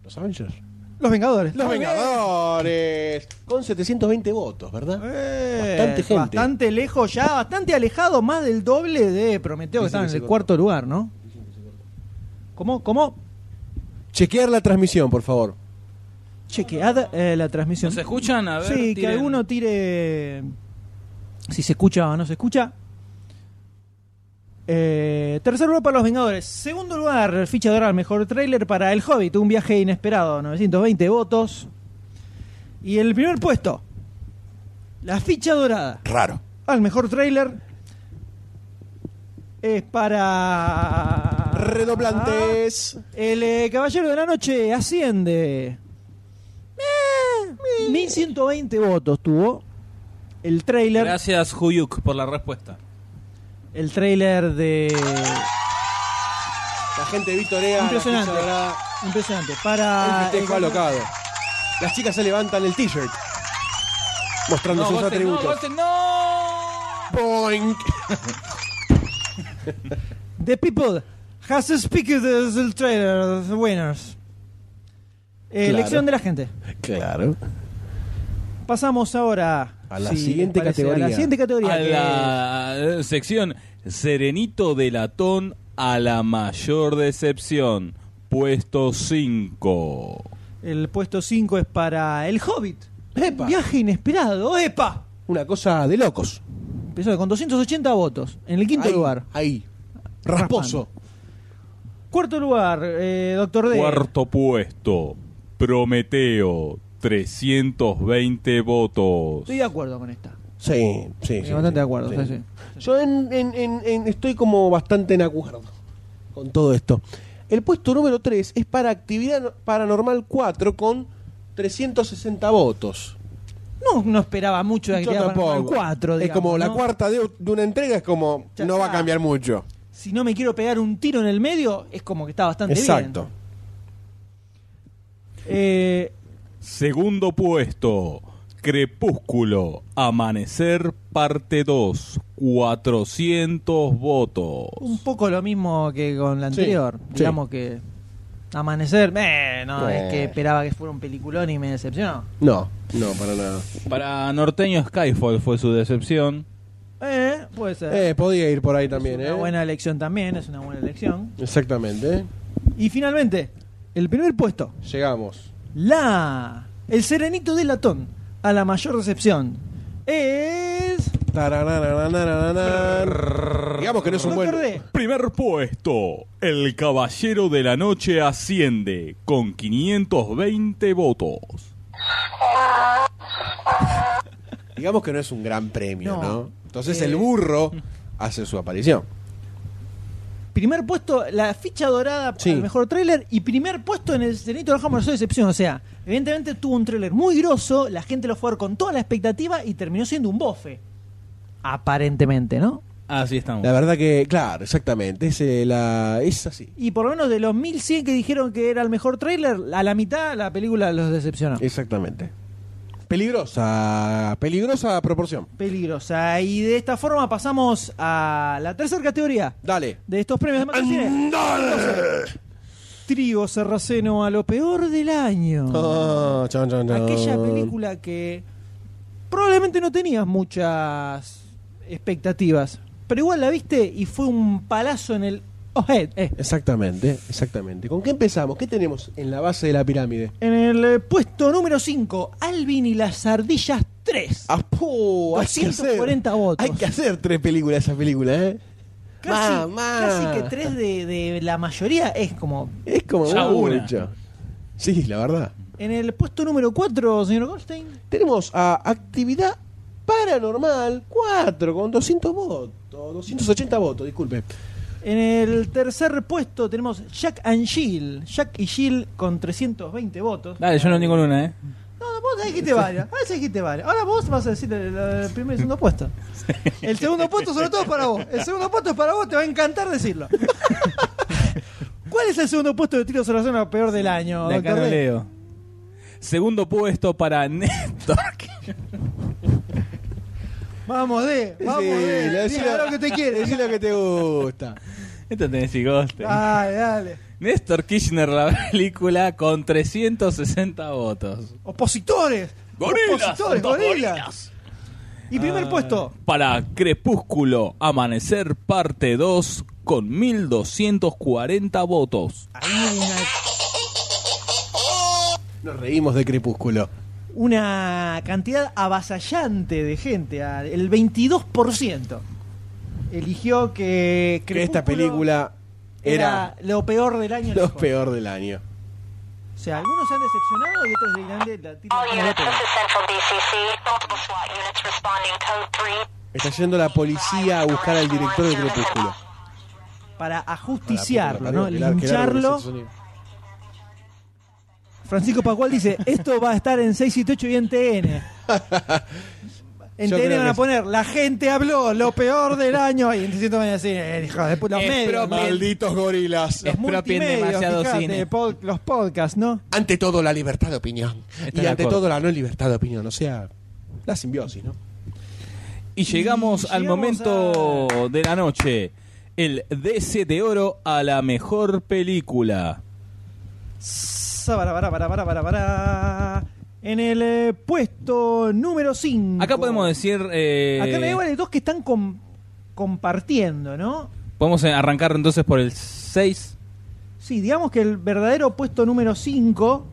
D: Los Avengers.
B: Los Vengadores.
D: Los Vengadores. Con 720 votos, ¿verdad?
B: Eh,
D: Bastante gente.
B: Bastante lejos ya, bastante alejado, más del doble de Prometeo,
D: Dicen
B: que estaba
D: que
B: en
D: se
B: el
D: cortó.
B: cuarto lugar, ¿no? ¿Cómo? ¿Cómo?
D: Chequear la transmisión, por favor.
B: Chequeada eh, la transmisión.
C: ¿Nos escuchan? A ver,
B: sí, que
C: tiren.
B: alguno tire si se escucha o no se escucha. Eh, tercer lugar para Los Vengadores. Segundo lugar, ficha dorada, mejor tráiler para El Hobbit, un viaje inesperado, 920 votos. Y el primer puesto, la ficha dorada
D: Raro.
B: al mejor tráiler es para...
D: Redoblantes.
B: El eh, Caballero de la Noche asciende. Eh, 1120 votos tuvo el tráiler.
C: Gracias, Huyuk, por la respuesta.
B: El tráiler de...
D: La gente vitorea.
B: Impresionante.
D: la ficha dorada,
B: Impresionante. Para...
D: El festejo
B: el-
D: alocado. Las chicas se levantan el t-shirt. Mostrando sus
C: Goldstein, no,
D: atributos.
C: Goldstein, no.
D: Boink.
B: The People has speaked as the trailer of the winners. Eh,
D: Claro.
B: Elección de la gente.
D: Claro.
B: Pasamos ahora
D: A la
B: si les
D: siguiente categoría.
B: A la siguiente categoría.
C: A
B: que
C: la eh, sección Serenito de Latón a la mayor decepción. Puesto 5.
B: es- El puesto 5 es para El Hobbit.
D: Epa.
B: Viaje inesperado. ¡Epa!
D: Una cosa de locos.
B: Empezó con 280 votos. En el quinto
D: Ahí,
B: lugar.
D: Ahí. Rasposo.
B: Cuarto lugar, eh, Doctor D.
C: Cuarto puesto. Prometeo. 320 votos.
B: Estoy de acuerdo con esta.
D: Sí, sí.
B: Estoy
D: sí,
B: bastante
D: sí,
B: de acuerdo.
D: sí.
B: sí, sí.
D: Yo en- en- en- en- estoy como bastante en acuerdo con todo esto. El puesto número 3 es para Actividad Paranormal 4 con 360 votos.
B: No, no esperaba mucho de
D: Yo
B: Actividad
D: tampoco.
B: Paranormal 4.
D: es
B: digamos,
D: como la
B: ¿no?
D: cuarta de, de una entrega, es como
B: Ya
D: no va a
B: está.
D: cambiar mucho.
B: Si no me quiero pegar un tiro en el medio, es como que está bastante
D: Exacto.
B: bien. Eh,
C: Segundo puesto, Crepúsculo, Amanecer, parte 2, 400 votos.
B: Un poco lo mismo que con la
D: Sí,
B: anterior.
D: sí.
B: Digamos que Amanecer, eh, no,
D: Eh.
B: es que esperaba que fuera un peliculón y me decepcionó.
D: No, no, para nada.
C: Para Norteño Skyfall fue su decepción.
B: Eh, puede ser.
D: Eh, podía ir por ahí también,
B: es
D: ¿eh?
B: una buena elección también, es una buena elección.
D: Exactamente. ¿eh?
B: Y finalmente, el primer puesto,
D: Llegamos.
B: la el serenito de latón a la mayor recepción es
D: Tarananananananan. Digamos que no es un buen.
B: Doctor D.
C: Primer puesto, El Caballero de la Noche asciende con 520 votos.
D: Digamos que no es un gran premio,
B: No.
D: ¿no? Entonces
B: Eh.
D: el burro hace su aparición.
B: Primer puesto, la ficha dorada
D: Sí.
B: para el mejor tráiler y primer puesto en el Serenito de la Mayor Decepción. O sea, evidentemente tuvo un tráiler muy grosso, la gente lo fue a ver con toda la expectativa y terminó siendo un bofe. Aparentemente, ¿no?
C: Así estamos.
D: La verdad que, claro, exactamente. Es, eh, la, es así.
B: Y por lo menos de los 1100 que dijeron que era el mejor tráiler, a la mitad la película los decepcionó.
D: Ah. Eh. Exactamente. Peligrosa, peligrosa proporción.
B: Peligrosa. Y de esta forma pasamos a la tercera categoría
D: Dale.
B: de estos premios de Matar Cine. Trigo Sarraceno a lo peor del año.
D: Ah, chan, chan, chan.
B: aquella película que probablemente no tenías muchas expectativas, pero igual la viste y fue un palazo en el ojete, eh.
D: Exactamente, exactamente. ¿Con qué empezamos? ¿Qué tenemos en la base de la pirámide?
B: En el eh, puesto número 5, Alvin y las ardillas 3.
D: ¡Apú! Ah, Hay que hacer.
B: 240 votos.
D: Hay que hacer tres películas esa película, ¿eh?
B: Casi,
D: Mamá.
B: casi que 3 de, de la mayoría es como...
D: Es como
C: Ya una.
D: mucho. Sí, la verdad.
B: En el puesto número 4, señor Goldstein,
D: Tenemos a Actividad Paranormal 4 con 200 votos, 280 votos, disculpe.
B: En el tercer puesto tenemos Jack and Jill. Jack y Jill con 320 votos.
C: Dale, yo no tengo ninguna, ¿eh?
B: No, no, vos dijiste varias. Ah, sí dijiste varias. Ahora vos vas a decir el, el primer y segundo puesto. El segundo puesto, sobre todo, es para vos. El segundo puesto es para vos, te va a encantar decirlo. ¿Cuál es el segundo puesto de tiros a la zona peor del año?
C: De acá
B: doctor
C: no
B: D?
C: leo. Segundo puesto para Néstor.
B: Vamos, D. Vamos,
D: Decilo,
B: D. Diga
D: decilo-
B: lo que te quiere.
D: Decí lo que te gusta.
C: Esto tenés cigoste.
B: Dale, dale.
C: Néstor Kirchner, la película, con 360 votos.
B: Opositores. Opositores, gorilas. Y primer
C: Ah.
B: puesto.
C: Para Crepúsculo, Amanecer, parte 2, con 1240 votos.
B: Ahí
D: Nos reímos de Crepúsculo.
B: una, una cantidad avasallante de gente. ah, El 22% eligió que.
D: Que esta
B: Crepúsculo
D: película
B: era
D: era,
B: lo peor del año.
D: lo
B: lejos.
D: peor del año.
B: O sea, algunos se han decepcionado y otros directamente la tiran
A: All
B: como lo
A: units,
B: peor.
A: this is Central DCC. Multiple SWAT units responding code 3.
D: Está yendo la policía a buscar al director de Crepúsculo.
B: Para
D: A
B: ajusticiarlo,
D: la
B: ¿no?
D: puta que la parió, qué largo que es
B: Lincharlo.
D: el sonido.
B: Francisco Pascual dice, esto va a estar en 678 y en TN. En
D: Yo
B: TN
D: creo
B: van
D: que
B: a
D: sí.
B: poner, la gente habló, lo peor del año, y en 600 van a decir, "Eh, hijo de puta, los
C: Es
B: medios.
C: propio.
B: ¿no?
D: Malditos gorilas.
B: Los
C: Es propio en
B: multimedios,
C: demasiado
B: fíjate,
C: cine.
B: pod- los podcasts, ¿no?
D: Ante todo la libertad de opinión. y
C: Estoy de
D: ante
C: acuerdo.
D: todo la no libertad de opinión. O sea, la simbiosis, ¿no?
C: Y llegamos
B: Y
C: al
B: llegamos
C: momento de la noche. El DC de oro a la mejor película.
B: Sa- Para, para, para, para, para, para. En el eh, puesto número 5.
C: Acá podemos decir. eh,
B: Acá me hay dos que están com- compartiendo, ¿no?
C: podemos arrancar entonces por el 6.
B: Sí, digamos que el verdadero puesto número 5,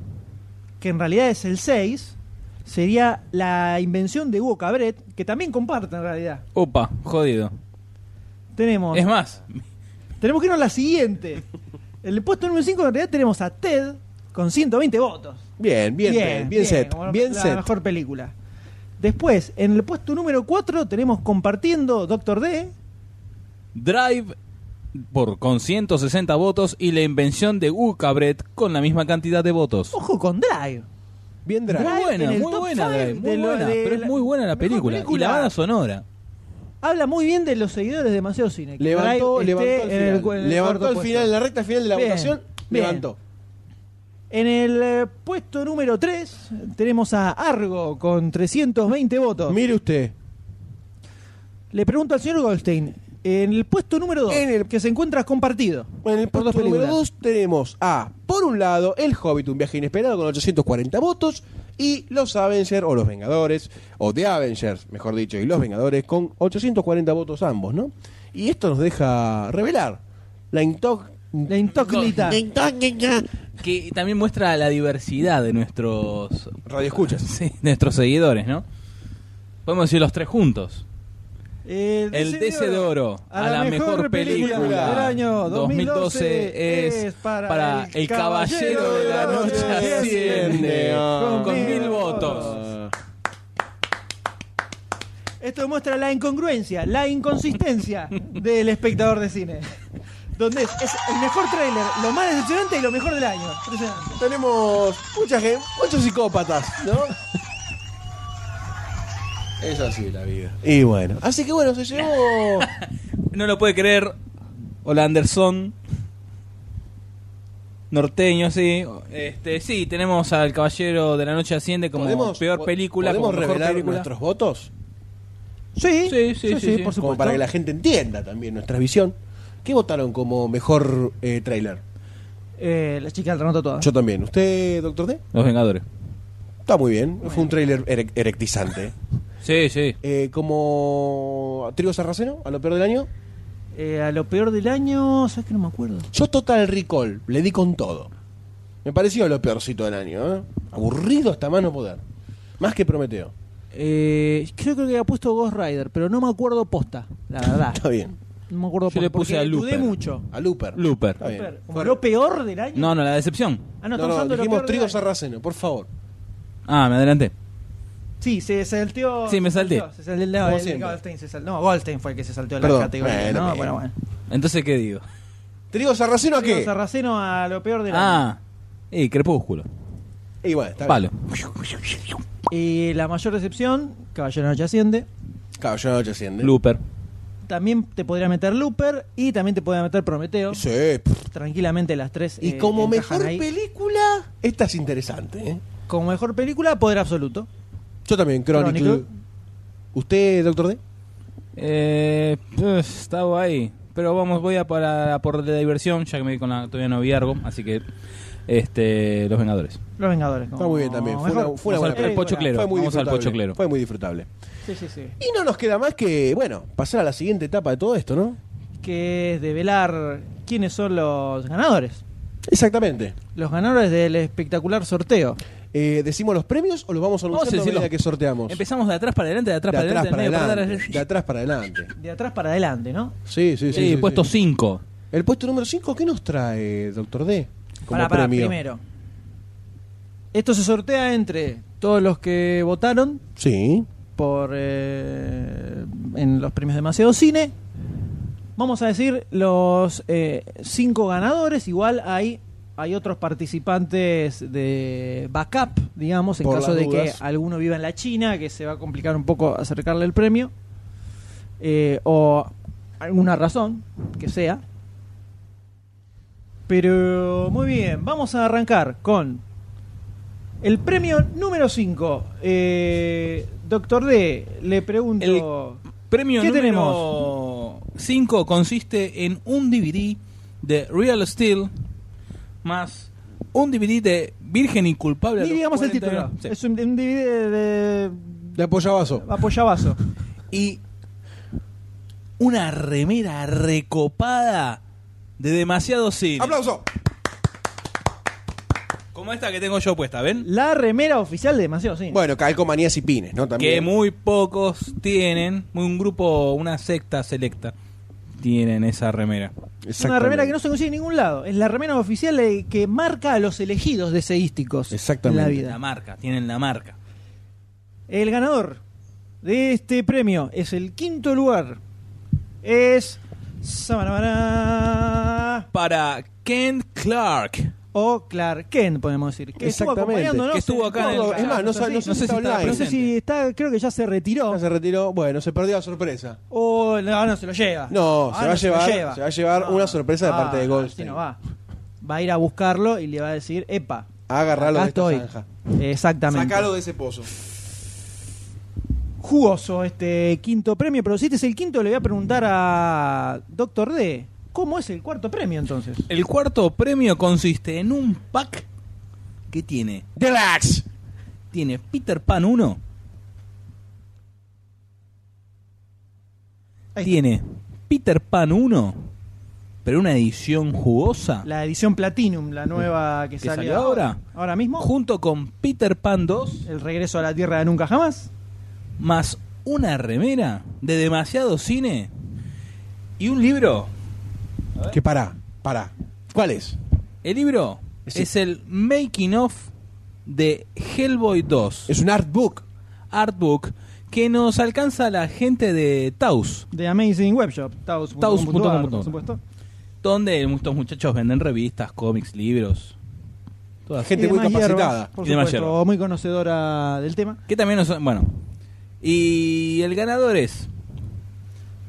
B: que en realidad es el 6, sería la invención de Hugo Cabret, que también comparte en realidad.
C: Opa, jodido.
B: Tenemos,
C: Es más,
B: tenemos que irnos a la siguiente. El puesto número 5 en realidad tenemos a Ted con 120 votos.
D: Bien, bien, bien, bien, set.
B: como
D: bien
B: la
D: set.
B: mejor película. Después, en el puesto número 4 tenemos compartiendo Doctor D,
C: Drive por, con 160 votos y la invención de Hugo Cabret con la misma cantidad de votos.
B: ojo con Drive.
D: Bien drag.
B: Oh, Drive
C: muy buena,
B: en el
C: muy
B: top
C: buena,
B: five
C: Drive, muy
B: de lo-
C: buena,
B: de
C: pero es
B: la-
C: muy buena la
B: mejor
C: película. Y
B: película.
C: la banda sonora.
B: Habla muy bien de los seguidores de Demasiado Cine. que
D: Levantó,
B: Drive
D: levantó
B: esté
D: al
B: en el
D: final.
B: cu- en el
D: levantó
B: cuarto
D: al
B: puesto.
D: final, en la recta final de la
B: Bien,
D: votación,
B: bien.
D: levantó.
B: En el eh, puesto número 3 tenemos a Argo con 320 votos.
D: Mire usted.
B: Le pregunto al señor Goldstein, en el puesto número 2,
D: En el-
B: que se encuentra compartido.
D: En el
B: Por dos
D: puesto número
B: películas.
D: 2 tenemos a, por un lado, El Hobbit, un viaje inesperado con 840 votos, y Los Avengers, o Los Vengadores, o The Avengers, mejor dicho, y Los Vengadores, con 840 votos ambos, ¿no? Y esto nos deja revelar la intoc...
B: La incógnita.
C: Que también muestra la diversidad de nuestros
D: Radio escuchas.
C: Sí, nuestros seguidores, ¿no? Podemos decir los tres juntos.
B: El,
C: El DC de Oro a la, mejor, película,
B: del año 2012
C: es para, El Caballero de la Noche
D: Asciende,
C: Asciende
D: ah.
C: con mil votos.
B: Esto demuestra la incongruencia, la inconsistencia del espectador de cine. Donde es, es el mejor tráiler, lo más decepcionante y lo mejor del año. Impresionante.
D: Tenemos mucha gente, muchos psicópatas, ¿no? Es así la vida. Y bueno. Así que bueno, se llevó.
C: No lo puede creer. Hola Anderson. Norteño, sí. Este, sí, tenemos al Caballero de la Noche Asciende como peor
D: po-
C: película, como
D: ¿Podemos
C: mejor
D: revelar
C: película.
D: nuestros votos?
B: Sí,
C: Sí, sí, sí, sí.
B: por
D: Como
B: supuesto.
D: para que la gente entienda también nuestra visión. ¿Qué votaron como mejor eh, trailer?
B: Eh, la chica la anotó
C: Ah.
B: toda.
D: Yo también. ¿Usted, doctor D?
C: Los Vengadores.
D: Está muy bien. Fue un trailer erec- erectizante.
C: Sí, sí.
D: Eh, como Trigo Sarraceno, a lo peor del año.
B: Eh, a lo peor del año, ¿sabes que no me acuerdo?
D: Yo Total Recall, le di con todo. Me pareció lo peorcito del año, ¿eh? Aburrido hasta más no poder. Más que Prometeo.
B: Eh, yo creo que había puesto Ghost Rider, pero no me acuerdo posta, la verdad.
D: Está bien.
B: No me acuerdo
C: Yo le
B: posta,
C: puse
B: porque
C: a
B: dudé
C: Looper.
B: mucho.
D: A Looper.
C: Looper.
D: Está bien.
B: Looper, como
D: Fue-
B: lo peor del año.
C: No, no, la decepción.
B: Ah, no,
D: No,
B: estamos
D: no,
B: hablando de lo
D: dijimos
B: peor del
D: Trigo
B: año.
D: Sarraceno, por favor.
C: Ah, me adelanté.
B: Sí, se salteó.
C: Sí, me
B: se salteó,
C: salté.
B: se salteó, el- no,
D: Como
B: el
D: siempre.
B: Goldstein se saltó. No, Goldstein fue el que se saltó de la
D: Perdón.
B: categoría.
D: Bueno,
B: ¿no?
D: bien.
B: Bueno, bueno.
C: Entonces, ¿qué digo?
D: ¿Te digo Sarraceno a
B: Digo,
D: qué?
B: Sarraceno a lo peor de la.
C: Ah, y Crepúsculo.
D: Y bueno, está
C: Palo.
B: Y la mayor decepción, Caballero de la Noche Asciende.
D: bien. Caballero de la Noche Asciende.
C: Looper.
B: También te podría meter Looper y también te podría meter Prometeo.
D: Sí, pff.
B: Tranquilamente las tres.
D: Y
B: eh,
D: como
B: encajan
D: mejor
B: ahí.
D: película, esta es interesante. ¿eh?
B: Como mejor película, Poder Absoluto.
D: Yo también, Chronicle.
B: Chronicle.
D: ¿Usted, doctor D?
C: Eh, pues, estaba ahí. Pero vamos, voy a para a por la diversión, ya que me con la, todavía no vi algo, así que este Los Vengadores.
B: Los Vengadores. como
D: Está muy bien también. Fue
B: mejor.
D: una, fue una
C: Vamos
D: buena
C: al- al
B: película.
C: pocho clero.
D: Fue muy
C: Vamos al
D: disfrutable.
C: pocho clero.
D: Fue muy disfrutable.
B: Sí, sí, sí.
D: Y no nos queda más que, bueno, pasar a la siguiente etapa de todo esto, ¿no?
B: Que es develar quiénes son los ganadores.
D: Exactamente.
B: Los ganadores del espectacular sorteo.
D: Eh, ¿Decimos los premios o los vamos a
C: Vamos a
D: anunciar a
C: decirlo.
D: medida que sorteamos?
C: Empezamos de atrás para adelante, de atrás
D: de
C: para
D: atrás
C: adelante,
D: para
C: de medio para
D: adelante.
C: atrás.
D: De atrás para adelante.
B: De atrás para adelante, ¿no?
D: Sí, sí, sí.
C: Sí,
D: sí,
C: eh, puesto
D: sí.
C: 5.
D: El puesto número 5, ¿qué nos trae, doctor D? Como
B: Pará, pará,
D: premio.
B: primero. Esto se sortea entre todos los que votaron
D: Sí.
B: por eh, en los premios de Maceo Cine. Vamos a decir los eh, cinco ganadores. Igual hay, hay otros participantes de backup, digamos, en
D: Por
B: caso
D: las
B: de
D: dudas.
B: que alguno viva en la China, que se va a complicar un poco acercarle el premio. eh, o alguna razón que sea. Pero muy bien, vamos a arrancar con el premio número 5. Doctor D, le pregunto.
C: Premio
B: ¿Qué
C: número 5 consiste en un DVD de Real Steel más un DVD de Virgen Inculpable. a
B: Ni
C: los
B: digamos el
C: 40
B: título.
C: grados. Sí.
B: Es un, un DVD de, de
D: De apoyabazo.
B: apoyabazo.
C: y una remera recopada de demasiado cine.
D: ¡Aplauso!
C: Como esta que tengo yo puesta, ¿ven?
B: La remera oficial de Demasiado Cine.
D: Bueno, calcomanías y pines, ¿no? También.
C: Que muy pocos tienen, muy un grupo, una secta selecta, tienen esa remera.
B: es una remera que no se consigue en ningún lado. Es la remera oficial de- que marca a los elegidos deseísticos
D: Exactamente.
B: en la
C: La
B: vida.
C: marca, tienen la marca.
B: El ganador de este premio es el quinto lugar. Es. Samarabara
C: Para Ken Clark.
B: O Clark Kent, podemos decir. Que estuvo
D: Exactamente.
B: acompañándonos
C: Que estuvo
B: en
C: acá en
B: todo.
C: el-
D: Es más, no, sabe- no
B: sé
D: sé, si
C: si
D: está
C: estaba
D: online.
B: no sé si está, creo que ya se retiró.
D: Ya se retiró. Bueno, se perdió la sorpresa.
B: O no, no se lo lleva.
D: No, se
B: Ah,
D: va a
B: lo
D: llevar- se va a llevar una sorpresa de parte de
B: así
D: Goldstein.
B: no va. Va a ir a buscarlo y le va a decir, epa,
D: Agarralo
B: acá
D: de esta
B: estoy.
D: zanja.
B: Exactamente.
D: de ese pozo.
B: Jugoso este quinto premio, pero si este es el quinto, le voy a preguntar a Doctor D, ¿cómo es el cuarto premio entonces?
C: El cuarto premio consiste en un pack que tiene.
D: ¡Deluxe!
C: Tiene Peter Pan 1,
B: Ahí está.
C: tiene Peter Pan 1, pero una edición
D: Ah.
C: jugosa.
B: La edición Platinum, la nueva que,
C: ¿Que
B: salió,
C: salió ahora?
B: Ahora mismo.
C: junto con Peter Pan 2,
B: el regreso a la tierra de nunca jamás.
C: más una remera de demasiado cine y un libro.
D: Que pará, pará. ¿Cuál es?
C: El libro
D: Sí.
C: es el Making of de Hellboy 2,
D: Es un art book.
C: artbook que nos alcanza la gente de Taos,
B: De Amazing Webshop, taos.com.ar,
C: taos.com.ar.
B: por supuesto.
C: donde estos muchachos venden revistas, cómics, libros. todas-
D: Gente
B: Y
D: muy
B: demás
D: capacitada.
B: hierbas, por
C: Y demás
B: supuesto,
C: hierbas.
B: muy conocedora del tema.
C: Que también nos... Bueno. Y el ganador es...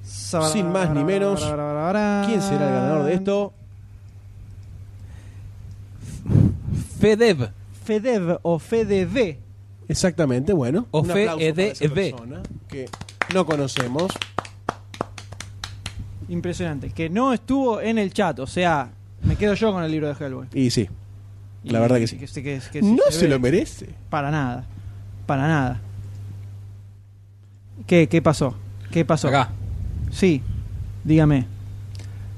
D: Sin más ni menos, ¿Quién será el ganador
B: Ah.
D: de esto?
C: Fedev.
B: Fedev o FEDV.
D: Exactamente, bueno.
C: O
D: Un aplauso
C: FEDV.
D: para esa persona Que no conocemos.
B: Impresionante. Que no estuvo en el chat. O sea, me quedo yo con el libro de Hellboy.
D: Y sí,
B: Y-
D: La verdad que sí.
B: se- que- que
D: no se,
B: ve.
D: lo merece.
B: Para nada. Para nada. ¿Qué, qué pasó? ¿Qué pasó?
C: Acá.
B: Sí, dígame.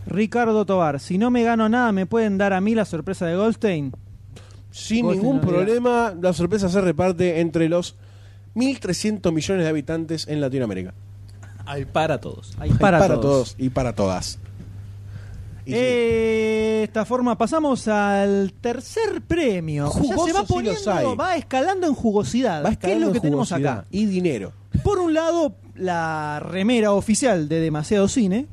B: Ricardo Tobar, si no me gano nada, ¿me pueden dar a mí la sorpresa de Goldstein?
D: Sin
B: Vos
D: ningún
B: te lo dirás.
D: problema, la sorpresa se reparte entre los 1.300 millones de habitantes en Latinoamérica.
C: Al para todos.
B: Ahí para,
D: para
B: todos.
D: todos. y para todas. Y sí.
B: Eh, esta forma pasamos al tercer premio.
D: Jugosos
B: ya se va
D: sí los hay.
B: poniendo, va escalando en jugosidad.
D: Va
B: ¿Qué es lo
D: escalando
B: que tenemos
D: jugosidad
B: acá?
D: Y dinero.
B: Por un lado, la remera oficial de Demasiado Cine,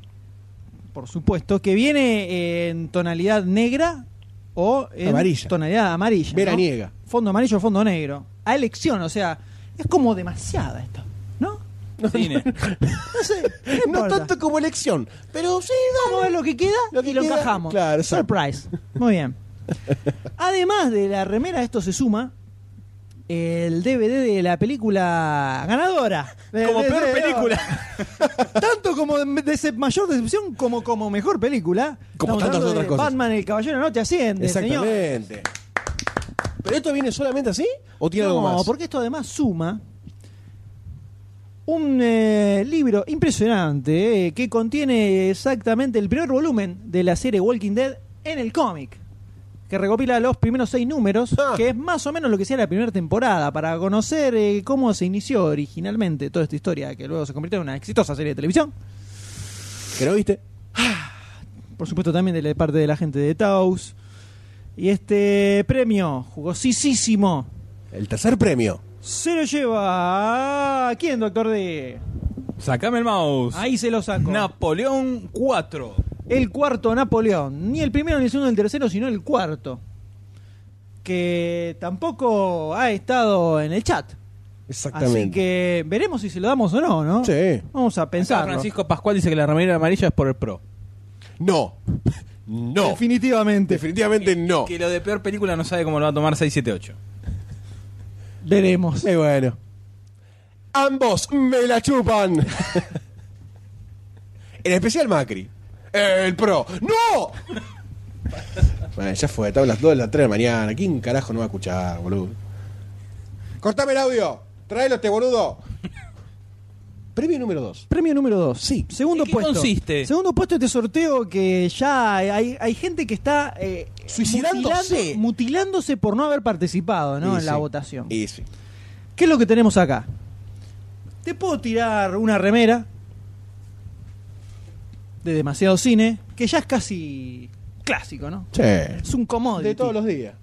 B: por supuesto, que viene en tonalidad negra o en
D: Amarilla.
B: tonalidad amarilla. ¿no?
D: Veraniega.
B: Fondo amarillo, fondo negro. A elección, o sea, es como demasiada esta, ¿no?
C: Cine.
B: No sé.
D: No
B: importa.
D: tanto como elección, pero sí,
B: Vamos a ver lo que queda
D: Lo que
B: y lo
D: queda,
B: encajamos.
D: claro, exacto.
B: Surprise. Muy bien. Además de la remera, esto se suma el DVD de la película ganadora. De-
C: Como
B: de-
C: peor
B: de-
C: película.
B: Tanto como de- dece- mayor decepción como como mejor película.
D: Como
B: Estamos
D: tantas
B: hablando
D: otras
B: de
D: cosas.
B: Batman, el caballero de la noche asciende, señor.
D: Exactamente. ¿Pero esto viene solamente así? ¿O tiene algo
B: no,
D: más?
B: porque esto además suma un eh, libro impresionante eh, que contiene exactamente el primer volumen de la serie Walking Dead en el cómic. Que recopila los primeros seis números,
D: Ah.
B: que es más o menos lo que sea la primera temporada, para conocer eh, cómo se inició originalmente toda esta historia, que luego se convirtió en una exitosa serie de televisión.
D: ¿Que no viste?
B: Por supuesto, también de la parte de la gente de Taos. Y este premio jugosísimo
D: El tercer premio.
B: se lo lleva. ¿A quién, doctor D?
C: Sacame el mouse.
B: Ahí se lo saco.
C: Napoleón 4.
B: el cuarto Napoleón. Ni el primero, ni el segundo, ni el tercero, sino el cuarto. Que tampoco ha estado en el chat.
D: Exactamente.
B: Así que veremos si se lo damos o no, ¿no?
D: Sí.
B: Vamos a
C: Acá
B: pensar.
C: Francisco Pascual dice que la remera amarilla es por el pro.
D: No. No.
B: Definitivamente.
D: Definitivamente no.
C: Que lo de peor película no sabe cómo lo va a tomar 678.
B: Veremos.
D: Y bueno. Ambos me la chupan. en especial Macri. El pro. ¡No! bueno, ya fue. Estaban las 2 de la 3 de la mañana. ¿Quién carajo no va a escuchar, boludo? Cortame el audio. Tráelo este boludo. Premio número 2.
B: Premio número 2.
D: Sí.
B: Segundo
C: ¿En qué
B: puesto.
C: consiste?
B: Segundo puesto este sorteo que ya hay, hay gente que está eh,
D: Suicidándose.
B: mutilando- mutilándose por no haber participado ¿no? en la votación.
D: Y sí.
B: ¿Qué es lo que tenemos acá? Te puedo tirar una remera de demasiado cine, que ya es casi clásico, ¿no?
D: Che.
B: Es un commodity.
D: De todos los días.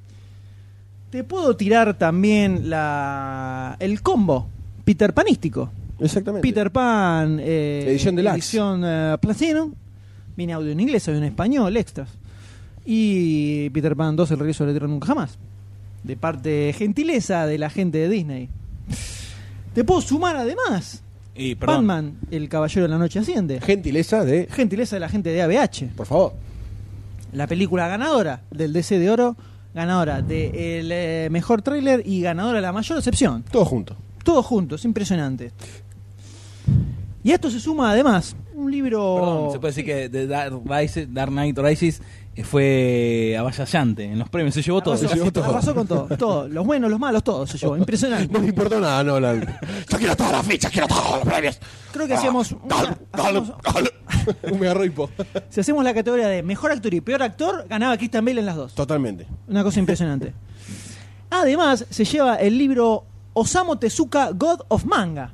B: Te puedo tirar también la el combo Peter Panístico.
D: Exactamente.
B: Peter Pan, eh,
D: Edición deluxe.
B: edición eh, Platinum. Viene audio en inglés, audio en español, extras. Y Peter Pan 2, el regreso de la Tierra nunca jamás. De parte gentileza de la gente de Disney. Te puedo sumar además.
C: Y perdón.
B: Batman, el caballero de la noche asciende.
D: Gentileza de.
B: Gentileza de la gente de ABH.
D: Por favor.
B: La película ganadora del DC de Oro, ganadora del mejor tráiler y ganadora de la mayor excepción.
D: Todo junto.
B: Todos juntos, impresionante. Y a esto se suma además un libro.
C: Perdón, se puede decir que The Dark, Rises- Dark Knight Rises eh, fue avasallante en los premios, se llevó todo.
B: Arrasó,
D: se llevó todo.
B: arrasó con todo, todo. Los buenos, los malos, todos se llevó. Impresionante.
D: No me importó nada, no. La... Yo quiero todas las fichas, quiero todos los premios. Ah,
B: Creo que hacíamos. una- hacíamos-
D: Un mega ripo.
B: si hacemos la categoría de mejor actor y peor actor, ganaba Christian Bale en las dos.
D: Totalmente.
B: Una cosa impresionante. Además, se lleva el libro Osamu Tezuka, God of Manga.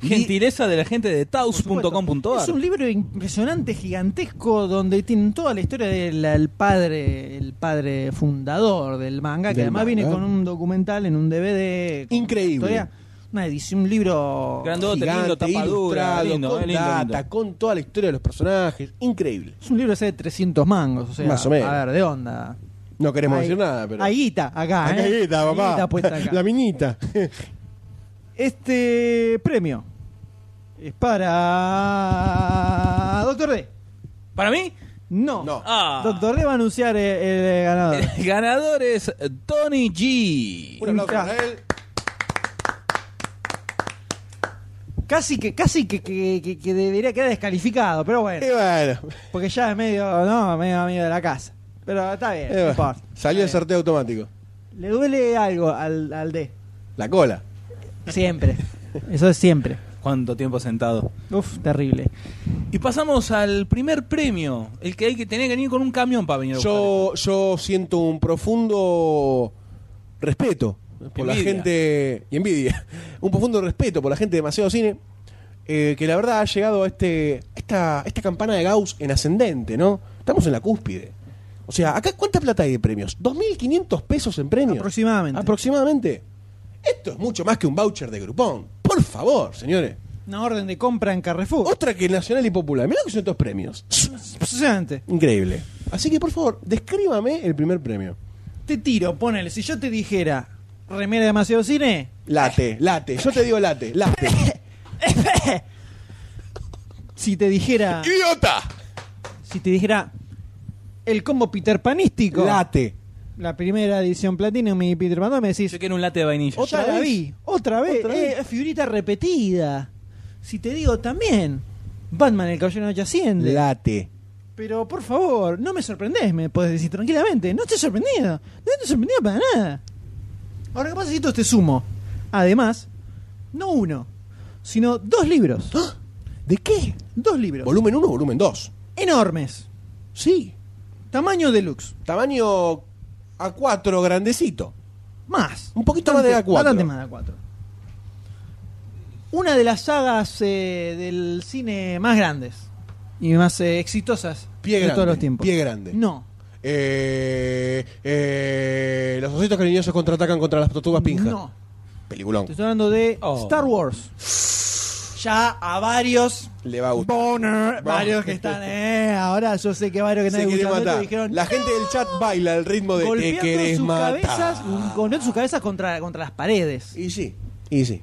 C: Gentileza de la gente de
B: Es
C: taus.com.ar.
B: un libro impresionante, gigantesco, donde tienen toda la historia del el padre, el padre fundador del manga, que
D: Del
B: además viene
D: manga.
B: con un documental en un DVD. con
D: Increíble.
B: historia. Una edición, un libro
C: Grandote, lindo, tapadura,
D: ilustrado,
C: lindo,
D: con
C: eh, lindo,
D: data,
C: lindo.
D: con toda la historia de los personajes. Increíble.
B: Es un libro ese de 300 mangos, o sea,
D: Más o menos.
B: a ver, de onda.
D: No queremos
B: Hay-
D: decir nada, pero.
B: Hay guita acá,
D: La
B: ¿eh?
D: caguita,
B: Hay
D: papá.
B: guita puesta acá.
D: La minita.
B: Este premio es para... Doctor D.
C: ¿Para mí?
B: No.
D: No.
C: Ah.
B: Doctor D va a anunciar el, el ganador.
C: El ganador es Tony G.
D: Un aplauso para él.
B: Casi que, casi que, que, que- que debería quedar descalificado, pero bueno.
D: Y bueno.
B: Porque ya es medio, no, medio amigo de la casa. Pero está bien,
D: y
B: no
D: bueno.
B: importa.
D: Eh, Salió el
B: Está
D: sorteo automático.
B: bien. Le duele algo al, al D.
D: La cola.
B: Siempre. Eso es siempre.
C: ¿Cuánto tiempo sentado?
B: Uf, terrible.
C: Y pasamos al primer premio, el que hay que tener que venir con un camión para venir. a buscar.
D: Yo, yo siento un profundo respeto por la
C: Envidia.
D: gente. Y envidia. Un profundo respeto por la gente de Demasiado Cine. eh, que la verdad ha llegado a este a esta, a esta campana de Gauss en ascendente, ¿no? Estamos en la cúspide. O sea, acá ¿cuánta plata hay de premios? ¿2.500 pesos en premios?
B: Aproximadamente.
D: Aproximadamente. Esto es mucho más que un voucher de Groupon. Por favor, señores.
B: Una orden de compra en Carrefour.
D: Otra que nacional y popular. Mirá que son estos premios.
B: Impresionante.
D: Increíble. Así que, por favor, descríbame el primer premio.
B: Te tiro, ponele. Si yo te dijera, remera demasiado cine,
D: Late, late. Yo te digo late, late.
B: si te dijera,
D: ¡Idiota!
B: si te dijera el combo Peter Panístico,
D: Late.
B: la primera edición Platinum y Peter Pan, me decís,
C: Yo quiero un latte de vainilla.
D: Otra
B: otra la
D: vez.
B: vi, otra vez,
D: Otra
B: eh,
D: vez.
B: figurita repetida. Si te digo también, Batman el caballero de la noche asciende.
D: Late.
B: Pero por favor, no me sorprendés, me podés decir tranquilamente. No estoy sorprendido. No estoy sorprendido para nada. Ahora, ¿qué pasa si esto te sumo? Además, no uno, sino dos libros.
D: ¿Ah? ¿De qué?
B: Dos libros.
D: Volumen 1, volumen 2.
B: enormes.
D: Sí.
B: Tamaño deluxe.
D: Tamaño A4, grandecito.
B: Más.
D: Un poquito más de A4.
B: Bastante más de A4. Una de las sagas eh, del cine más grandes y más eh, exitosas
D: Pie
B: de
D: grande,
B: todos los tiempos.
D: pie grande.
B: No.
D: Eh, eh, los ositos cariñosos contraatacan contra las tortugas pinjas.
B: No.
D: Peliculón.
B: Te estoy hablando de
C: Oh.
B: Star Wars. Ya a varios
D: Le va a gustar.
B: boner, varios que están,
D: este.
B: eh, ahora yo sé que varios que
D: Se
B: están
D: quiere
B: escuchando esto
D: matar.
B: dijeron,
D: La gente del chat baila al ritmo de te
B: golpeando
D: querés
B: sus
D: matar.
B: cabezas, golpeando sus cabezas contra, contra las paredes.
D: Y sí, y sí.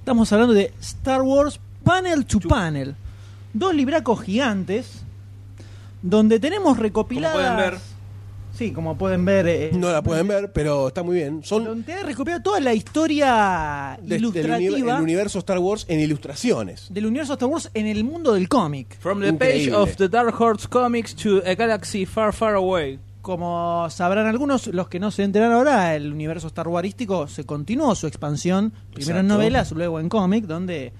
B: Estamos hablando de Star Wars Panel to Panel. Dos libracos gigantes donde tenemos recopiladas.
C: pueden ver.
B: Sí, como pueden ver. eh,
D: No la pueden ver, pero está muy bien. Son
B: Donde he recopilado toda la historia
D: de- este, del
B: ilustrativa
D: uni- el universo Star Wars en ilustraciones.
B: del universo Star Wars en el mundo del cómic.
C: From the
D: Increíble.
C: page of the Dark Horse comics to a galaxy far, far away.
B: Como sabrán algunos, los que no se enteran ahora, el universo Star Warístico se continuó su expansión, primero en
D: Exacto.
B: novelas, luego en cómic, donde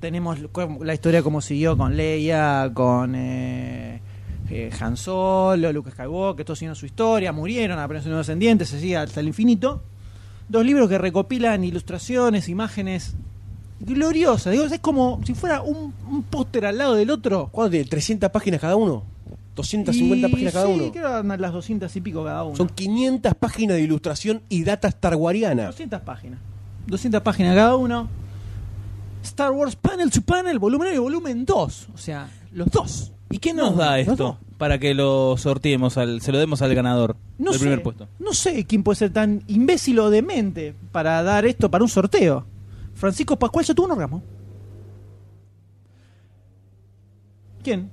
B: tenemos l- com- la historia como siguió con Leia, con eh, eh, Han Solo, Luke Skywalker, todos siguieron su historia, murieron, aparecen nuevos descendientes, se sigue hasta el infinito. Dos libros que recopilan ilustraciones, imágenes gloriosas. Digo, es como si fuera un, un póster al lado del otro.
D: ¿Cuánto tiene? ¿300 páginas cada uno? ¿250
B: Y
D: páginas cada
B: sí,
D: uno?
B: creo que andan las 200 y pico cada uno.
D: Son 500 páginas de ilustración y data starwariana.
B: 200 páginas. 200 páginas cada uno. Star Wars Panel to Panel, volumen 1 y volumen 2. O sea, los dos.
C: ¿Y qué nos
B: No,
C: da
B: no,
C: esto para que lo sorteemos, al, se lo demos al ganador
B: No sé,
C: del primer puesto?
B: no sé quién puede ser tan imbécil o demente para dar esto para un sorteo. Francisco Pascual ya tuvo un orgasmo. ¿Quién?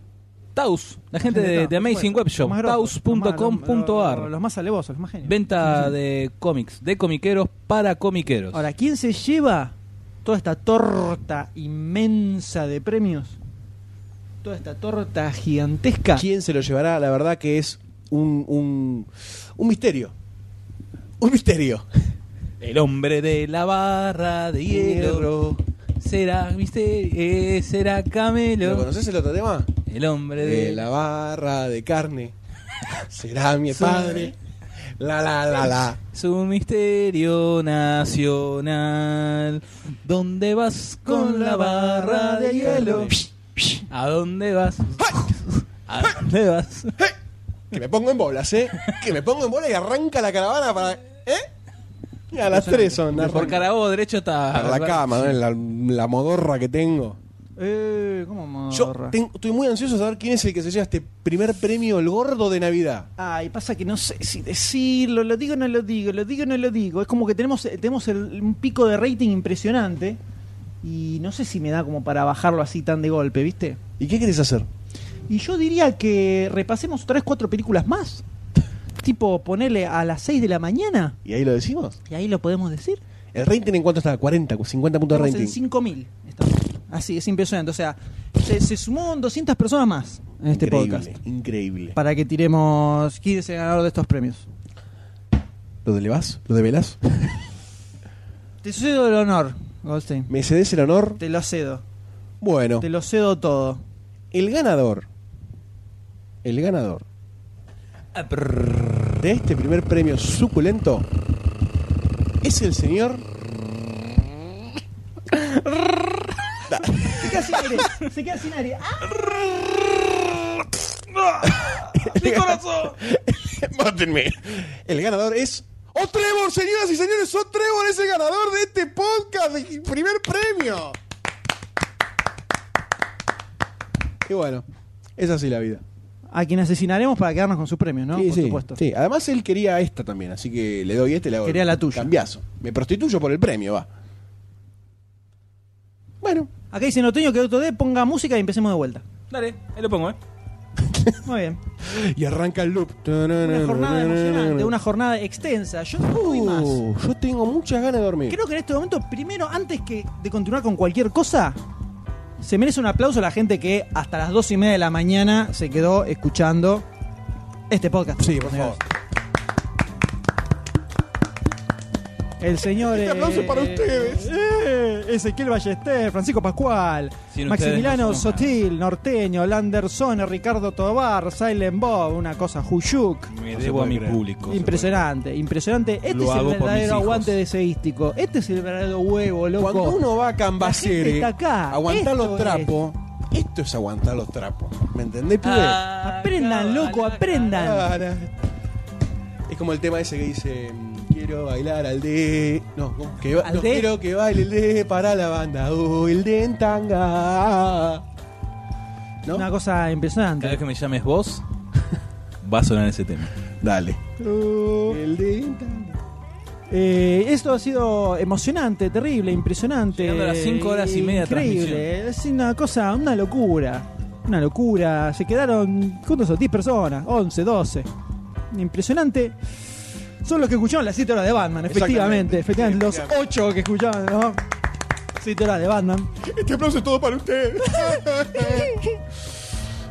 C: Taus, la gente de, de Amazing Web Shop, taus.com.ar.
B: Los más alevosos, los más genios.
C: Venta de cómics, de comiqueros para comiqueros.
B: Ahora, ¿quién se lleva toda esta torta inmensa de premios? Toda esta torta gigantesca.
D: ¿Quién se lo llevará? La verdad que es un, un, un misterio. Un misterio.
C: El hombre de la barra de hielo será misterio, eh, será
D: ¿Lo
C: Camelo.
D: conoces el otro tema?
C: El hombre de,
D: De la barra de carne. Será mi
B: Sí.
D: padre. La la la la.
C: su misterio nacional. ¿Dónde vas con la barra de hielo? ¿A dónde vas? ¿A dónde vas?
D: Que me pongo en bolas, ¿eh? Que me pongo en bolas y arranca la caravana para. ¿Eh? Y a las tres son.
C: Por
D: arranca.
C: carabobo derecho está
B: Ah,
D: Para la cama, ¿no? la, la modorra que tengo.
B: Eh, ¿cómo
D: Yo
B: morra?
D: tengo- estoy muy ansioso de saber quién es el que se lleva este primer premio, el gordo de Navidad.
B: Ay, pasa que no sé si decirlo, lo digo o no lo digo, lo digo o no lo digo. Es como que tenemos, eh, tenemos el- un pico de rating impresionante y no sé si me da como para bajarlo así tan de golpe, ¿viste?
D: ¿Y qué querés hacer?
B: Y yo diría que repasemos tres, cuatro películas más. Tipo, ponerle a las 6 de la mañana
D: ¿Y ahí lo decimos?
B: y ahí lo podemos decir.
D: ¿El rating en cuánto está? 40, 50 puntos de
B: Estamos
D: rating.
B: en 5000. estamos. Así, es impresionante. O sea, se, se sumó 200 personas más en este
D: increíble,
B: podcast.
D: increíble.
B: Para que tiremos quién es el ganador de estos premios.
D: ¿Lo delevás? ¿Lo develás?
B: Te cedo el honor, Goldstein.
D: ¿Me cedes el honor?
B: Te lo cedo.
D: Bueno,
B: Te lo cedo todo.
D: el ganador. El ganador
C: Ah,
D: de este primer premio suculento es el señor.
B: Se queda sin aire. Se queda sin aire. ¡Ah!
C: ¡Mi corazón!
D: Mátenme. El ganador es. O'Trevor, señoras y señores, O'Trevor es el ganador de este podcast, de primer premio. Y bueno, es así la vida.
B: A quien asesinaremos para quedarnos con sus premios, ¿no?
D: Sí,
B: Por
D: sí,
B: supuesto.
D: sí. Además él quería esta también, así que le doy este y le hago
B: Quería
D: el
B: la tuya.
D: Cambiazo. Me prostituyo por el premio, va. Bueno,
B: Acá dice Noteño que Autodé ponga música y empecemos de vuelta.
C: Dale, ahí lo pongo, ¿eh?
B: Muy bien.
D: y arranca el loop.
B: Una jornada emocionante, una jornada extensa. Yo no doy más.
D: Uh, yo tengo muchas ganas de dormir.
B: Creo que en este momento, primero, antes que de continuar con cualquier cosa, se merece un aplauso a la gente que hasta las dos y media de la mañana se quedó escuchando este podcast.
D: Sí, por favor.
B: El señor.
D: Este aplauso es para ustedes.
B: eh, Ezequiel Ballester, Francisco Pascual,
C: Sin ustedes
B: Maximiliano
C: no somos nada.
B: Sotil, Norteño, Landerson, Ricardo Tobar, Silent Bob, una cosa, Juyuk.
C: Me
D: No se
C: debo a
D: puede
C: mi
D: creer.
C: público.
B: Impresionante, impresionante. Este
C: Lo
B: es el
C: hago por mis
B: verdadero
C: hijos.
B: aguante deseístico. Este es el verdadero huevo, loco.
D: Cuando uno va a
B: La gente
D: Cambacere,
B: está acá.
D: aguantar
B: Esto
D: los
B: es.
D: trapos, esto es aguantar los trapos. ¿Me entendés, pibe?
C: Ah.
B: Aprendan, loco, aprendan.
D: Para. Es como el tema ese que dice mm, quiero bailar al de no, ¿cómo? que ba-
B: ¿Al
D: no,
B: de?
D: quiero que baile el de para la banda o el de en tanga ¿no?
B: Una cosa impresionante.
C: Cada vez que me llames vos, va a sonar ese tema.
D: dale
B: Uh,
D: el de en tanga
B: eh, esto ha sido emocionante, terrible, impresionante.
C: Llegando a las cinco horas y media de
B: Increíble. Es una cosa, una locura. Una locura. Se quedaron, ¿cuántos son? 10 personas, 11, 12. Impresionante. Son los que escucharon las 7 horas de Batman,
D: Exactamente.
B: efectivamente. Efectivamente,
D: Sí,
B: los 8 que escuchaban, ¿no? 7 horas de Batman.
D: este aplauso es todo para usted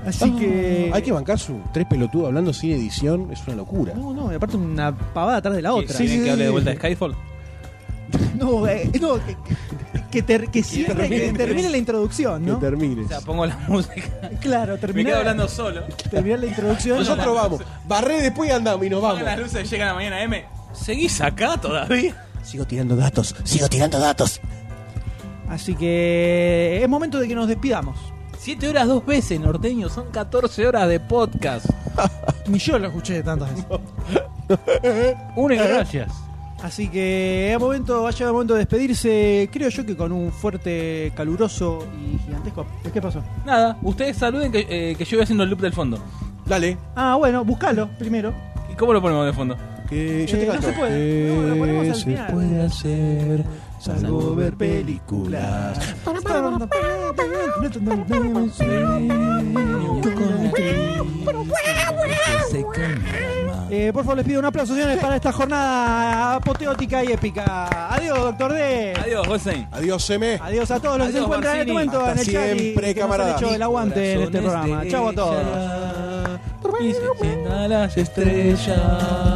B: Así que.
D: hay que bancar su tres pelotudos hablando sin edición es una locura
B: No, no, y aparte una pavada atrás de la otra.
C: ¿Quieren
D: sí,
C: que hable
D: sí,
C: de vuelta
D: sí.
C: de Skyfall?
B: No, eh, no, que, que, ter- que cierre- que
D: termine.
B: termine la introducción, ¿no?
D: que termines
C: O sea, pongo la música.
B: Claro,
C: Me quedo
B: terminar,
C: hablando solo.
B: terminar la introducción.
D: nosotros vamos barré después andamos y nos
C: Pongan
D: vamos
C: las luces, llegan a la mañana M. ¿Seguís acá todavía?
D: sigo tirando datos sigo tirando datos
B: Así que eh, es momento de que nos despidamos.
C: Siete horas dos veces, norteño. Son 14 horas de podcast.
B: Ni yo lo escuché tantas veces.
C: Una y gracias.
B: Así que es momento, ha llegado el momento de despedirse, creo yo que con un fuerte, caluroso y gigantesco. ¿Qué pasó?
C: Nada, ustedes saluden que, eh, que yo voy haciendo el loop del fondo.
D: dale
B: Ah, bueno, búscalo primero.
C: ¿Y cómo lo ponemos de fondo?
D: que yo
B: Eh,
D: te
B: no
D: canto.
B: se puede. No, lo ponemos al
D: ¿Qué se
B: final.
D: puede hacer salvo ver películas
B: este Eh, por favor, les pido un aplauso, señores, para esta jornada apoteótica y épica. Adiós, doctor D.
C: Adiós, Goldstein.
D: adiós M
B: Adiós a todos los que se
C: Adiós,
B: encuentran en este
C: Barcini.
B: momento en
D: Hasta
B: el chat y
D: siempre,
B: que nos han
D: camarada.
B: hecho el aguante este en este programa. Chao a todos.
C: Y se las estrellas.